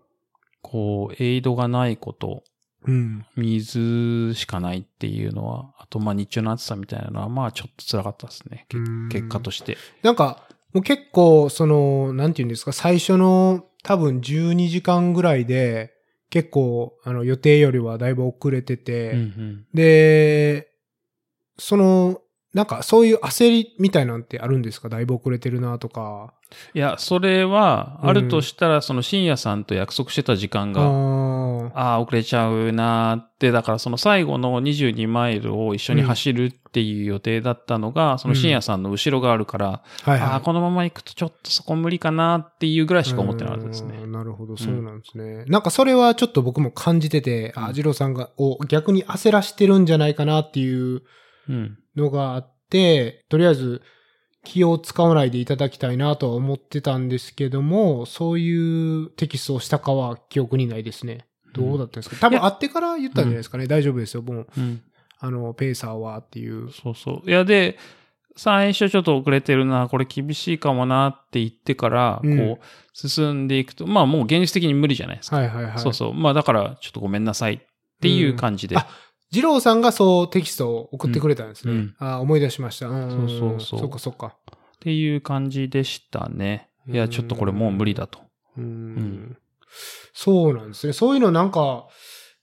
[SPEAKER 1] こう、エイドがないこと、
[SPEAKER 2] うん。
[SPEAKER 1] 水しかないっていうのは、あと、まあ日中の暑さみたいなのは、まあちょっと辛かったですね。け
[SPEAKER 2] うん
[SPEAKER 1] 結果として。
[SPEAKER 2] なんか、もう結構、その、なんていうんですか、最初の多分12時間ぐらいで、結構、あの、予定よりはだいぶ遅れてて、
[SPEAKER 1] うん
[SPEAKER 2] で、その、なんか、そういう焦りみたいなんてあるんですかだいぶ遅れてるなとか。
[SPEAKER 1] いや、それは、
[SPEAKER 2] うん
[SPEAKER 1] あるとしたら、その深夜さんと約束してた時間
[SPEAKER 2] あ
[SPEAKER 1] が、
[SPEAKER 2] ー
[SPEAKER 1] ああ、遅れちゃうなーって、だからその最後の22マイルを一緒に走るっていう予定だったのが、その深夜さんの後ろがあるから、
[SPEAKER 2] はい
[SPEAKER 1] ああ、このまま行くとちょっとそこ無理かなっていうぐらいしか思ってなかったです
[SPEAKER 2] う
[SPEAKER 1] ね
[SPEAKER 2] ん。なるほど、そうなんですね。なんかそれはちょっと僕も感じてて、
[SPEAKER 1] う
[SPEAKER 2] あ、
[SPEAKER 1] ん
[SPEAKER 2] ジローさんが、を逆に焦らしてるんじゃないかなっていう
[SPEAKER 1] うん。
[SPEAKER 2] のがあって、とりあえず気を使わないでいただきたいなとは思ってたんですけども、そういうテキストをしたかは記憶にないですね。どうだったんですか、多分
[SPEAKER 1] いや
[SPEAKER 2] 会ってから言ったんじゃないですかね。大丈夫ですよ、もう。
[SPEAKER 1] うん。
[SPEAKER 2] あの、ペーサーはっていう。
[SPEAKER 1] そうそう。いや、で、最初ちょっと遅れてるな、これ厳しいかもなって言ってから、
[SPEAKER 2] うん
[SPEAKER 1] こう、進んでいくと、まあもう現実的に無理じゃないですか。
[SPEAKER 2] はいはいはい。
[SPEAKER 1] そうそう。まあだから、ちょっとごめんなさいっていう感じで。
[SPEAKER 2] うんあ二郎さんがそうテキストを送ってくれたんですね。
[SPEAKER 1] うんうん
[SPEAKER 2] あー思い出しました。うんんん
[SPEAKER 1] そうそうそう
[SPEAKER 2] そっかそっか。
[SPEAKER 1] っていう感じでしたね。いうや、
[SPEAKER 2] ん
[SPEAKER 1] ちょっとこれもう無理だと。
[SPEAKER 2] うん
[SPEAKER 1] ん
[SPEAKER 2] そうなんですね。そういうのなんか、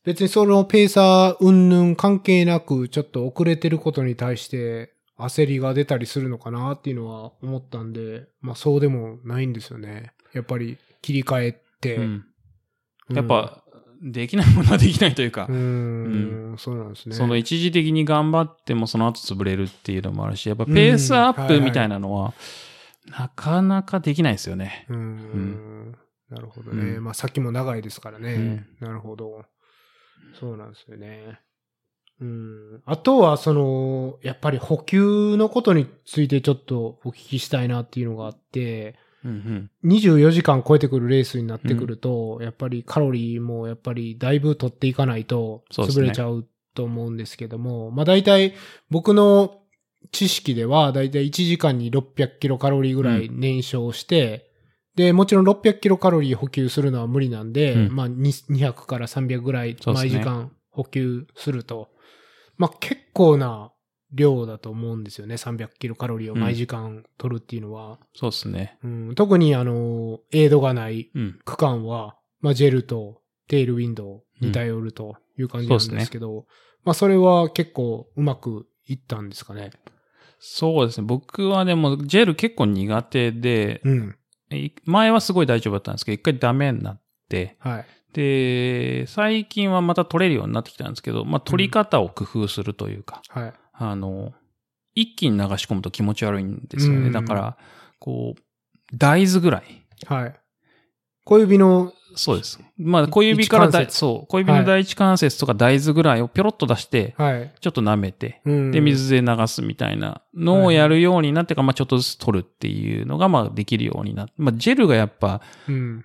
[SPEAKER 2] 別にそのペーサー云々関係なく、ちょっと遅れてることに対して焦りが出たりするのかなっていうのは思ったんで、まあそうでもないんですよね。やっぱり切り替えて。
[SPEAKER 1] うん。
[SPEAKER 2] うん
[SPEAKER 1] やっ、ぱ、できないものはできないというか
[SPEAKER 2] う、ん、そうなんですね。
[SPEAKER 1] その一時的に頑張ってもその後潰れるっていうのもあるし、やっぱペースアップみたいなのは、なかなかできないですよね。
[SPEAKER 2] うーんなるほどね。
[SPEAKER 1] うん
[SPEAKER 2] まあ、先も長いですからね。
[SPEAKER 1] うん
[SPEAKER 2] なるほど。そうなんですよね。うん。あとは、その、やっぱり補給のことについてちょっとお聞きしたいなっていうのがあって、
[SPEAKER 1] うん
[SPEAKER 2] 24時間超えてくるレースになってくると、やっぱりカロリーもやっぱりだいぶ取っていかないと
[SPEAKER 1] そうです
[SPEAKER 2] 潰
[SPEAKER 1] ね
[SPEAKER 2] れちゃうと思うんですけども、まあ大体僕の知識では大体1時間に600キロカロリーぐらい燃焼して、で、もちろん600キロカロリー補給するのは無理なんで、
[SPEAKER 1] うん
[SPEAKER 2] まあ200から300ぐらい
[SPEAKER 1] そうです
[SPEAKER 2] 毎
[SPEAKER 1] ね
[SPEAKER 2] 時間補給すると、まあ結構な量だと思うんですよね、300キロカロリーを毎時間取るっていうのは。
[SPEAKER 1] そうですね。
[SPEAKER 2] うん、特にあの、エイドがない
[SPEAKER 1] うん。
[SPEAKER 2] 区間は、まあ、ジェルとテールウィンドウに頼るという感じなんですけど、まあ、それは結構うまくいったんですかね。
[SPEAKER 1] そうですね。僕はでも、ジェル結構苦手で、
[SPEAKER 2] うん。
[SPEAKER 1] い前はすごい大丈夫だったんですけど、一回ダメになって、
[SPEAKER 2] はい。
[SPEAKER 1] で、最近はまた取れるようになってきたんですけど、まあ、取り方を工夫するというか、
[SPEAKER 2] はい。
[SPEAKER 1] あの、一気に流し込むと気持ち悪いんですよね。
[SPEAKER 2] うん
[SPEAKER 1] だから、こう、大豆ぐらい。
[SPEAKER 2] はい。小指の、
[SPEAKER 1] そうです。まあ、小指から
[SPEAKER 2] 一
[SPEAKER 1] だ、
[SPEAKER 2] 関節
[SPEAKER 1] そう、小指の第一関節とか大豆ぐらいをぴょろっと出して、
[SPEAKER 2] はい。
[SPEAKER 1] ちょっと舐めて、
[SPEAKER 2] うん
[SPEAKER 1] で、。水で流すみたいなのをやるようになってから、まあ、ちょっとずつ取るっていうのが、まあ、できるようになって、まあ、ジェルがやっぱ、
[SPEAKER 2] うん。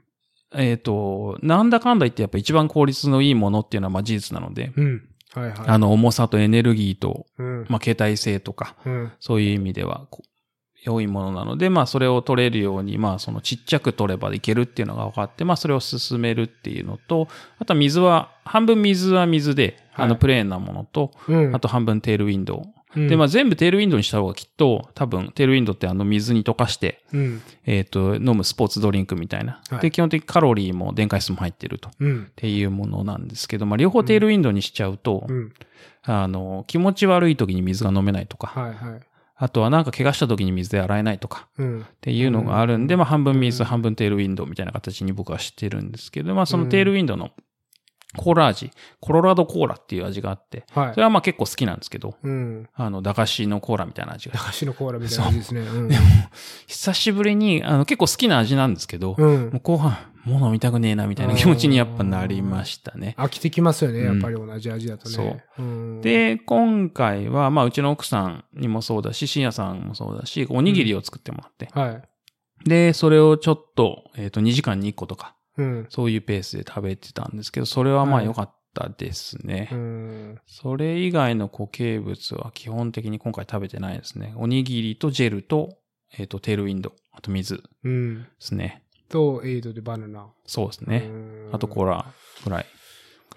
[SPEAKER 1] えっ、と、なんだかんだ言ってやっぱ一番効率のいいものっていうのは、まあ、事実なので、
[SPEAKER 2] うん。はいはい。
[SPEAKER 1] あの、重さとエネルギーと、
[SPEAKER 2] うん。
[SPEAKER 1] まあ、携帯性とか、
[SPEAKER 2] うん。
[SPEAKER 1] そういう意味では、こう良いものなので、まあ、それを取れるように、まあ、そのちっちゃく取ればいけるっていうのが分かって、まあ、それを進めるっていうのと、あとは水は、半分水は水で、
[SPEAKER 2] はい
[SPEAKER 1] あの、プレーンなものと、
[SPEAKER 2] うん。
[SPEAKER 1] あと半分テールウィンド
[SPEAKER 2] う
[SPEAKER 1] ウ。
[SPEAKER 2] ん、
[SPEAKER 1] で、まあ、全部テールウィンドウにした方がきっと、多分、テールウィンドウってあの、水に溶かして、
[SPEAKER 2] うん。
[SPEAKER 1] えっ、と、飲むスポーツドリンクみたいな。
[SPEAKER 2] はい
[SPEAKER 1] で、基本的にカロリーも電解質も入ってると。っ
[SPEAKER 2] うん。
[SPEAKER 1] ていうものなんですけど、まあ、両方テールウィンドウにしちゃうと、
[SPEAKER 2] うん。
[SPEAKER 1] あの、気持ち悪い時に水が飲めないとか、
[SPEAKER 2] はいはい。
[SPEAKER 1] あとはなんか怪我した時に水で洗えないとか
[SPEAKER 2] うん。
[SPEAKER 1] っていうのがあるんで、まあ半分水、
[SPEAKER 2] うん
[SPEAKER 1] 半分テールウィンドウみたいな形に僕はしてるんですけど、まあそうの
[SPEAKER 2] ん
[SPEAKER 1] テールウィンドウのコーラ味、コロラドコーラっていう味があって、
[SPEAKER 2] は
[SPEAKER 1] そ
[SPEAKER 2] い
[SPEAKER 1] れ。はまあ結構好きなんですけど、
[SPEAKER 2] うん。
[SPEAKER 1] あの、駄菓子のコーラみたいな味
[SPEAKER 2] 駄
[SPEAKER 1] が。
[SPEAKER 2] 菓子のコーラみたいな味ですね。うん。
[SPEAKER 1] 久しぶりに、あの結構好きな味なんですけど、も
[SPEAKER 2] うん
[SPEAKER 1] う後半、もう飲みたくねえなみたいな気持ちにやっぱなりましたね。
[SPEAKER 2] 飽きてきますよね、やっぱり同じ味だとね。。
[SPEAKER 1] そう
[SPEAKER 2] ん、
[SPEAKER 1] で、今回は、まあうちの奥さんにもそうだし、深夜さんもそうだし、おにぎりを作ってもらって、
[SPEAKER 2] はい。
[SPEAKER 1] で、それをちょっと、えっ、と、2時間に1個とか、
[SPEAKER 2] うん。
[SPEAKER 1] そういうペースで食べてたんですけど、それはま
[SPEAKER 2] は
[SPEAKER 1] あ
[SPEAKER 2] い
[SPEAKER 1] 良かったですね。
[SPEAKER 2] うん。
[SPEAKER 1] それ以外の固形物は基本的に今回食べてないですね。おにぎりとジェルと、えっ、と、テールウィンドウ、あと水で
[SPEAKER 2] うん。
[SPEAKER 1] すね。
[SPEAKER 2] と、エイドでバナナ。
[SPEAKER 1] そうですね。
[SPEAKER 2] うん
[SPEAKER 1] あとコーラぐらい。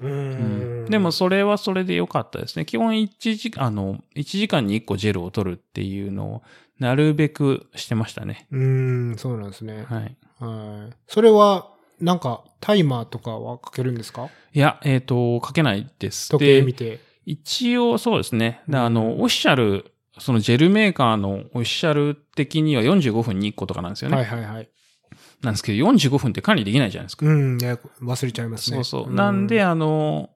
[SPEAKER 2] う
[SPEAKER 1] うん
[SPEAKER 2] ん。
[SPEAKER 1] でも、それはそれで良かったですね。基本1時間、あの、1時間に1個ジェルを取るっていうのを、なるべくしてましたね。
[SPEAKER 2] うん、そうなんですね。
[SPEAKER 1] はい。
[SPEAKER 2] はい。それは、なんか、タイマーとかはかけるんですか
[SPEAKER 1] いや、えっ、と、かけないです。
[SPEAKER 2] 時
[SPEAKER 1] で
[SPEAKER 2] 計見て。
[SPEAKER 1] 一応そうですね。で
[SPEAKER 2] うん
[SPEAKER 1] あの、オフィシャル、そのジェルメーカーのオフィシャル的には45分に1個とかなんですよね。
[SPEAKER 2] はいはいはい。
[SPEAKER 1] なんですけど、45分って管理できないじゃないですか。
[SPEAKER 2] うん、ね、忘れちゃいますね。
[SPEAKER 1] そうそう。なんで、、あの、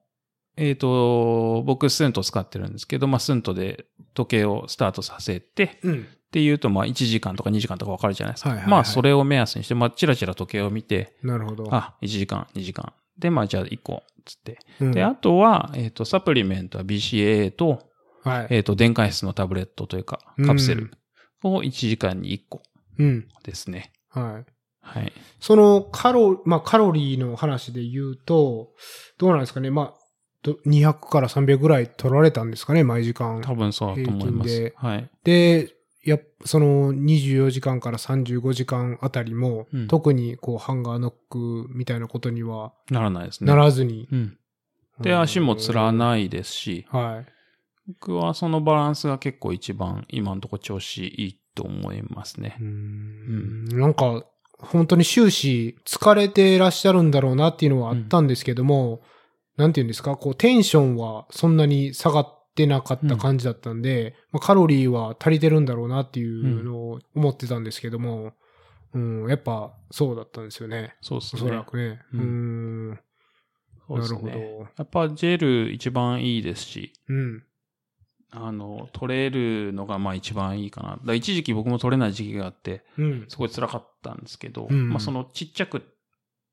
[SPEAKER 1] えっ、と、僕、スント使ってるんですけど、まあ、スントで時計をスタートさせて、
[SPEAKER 2] うん。
[SPEAKER 1] っていうと、まあ、1時間とか2時間とか分かるじゃないですか。
[SPEAKER 2] はいはいはい
[SPEAKER 1] まあ、それを目安にして、まあ、チラチラ時計を見て、
[SPEAKER 2] なるほど。
[SPEAKER 1] あ、1時間、2時間。で、まあ、じゃあ1個、つって。
[SPEAKER 2] うん、
[SPEAKER 1] で、あとは、えっ、と、サプリメントは BCAA と、
[SPEAKER 2] はい。
[SPEAKER 1] えっ、と、電解質のタブレットというか、カプセルを1時間に1個
[SPEAKER 2] うん。
[SPEAKER 1] ですね。
[SPEAKER 2] はい。
[SPEAKER 1] はい。
[SPEAKER 2] その、カロ、まあ、カロリーの話で言うと、どうなんですかね。まあ、ど200から300ぐらい取られたんですかね、毎時間。
[SPEAKER 1] 多分そうだと思いま
[SPEAKER 2] 平均
[SPEAKER 1] す
[SPEAKER 2] で。
[SPEAKER 1] はい。
[SPEAKER 2] で、やっその24時間から35時間あたりも、
[SPEAKER 1] うん
[SPEAKER 2] 特にこうハンガーノックみたいなことには
[SPEAKER 1] ならないですね。
[SPEAKER 2] ならずに。
[SPEAKER 1] うん。で、足もつらないですし、
[SPEAKER 2] はい。
[SPEAKER 1] 僕はそのバランスが結構一番今のとこ調子いいと思いますね
[SPEAKER 2] う。んなんか、本当に終始疲れてらっしゃるんだろうなっていうのはあったんですけども、なんていうんですか、こうテンションはそんなに下がってなかった感じだったんで、まあ、カロリーは足りてるんだろうなっていうのを思ってたんですけども、うん、やっぱそうだったんですよね。
[SPEAKER 1] そうです
[SPEAKER 2] お
[SPEAKER 1] ね。
[SPEAKER 2] そらくね。う
[SPEAKER 1] うん
[SPEAKER 2] ん、な
[SPEAKER 1] そうです
[SPEAKER 2] る
[SPEAKER 1] ね
[SPEAKER 2] ほど。
[SPEAKER 1] やっぱジェル一番いいですし、
[SPEAKER 2] うん。
[SPEAKER 1] あの、取れるのがまあ一番いいかな。だから一時期僕も取れない時期があって、
[SPEAKER 2] うん。
[SPEAKER 1] すごい辛かったんですけど、
[SPEAKER 2] うん
[SPEAKER 1] まあそのちっちゃく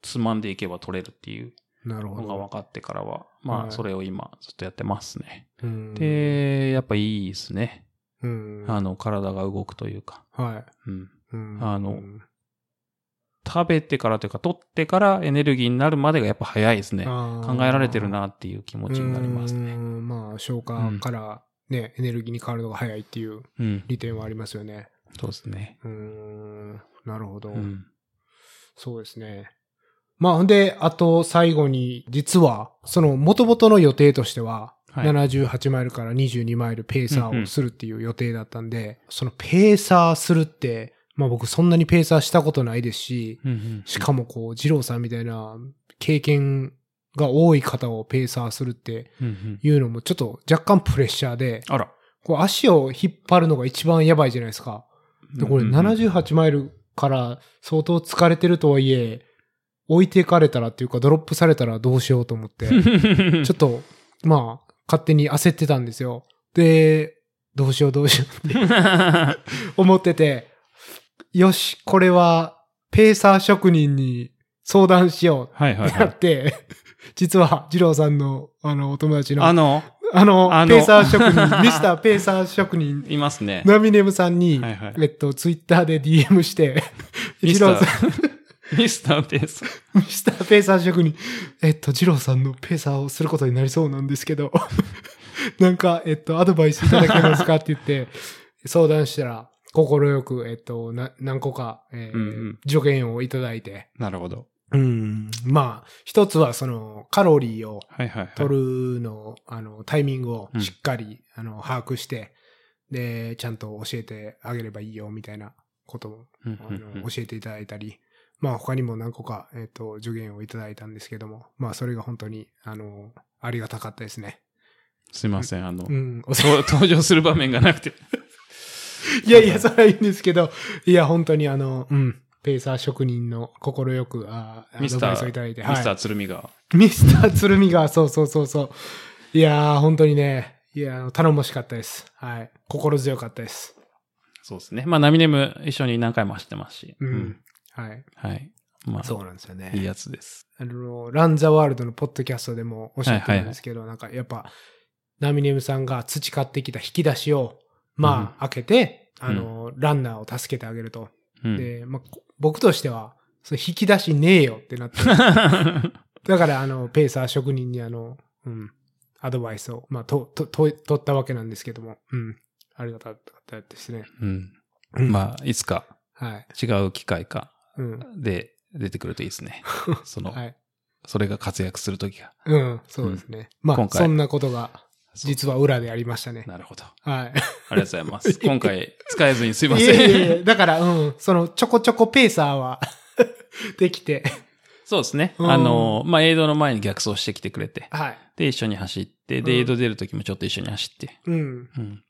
[SPEAKER 1] つまんでいけば取れるっていう
[SPEAKER 2] なるほ
[SPEAKER 1] のが分
[SPEAKER 2] ど。
[SPEAKER 1] かってからは、ま
[SPEAKER 2] はい
[SPEAKER 1] あそれを今ずっとやってますね。
[SPEAKER 2] うん、
[SPEAKER 1] で、やっぱいいですね。
[SPEAKER 2] うん、
[SPEAKER 1] あの、体が動くというか。
[SPEAKER 2] はい。
[SPEAKER 1] うん。
[SPEAKER 2] うん
[SPEAKER 1] あの食べてからというか、取ってからエネルギーになるまでがやっぱ早いですね。考
[SPEAKER 2] 考
[SPEAKER 1] えられてるなっていう気持ちになります
[SPEAKER 2] うー
[SPEAKER 1] ね。
[SPEAKER 2] んまあ、消化からね、エネルギーに変わるのが早いっていう
[SPEAKER 1] うん。
[SPEAKER 2] 利点はありますよね。
[SPEAKER 1] そうですね。
[SPEAKER 2] うーん、なるほど、
[SPEAKER 1] うん。
[SPEAKER 2] そうですね。まあ、ほんで、あと最後に、実は、その、元々の予定としては、
[SPEAKER 1] はい
[SPEAKER 2] 78マイルから22マイルペー
[SPEAKER 1] う
[SPEAKER 2] サ
[SPEAKER 1] んう
[SPEAKER 2] ーを
[SPEAKER 1] ん
[SPEAKER 2] するっていう予定だったんで、そのペーサーするって、まあ僕そんなにペーサーしたことないですし、
[SPEAKER 1] うんうん
[SPEAKER 2] しかもこう、二郎さんみたいな経験が多い方をペーサーするって、
[SPEAKER 1] うんうん
[SPEAKER 2] いうのもちょっと若干プレッシャーで、
[SPEAKER 1] あら。
[SPEAKER 2] こう足を引っ張るのが一番やばいじゃないですか。で、こ
[SPEAKER 1] う
[SPEAKER 2] れ
[SPEAKER 1] んうん [LAUGHS] うん
[SPEAKER 2] 78マイルから相当疲れてるとはいえ、置いていかれたらっていうかドロップされたらどうしようと思って、ちょっと、まあ、勝手に焦ってたんですよ。で、どうしようどうしよう [LAUGHS] って思ってて、よし、これはペーサー職人に相談しよ
[SPEAKER 1] はいは
[SPEAKER 2] う
[SPEAKER 1] い
[SPEAKER 2] ってな
[SPEAKER 1] は
[SPEAKER 2] っ
[SPEAKER 1] い。
[SPEAKER 2] て、実は、二郎さんの、あの、お友達の
[SPEAKER 1] あ、の、
[SPEAKER 2] あの、
[SPEAKER 1] あの
[SPEAKER 2] ペーサー職人、 [LAUGHS] ミスターペーサー職人、
[SPEAKER 1] いますね。
[SPEAKER 2] ナミネムさんに、
[SPEAKER 1] はいはい
[SPEAKER 2] えっと、ツイッターで DM して、
[SPEAKER 1] ミ
[SPEAKER 2] ジ
[SPEAKER 1] スタ
[SPEAKER 2] ローさ
[SPEAKER 1] ー。ミスターペース。
[SPEAKER 2] [LAUGHS] ん、ミスターペーサー職人、えっと、ジローさんのペーサーをすることになりそうなんですけど、 [LAUGHS] なんか、えっと、アドバイスいただけますかって言って、相談したら、心よく、えっと、な何個か、えー
[SPEAKER 1] うんうん
[SPEAKER 2] 助言をいただいて、
[SPEAKER 1] なるほど。
[SPEAKER 2] うん、まあ、一つはその、カロリーを
[SPEAKER 1] はいはいはい。
[SPEAKER 2] 取るの、あの、タイミングを
[SPEAKER 1] うん
[SPEAKER 2] しっかり、あの、把握して、で、ちゃんと教えてあげればいいよ、みたいなことも、
[SPEAKER 1] うん
[SPEAKER 2] あ
[SPEAKER 1] う
[SPEAKER 2] の
[SPEAKER 1] んうん。
[SPEAKER 2] 教えていただいたり、まあ、他にも何個か、えっ、と、助言をいただいたんですけども、まあ、それが本当に、あの、ありがたかったですね。
[SPEAKER 1] すいません、あの
[SPEAKER 2] う、ん、 [LAUGHS] お世
[SPEAKER 1] そう登場する場面がなくて。
[SPEAKER 2] いやいや、それはいいんですけど、いや、本当にあの、うん、ペーサー職人の心よく、あア
[SPEAKER 1] ミス
[SPEAKER 2] ド
[SPEAKER 1] タ
[SPEAKER 2] バイスをいただいて、
[SPEAKER 1] ー、
[SPEAKER 2] はい
[SPEAKER 1] ミスター鶴見が。
[SPEAKER 2] ミスター鶴見川、そうそうそうそう。いやー、本当にね、いやーあの、頼もしかったです。はい。心強かったです。
[SPEAKER 1] そうですね。まあ、ナミネム一緒に何回も走ってますし。
[SPEAKER 2] うん。。はい。
[SPEAKER 1] はい。まあ、
[SPEAKER 2] そうなんですよね。
[SPEAKER 1] いいやつです。
[SPEAKER 2] あの、ランザワールドのポッドキャストでもおっしゃっ
[SPEAKER 1] は
[SPEAKER 2] て
[SPEAKER 1] い
[SPEAKER 2] た
[SPEAKER 1] はい
[SPEAKER 2] ん
[SPEAKER 1] はい
[SPEAKER 2] ですけど、なんかやっぱ、ナミネムさんが培ってきた引き出しを、まあ、開けて、あの、ランナーを助けてあげると。
[SPEAKER 1] うん。
[SPEAKER 2] で、まあ、こ僕としては、その引き出しねえよっ
[SPEAKER 1] [LAUGHS]
[SPEAKER 2] てなって、だから、あの、ペーサー職人に、あの、うん、アドバイスを、まあ、と、と、と、取ったわけなんですけども、うん、ありがたかったですね。
[SPEAKER 1] [LAUGHS] うん。
[SPEAKER 2] うん
[SPEAKER 1] まあ、いつか
[SPEAKER 2] はい。
[SPEAKER 1] 違う機会か
[SPEAKER 2] うん。
[SPEAKER 1] で出てくるといいですね。その、
[SPEAKER 2] はい。
[SPEAKER 1] それが活躍するときが。
[SPEAKER 2] うん、そうですね。まあ
[SPEAKER 1] 今、回
[SPEAKER 2] そんなことが、実は裏でありましたね。
[SPEAKER 1] なるほど。あ
[SPEAKER 2] はい。
[SPEAKER 1] りがとうござい
[SPEAKER 2] [LAUGHS]
[SPEAKER 1] ます。今回使えずにすいま
[SPEAKER 2] いやいや
[SPEAKER 1] せん。
[SPEAKER 2] いやだから、うん、その、ちょこちょこペーサーは、 [LAUGHS] できて、
[SPEAKER 1] そうですね。
[SPEAKER 2] うん
[SPEAKER 1] あの、まあ、エイドの前に逆走してきてくれて、
[SPEAKER 2] はい。
[SPEAKER 1] で、一緒に走って、
[SPEAKER 2] う
[SPEAKER 1] で、
[SPEAKER 2] ん
[SPEAKER 1] エイド出るときもちょっと一緒に走って。
[SPEAKER 2] うん。
[SPEAKER 1] うん。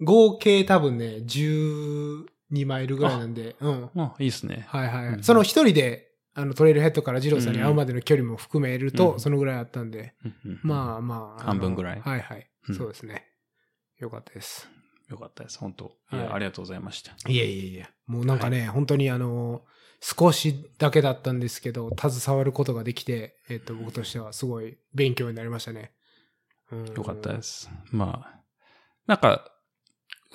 [SPEAKER 2] 合計多分ね、12マイルぐらいなんで、うん。
[SPEAKER 1] まあ、いいですね。
[SPEAKER 2] はいはい。
[SPEAKER 1] うん
[SPEAKER 2] その一人で、あの、トレイルヘッドから二郎さんに
[SPEAKER 1] うん
[SPEAKER 2] 会うまでの距離も含めると、
[SPEAKER 1] うん
[SPEAKER 2] そのぐらいあったんで、まあまあ。あの
[SPEAKER 1] 半分ぐらい
[SPEAKER 2] はいはい。
[SPEAKER 1] うん
[SPEAKER 2] そうですね。よかったです。
[SPEAKER 1] あ。よかったです。本当い
[SPEAKER 2] はい
[SPEAKER 1] や、ありがとうございました。
[SPEAKER 2] いやいやいや。もうなんかね、本当にあの、少しだけだったんですけど、携わることができて、えっと、僕としてはすごい勉強になりましたね。。
[SPEAKER 1] よかったですす。まあ、なんか、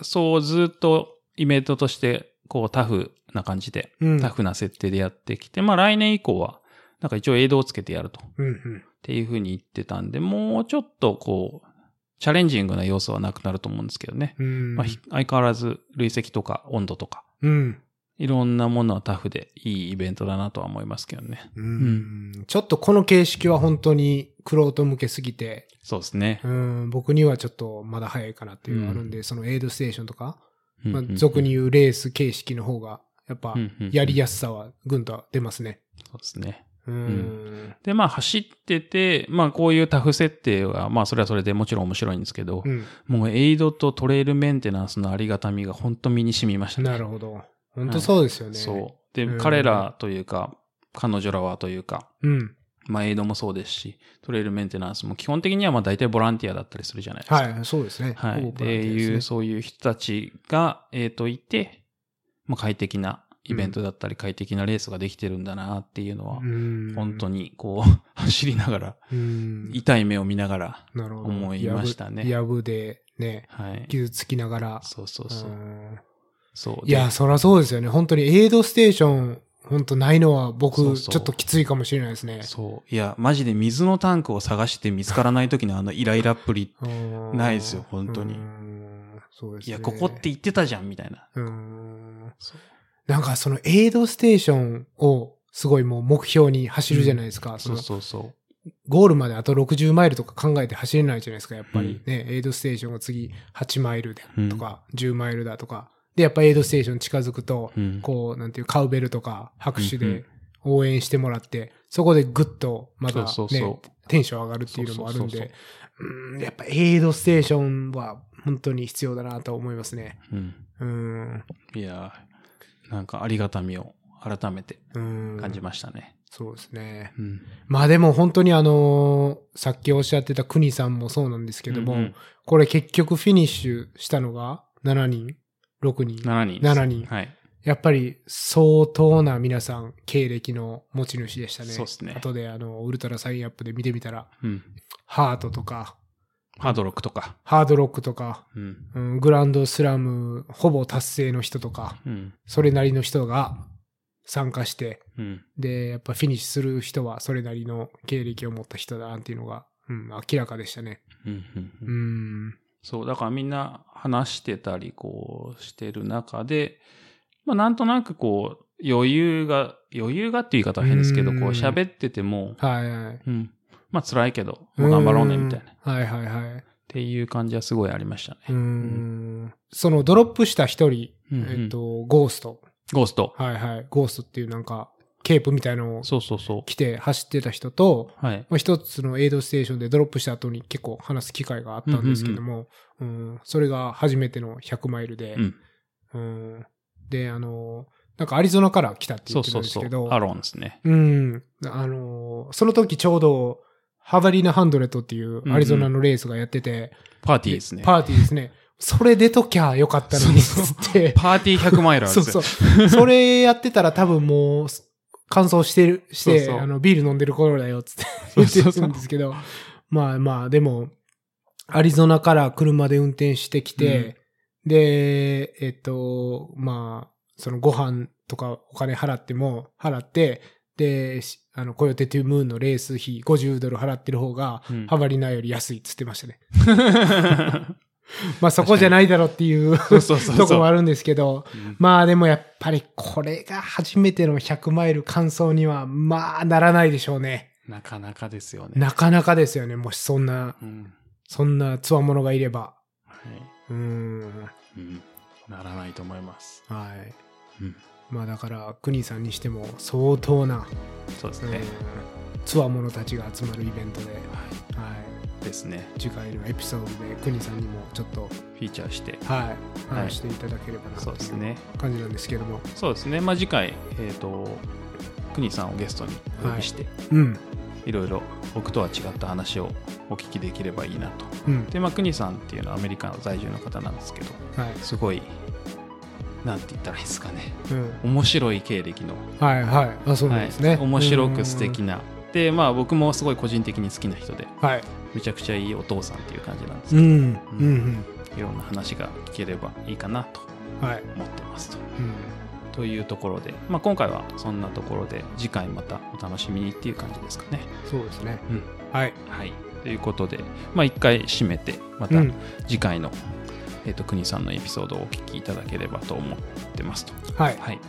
[SPEAKER 1] そうずっとイベントとして、こうタフな感じで、
[SPEAKER 2] うん。
[SPEAKER 1] タフな設定でやってきて、まあ来年以降は、なんか一応エイドをつけてやると、っ
[SPEAKER 2] うんうん。
[SPEAKER 1] ていうふうに言ってたんで、もうちょっとこう、チャレンジングな要素はなくなると思うんですけどね。
[SPEAKER 2] うん。
[SPEAKER 1] まあ、ひ相変わらず累積とか温度とか、
[SPEAKER 2] うん。
[SPEAKER 1] いろんなものはタフでいいイベントだなとは思いますけどね。
[SPEAKER 2] うん。ちょっとこの形式は本当にクロート向けすぎて、
[SPEAKER 1] そうですね。
[SPEAKER 2] うん、僕にはちょっとまだ早いかなっていうのがあるんで、そのエイドステーションとか、まあ
[SPEAKER 1] うんうん、
[SPEAKER 2] 俗に言うレース形式の方が、やっぱ
[SPEAKER 1] うんうんうん
[SPEAKER 2] やりやすさはぐんと出ますね。
[SPEAKER 1] そうですね。
[SPEAKER 2] うん。
[SPEAKER 1] で、まあ走ってて、まあこういうタフ設定は、まあそれはそれでもちろん面白いんですけど、
[SPEAKER 2] うん。
[SPEAKER 1] もうエイドとトレイルメンテナンスのありがたみが本当身に染みましたね。
[SPEAKER 2] なるほど。本当そうですよね。
[SPEAKER 1] そう。で、
[SPEAKER 2] うん
[SPEAKER 1] 彼らというか、彼女らはというか、
[SPEAKER 2] う。うん。
[SPEAKER 1] まあエイドもそうですし、トレイルメンテナンスも基本的にはまあ大体ボランティアだったりするじゃないですか。
[SPEAKER 2] はい、そうですね。
[SPEAKER 1] はい。
[SPEAKER 2] ほぼ
[SPEAKER 1] っ
[SPEAKER 2] ボ
[SPEAKER 1] て
[SPEAKER 2] ランティアで
[SPEAKER 1] いう、
[SPEAKER 2] すね
[SPEAKER 1] そういう人たちが、えっ、と、いて、まあ、快適なイベントだったり、快適なレースができてるんだなっていうのは、
[SPEAKER 2] うん
[SPEAKER 1] 本当に、こう、 [LAUGHS] 走りながら、
[SPEAKER 2] うん。
[SPEAKER 1] 痛い目を見ながら、
[SPEAKER 2] なるほど。
[SPEAKER 1] 思いましたね
[SPEAKER 2] やぶやぶでね、
[SPEAKER 1] はい。
[SPEAKER 2] 傷つきながら。
[SPEAKER 1] そうそうそうう。
[SPEAKER 2] ん
[SPEAKER 1] そう。
[SPEAKER 2] いや、
[SPEAKER 1] で、
[SPEAKER 2] そりゃそうですよね。本当にエイドステーション、本当ないのは僕、
[SPEAKER 1] そうそう
[SPEAKER 2] ちょっときついかもしれないですね。
[SPEAKER 1] そう。いや、マジで水のタンクを探して見つからない時のあのイライラっぷり。
[SPEAKER 2] うん
[SPEAKER 1] ないですよ本当に
[SPEAKER 2] うんそうです
[SPEAKER 1] い
[SPEAKER 2] ね。
[SPEAKER 1] や、ここって言ってたじゃん、みたいな。
[SPEAKER 2] うん。
[SPEAKER 1] そう
[SPEAKER 2] なんかそのエイドステーションをすごいもう目標に走るじゃないですか。そ
[SPEAKER 1] そう
[SPEAKER 2] の
[SPEAKER 1] そうそう。
[SPEAKER 2] ゴールまであと60マイルとか考えて走れないじゃないですか、やっぱり。ね、エイドステーションが次8マイルでとか、10マイルだとか。で、やっぱエイドステーション近づくと、
[SPEAKER 1] うん
[SPEAKER 2] こう、なんていう、カウベルとか拍手
[SPEAKER 1] うんう
[SPEAKER 2] で
[SPEAKER 1] ん
[SPEAKER 2] 応援してもらって、そこでグッとまたね、
[SPEAKER 1] そうそうそ
[SPEAKER 2] テンション上がるっていうのもあるん
[SPEAKER 1] そうそう
[SPEAKER 2] で、うんやっぱエイドステーションは本当に必要だなと思いますね。
[SPEAKER 1] うん。
[SPEAKER 2] うん。
[SPEAKER 1] いや、なんかありがたみを改めて
[SPEAKER 2] うん。
[SPEAKER 1] 感じましたね。
[SPEAKER 2] そうですね。
[SPEAKER 1] うん。
[SPEAKER 2] まあでも本当にあのーさっきおっしゃってた国さんもそうなんですけども、
[SPEAKER 1] うんうん
[SPEAKER 2] これ結局フィニッシュしたのが7人、6人。
[SPEAKER 1] 7人。
[SPEAKER 2] 7人
[SPEAKER 1] はい。
[SPEAKER 2] やっぱり相当な皆さん経歴の持ち主でしたね。
[SPEAKER 1] そうっすね
[SPEAKER 2] 後であの、ウルトラサインアップで見てみたら、
[SPEAKER 1] うん。
[SPEAKER 2] ハートとか、
[SPEAKER 1] ハードロックとか。
[SPEAKER 2] ハードロックとか、
[SPEAKER 1] うん。
[SPEAKER 2] うんグランドスラムほぼ達成の人とか、
[SPEAKER 1] うん。
[SPEAKER 2] それなりの人が参加して、
[SPEAKER 1] うん。
[SPEAKER 2] で、やっぱフィニッシュする人はそれなりの経歴を持った人だなっていうのが、うん、明らかでしたね。
[SPEAKER 1] うん。う。
[SPEAKER 2] うんん。
[SPEAKER 1] そう、だからみんな話してたり、こう、してる中で、まあ、なんとなくこう、余裕が、余裕がっていう言い方は変ですけど、こ
[SPEAKER 2] うん
[SPEAKER 1] う、喋ってても、
[SPEAKER 2] はいはい。
[SPEAKER 1] うん。まあ、辛いけど、もう頑張ろうね、みたいな。っ
[SPEAKER 2] な。はいはいはい。
[SPEAKER 1] ていう感じはすごいありましたね。
[SPEAKER 2] うーん。そのドロップした一人、
[SPEAKER 1] うんうん
[SPEAKER 2] えっと、ゴースト。
[SPEAKER 1] ゴースト。
[SPEAKER 2] はいはい。ゴーストっていうなんか、ケープみたいのを
[SPEAKER 1] そうそうそ
[SPEAKER 2] 着て走ってた人と、
[SPEAKER 1] う。はい。
[SPEAKER 2] まあ一つのエイドステーションでドロップした後に結構話す機会があったんですけども、うんそれが初めての100マイルで
[SPEAKER 1] う、ん。
[SPEAKER 2] うんで、あの、なんかアリゾナから来たって
[SPEAKER 1] そ
[SPEAKER 2] 言っ
[SPEAKER 1] うそ
[SPEAKER 2] てたん
[SPEAKER 1] う
[SPEAKER 2] です
[SPEAKER 1] そ
[SPEAKER 2] け
[SPEAKER 1] う
[SPEAKER 2] ど、。
[SPEAKER 1] アロンですね。
[SPEAKER 2] うん。あのーその時ちょうど、ハバリーナハンドレットっていうアリゾナのレースがやってて、
[SPEAKER 1] パーティーですね。
[SPEAKER 2] パーティーですね。それ出ときゃよかったのに、
[SPEAKER 1] そう
[SPEAKER 2] つって。
[SPEAKER 1] パーティー100マイルあるん
[SPEAKER 2] そ
[SPEAKER 1] で
[SPEAKER 2] う
[SPEAKER 1] す
[SPEAKER 2] [LAUGHS] そ
[SPEAKER 1] よ。
[SPEAKER 2] う。それやってたら多分もう、乾燥してる、して、
[SPEAKER 1] そうそう
[SPEAKER 2] あの、ビール飲んでる頃だよ、つって
[SPEAKER 1] そう
[SPEAKER 2] 言って
[SPEAKER 1] そうそう
[SPEAKER 2] るんですけど。まあまあ、でも、アリゾナから車で運転してきて、で、えっと、まあ、そのご飯とかお金払っても、払って、で、しあの、コヨテトゥムーンのレース費50ドル払ってる方が、
[SPEAKER 1] うん
[SPEAKER 2] ハバリナより安いっつってましたね。まあそこじゃないだろうっていう
[SPEAKER 1] そうそうそうそう
[SPEAKER 2] とこもあるんですけど、
[SPEAKER 1] うん
[SPEAKER 2] まあでもやっぱりこれが初めての100マイル完走にはまあならないでしょうね。
[SPEAKER 1] なかなかですよね。
[SPEAKER 2] なかなかですよね。もしそんな、
[SPEAKER 1] うん。
[SPEAKER 2] そんな強者がいれば。
[SPEAKER 1] はい。
[SPEAKER 2] うーん。
[SPEAKER 1] うん。ならないと思います。
[SPEAKER 2] はい。
[SPEAKER 1] うん。
[SPEAKER 2] まあだから、国さんにしても相当な、
[SPEAKER 1] そうです
[SPEAKER 2] うん
[SPEAKER 1] ね。
[SPEAKER 2] 強者たちが集まるイベントで、
[SPEAKER 1] は
[SPEAKER 2] はい。
[SPEAKER 1] い。ですね。
[SPEAKER 2] 次回のエピソードで国さんにもちょっと、
[SPEAKER 1] フィーチャーして。
[SPEAKER 2] はい、話していただければな
[SPEAKER 1] そうですね。
[SPEAKER 2] 感じなんですけども。
[SPEAKER 1] そうですね。まあ、次回、えっ、と、くにさんをゲストにお呼びして、
[SPEAKER 2] うん。
[SPEAKER 1] い、ろいろ僕とは違った話をお聞きできればいいなと。
[SPEAKER 2] うん。
[SPEAKER 1] で、まあ、くにさんっていうのはアメリカの在住の方なんですけど、
[SPEAKER 2] はい。
[SPEAKER 1] すごい、なんて言ったらいいですかね。
[SPEAKER 2] うん。
[SPEAKER 1] 面白い経歴の、
[SPEAKER 2] はいはい。あ、そうなんですね。
[SPEAKER 1] はい、面白く素敵
[SPEAKER 2] うん。
[SPEAKER 1] な。で、まあ、僕もすごい個人的に好きな人で、
[SPEAKER 2] はい。
[SPEAKER 1] めちゃくちゃいいお父さんっていう感じなんです
[SPEAKER 2] う
[SPEAKER 1] けど、
[SPEAKER 2] ん。うん。
[SPEAKER 1] いろんな話が聞ければいいかなと
[SPEAKER 2] うん。はい。
[SPEAKER 1] 思ってますと。
[SPEAKER 2] うん。
[SPEAKER 1] というところで、まあ、今回はそんなところで次回またお楽しみにっていう感じですかね。
[SPEAKER 2] そうですね。
[SPEAKER 1] うん
[SPEAKER 2] はい。
[SPEAKER 1] はい。ということで、まあ、一回締めて、また
[SPEAKER 2] うん
[SPEAKER 1] 次回の、えっ、と、国さんのエピソードをお聞きいただければと思ってますと。
[SPEAKER 2] はい
[SPEAKER 1] はい。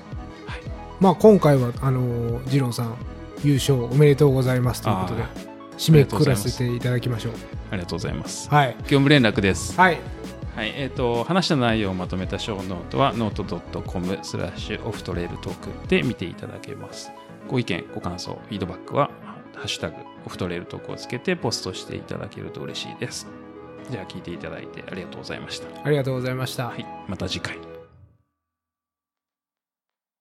[SPEAKER 1] はい、
[SPEAKER 2] まあ今回はあのー二郎さん優勝おめでとうございますということで
[SPEAKER 1] あ
[SPEAKER 2] 締めくくらせていただきましょう
[SPEAKER 1] ありがとうございます。
[SPEAKER 2] はい
[SPEAKER 1] 業務連絡です。
[SPEAKER 2] はい
[SPEAKER 1] はい、えっ、と、話した内容をまとめた小ノートは、ノート .com スラッシュオフトレールトークで見ていただけます。ご意見、ご感想、フィードバックは、ハッシュタグ、オフトレールトークをつけてポストしていただけると嬉しいです。じゃあ、聞いていただいてありがとうございました。
[SPEAKER 2] ありがとうございました、
[SPEAKER 1] はい、また次回。